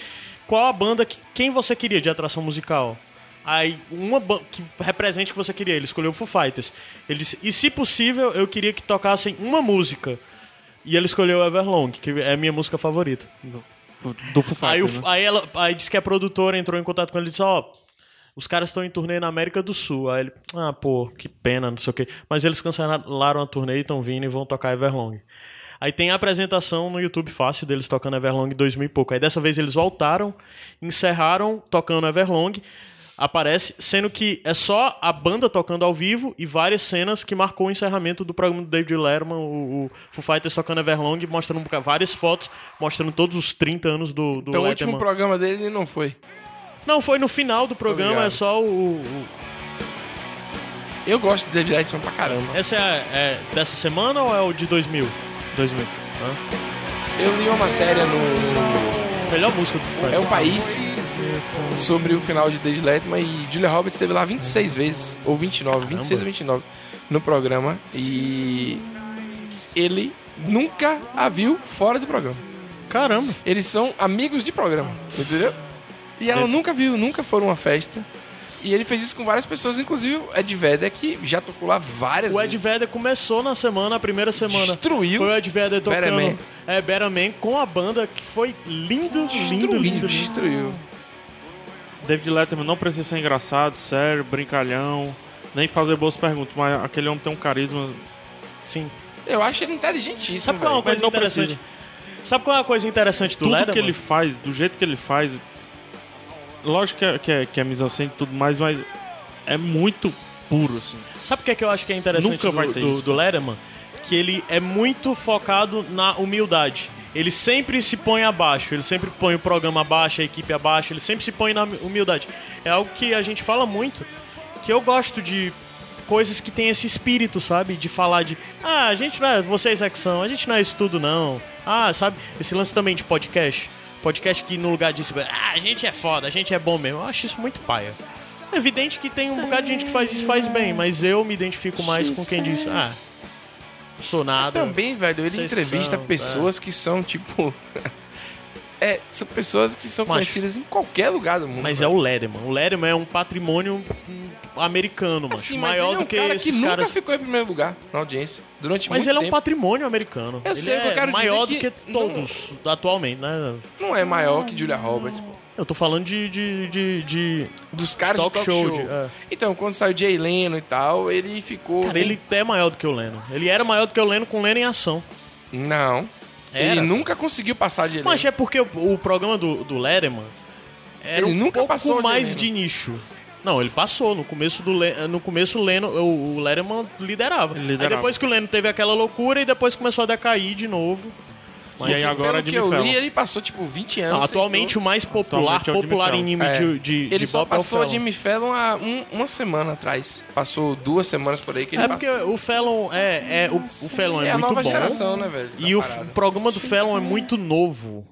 Speaker 3: qual a banda que quem você queria de atração musical. Aí, uma ba- que represente o que você queria. Ele escolheu o Foo Fighters. Ele disse, e se possível, eu queria que tocassem uma música. E ele escolheu Everlong, que é a minha música favorita.
Speaker 2: Do Foo
Speaker 3: Aí, o-
Speaker 2: Fighters, né?
Speaker 3: aí ela aí disse que a produtora entrou em contato com ele e disse, ó, os caras estão em turnê na América do Sul. Aí ele, ah, pô, que pena, não sei o quê. Mas eles cancelaram a turnê e estão vindo e vão tocar Everlong. Aí tem a apresentação no YouTube fácil deles tocando Everlong 2000 e pouco. Aí dessa vez eles voltaram, encerraram tocando Everlong. Aparece, sendo que é só a banda tocando ao vivo e várias cenas que marcou o encerramento do programa do David Letterman, o, o Foo Fighters tocando Everlong, mostrando um boca- várias fotos, mostrando todos os 30 anos do, do
Speaker 1: Então o
Speaker 3: Letterman.
Speaker 1: último programa dele não foi.
Speaker 3: Não, foi no final do programa,
Speaker 1: ligado.
Speaker 3: é só o.
Speaker 1: Eu gosto de David Letterman pra caramba.
Speaker 3: Essa é, é dessa semana ou é o de 2000? 2000.
Speaker 1: Eu li uma matéria no.
Speaker 3: Melhor música do
Speaker 1: É o País sobre o final de David Letterman e Julia Roberts esteve lá 26 vezes, ou 29, 26 ou 29 no programa e ele nunca a viu fora do programa.
Speaker 3: Caramba!
Speaker 1: Eles são amigos de programa, entendeu? E
Speaker 3: É.
Speaker 1: ela
Speaker 2: Ele-
Speaker 1: nunca viu, nunca foram a uma festa. E ele fez isso com várias pessoas, inclusive o Ed Vedder, que já tocou lá várias
Speaker 3: O Ed Vedder começou na semana, a primeira semana. Destruiu. Foi o Ed Vedder tocando.
Speaker 1: Better Man.
Speaker 3: É, Better Man com a banda que foi lindo, lindo, lindo.
Speaker 1: Destruiu.
Speaker 2: David Letterman não precisa ser engraçado, sério, brincalhão, nem fazer boas perguntas, mas aquele homem tem um carisma.
Speaker 3: Sim.
Speaker 1: Eu acho ele inteligentíssimo.
Speaker 3: Sabe qual é uma
Speaker 2: velho. Mas
Speaker 3: coisa
Speaker 2: não
Speaker 3: interessante?
Speaker 2: precisa.
Speaker 3: Sabe qual é uma coisa interessante do
Speaker 2: Tudo
Speaker 3: Letterman?
Speaker 2: que ele faz, do jeito que ele faz, lógico que é, que é, que é mise-en-scène e tudo mais, mas é muito puro, assim.
Speaker 3: Sabe o que, é que eu acho que é interessante
Speaker 2: Nunca
Speaker 3: do,
Speaker 2: vai ter
Speaker 3: do,
Speaker 2: isso,
Speaker 3: do Letterman? Que ele é muito focado na humildade. Ele sempre se põe abaixo, ele sempre põe o programa abaixo, a equipe abaixo, ele sempre se põe na humildade. É algo que a gente fala muito, que eu gosto de coisas que tem esse espírito, sabe? De falar de, ah, a gente não é, vocês é que são, a gente não é isso tudo não. Ah, sabe? Esse lance também de podcast. Podcast que no lugar disso, ah, a gente é foda, a gente é bom mesmo. Eu acho isso muito paia. É evidente que tem um bocado de gente que faz isso e faz bem, mas eu me identifico mais com quem diz, ah, não sou nada.
Speaker 1: Também, velho, ele
Speaker 3: Vocês que
Speaker 1: entrevista
Speaker 3: são, é.
Speaker 1: pessoas que são, tipo. é, são pessoas que são
Speaker 3: Macho.
Speaker 1: conhecidas em qualquer lugar do mundo. né?
Speaker 3: Mas é
Speaker 1: velho.
Speaker 3: o Lederman. O Lederman é um patrimônio hum, americano, mano.
Speaker 1: Sim, mas
Speaker 3: maior
Speaker 1: ele é um
Speaker 3: do que
Speaker 1: cara que
Speaker 3: esses
Speaker 1: nunca
Speaker 3: caras.
Speaker 1: ficou em primeiro lugar na audiência. Durante
Speaker 3: Mas
Speaker 1: muito
Speaker 3: ele é um
Speaker 1: tempo.
Speaker 3: patrimônio americano.
Speaker 1: Eu
Speaker 3: ele
Speaker 1: sei, o que
Speaker 3: é
Speaker 1: eu quero
Speaker 3: maior
Speaker 1: dizer
Speaker 3: do
Speaker 1: é
Speaker 3: que,
Speaker 1: que não-
Speaker 3: todos atualmente, né?
Speaker 1: Não é maior que Julia Roberts, pô.
Speaker 3: Eu tô falando de. de, de, de-
Speaker 1: Dos caras
Speaker 3: talk
Speaker 1: de talk
Speaker 3: show.
Speaker 1: show.
Speaker 3: de- é.
Speaker 1: Então, quando saiu Jay Leno e tal, ele ficou.
Speaker 3: Cara, ele é maior do que o Leno. Ele era maior do que o Leno com o Leno em ação.
Speaker 1: Não.
Speaker 3: Era.
Speaker 1: Ele nunca conseguiu passar de Jay
Speaker 3: Mas
Speaker 1: Leno.
Speaker 3: é porque o, o programa do, do Letterman era
Speaker 1: Ele
Speaker 3: um
Speaker 1: nunca
Speaker 3: pouco
Speaker 1: passou de
Speaker 3: mais
Speaker 1: Leno.
Speaker 3: de nicho. Não, ele passou. No começo do Le- no começo o Leno, o, o Letterman liderava.
Speaker 2: liderava.
Speaker 3: Aí depois que o Leno teve aquela loucura e depois começou a decair de novo.
Speaker 2: E aí agora
Speaker 1: Pelo
Speaker 2: é de
Speaker 1: que eu
Speaker 2: Fallon.
Speaker 1: li, ele passou tipo 20 anos.
Speaker 3: Não,
Speaker 1: sem
Speaker 3: Ah, atualmente
Speaker 1: show.
Speaker 3: o mais popular,
Speaker 2: Atualmente é o Jimmy
Speaker 3: popular
Speaker 2: Fallon.
Speaker 3: em anime
Speaker 1: É.
Speaker 3: de, de,
Speaker 1: ele
Speaker 3: de
Speaker 1: só
Speaker 3: bop é o
Speaker 1: passou
Speaker 3: Fallon.
Speaker 1: Jimmy Fallon há um- uma semana atrás. Passou duas semanas por aí que ele
Speaker 3: É
Speaker 1: passou.
Speaker 3: porque o Fallon é, é- o, o Fallon é,
Speaker 1: É a
Speaker 3: muito
Speaker 1: nova
Speaker 3: bom.
Speaker 1: geração, né, velho,
Speaker 3: E
Speaker 1: da
Speaker 3: o
Speaker 1: parada.
Speaker 3: f- programa do Fallon é muito novo.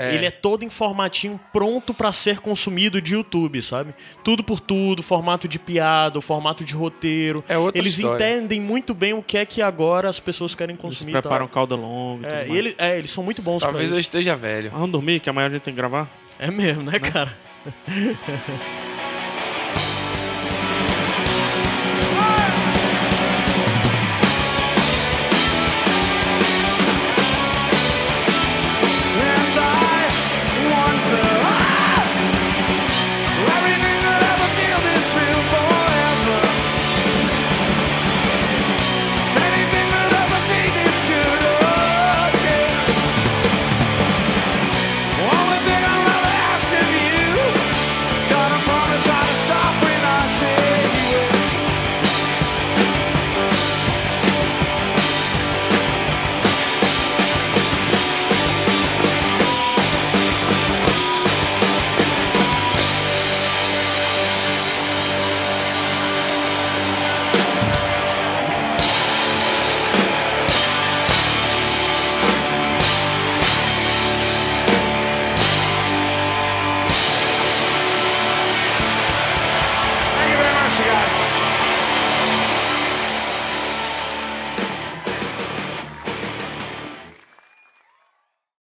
Speaker 1: É.
Speaker 3: Ele é todo em formatinho pronto pra ser consumido de YouTube, sabe? Tudo por tudo, formato de piada, formato de roteiro.
Speaker 1: É outra
Speaker 3: Eles
Speaker 1: história.
Speaker 3: entendem muito bem o que é que agora as pessoas querem consumir. e tal.
Speaker 2: Preparam calda longa. e
Speaker 3: É,
Speaker 2: tudo
Speaker 3: e
Speaker 2: mais.
Speaker 3: ele- é, eles são muito bons pra
Speaker 1: Talvez
Speaker 3: isso.
Speaker 1: eu esteja velho.
Speaker 2: Mas vamos dormir, que amanhã a gente tem que gravar.
Speaker 3: É mesmo, né, cara?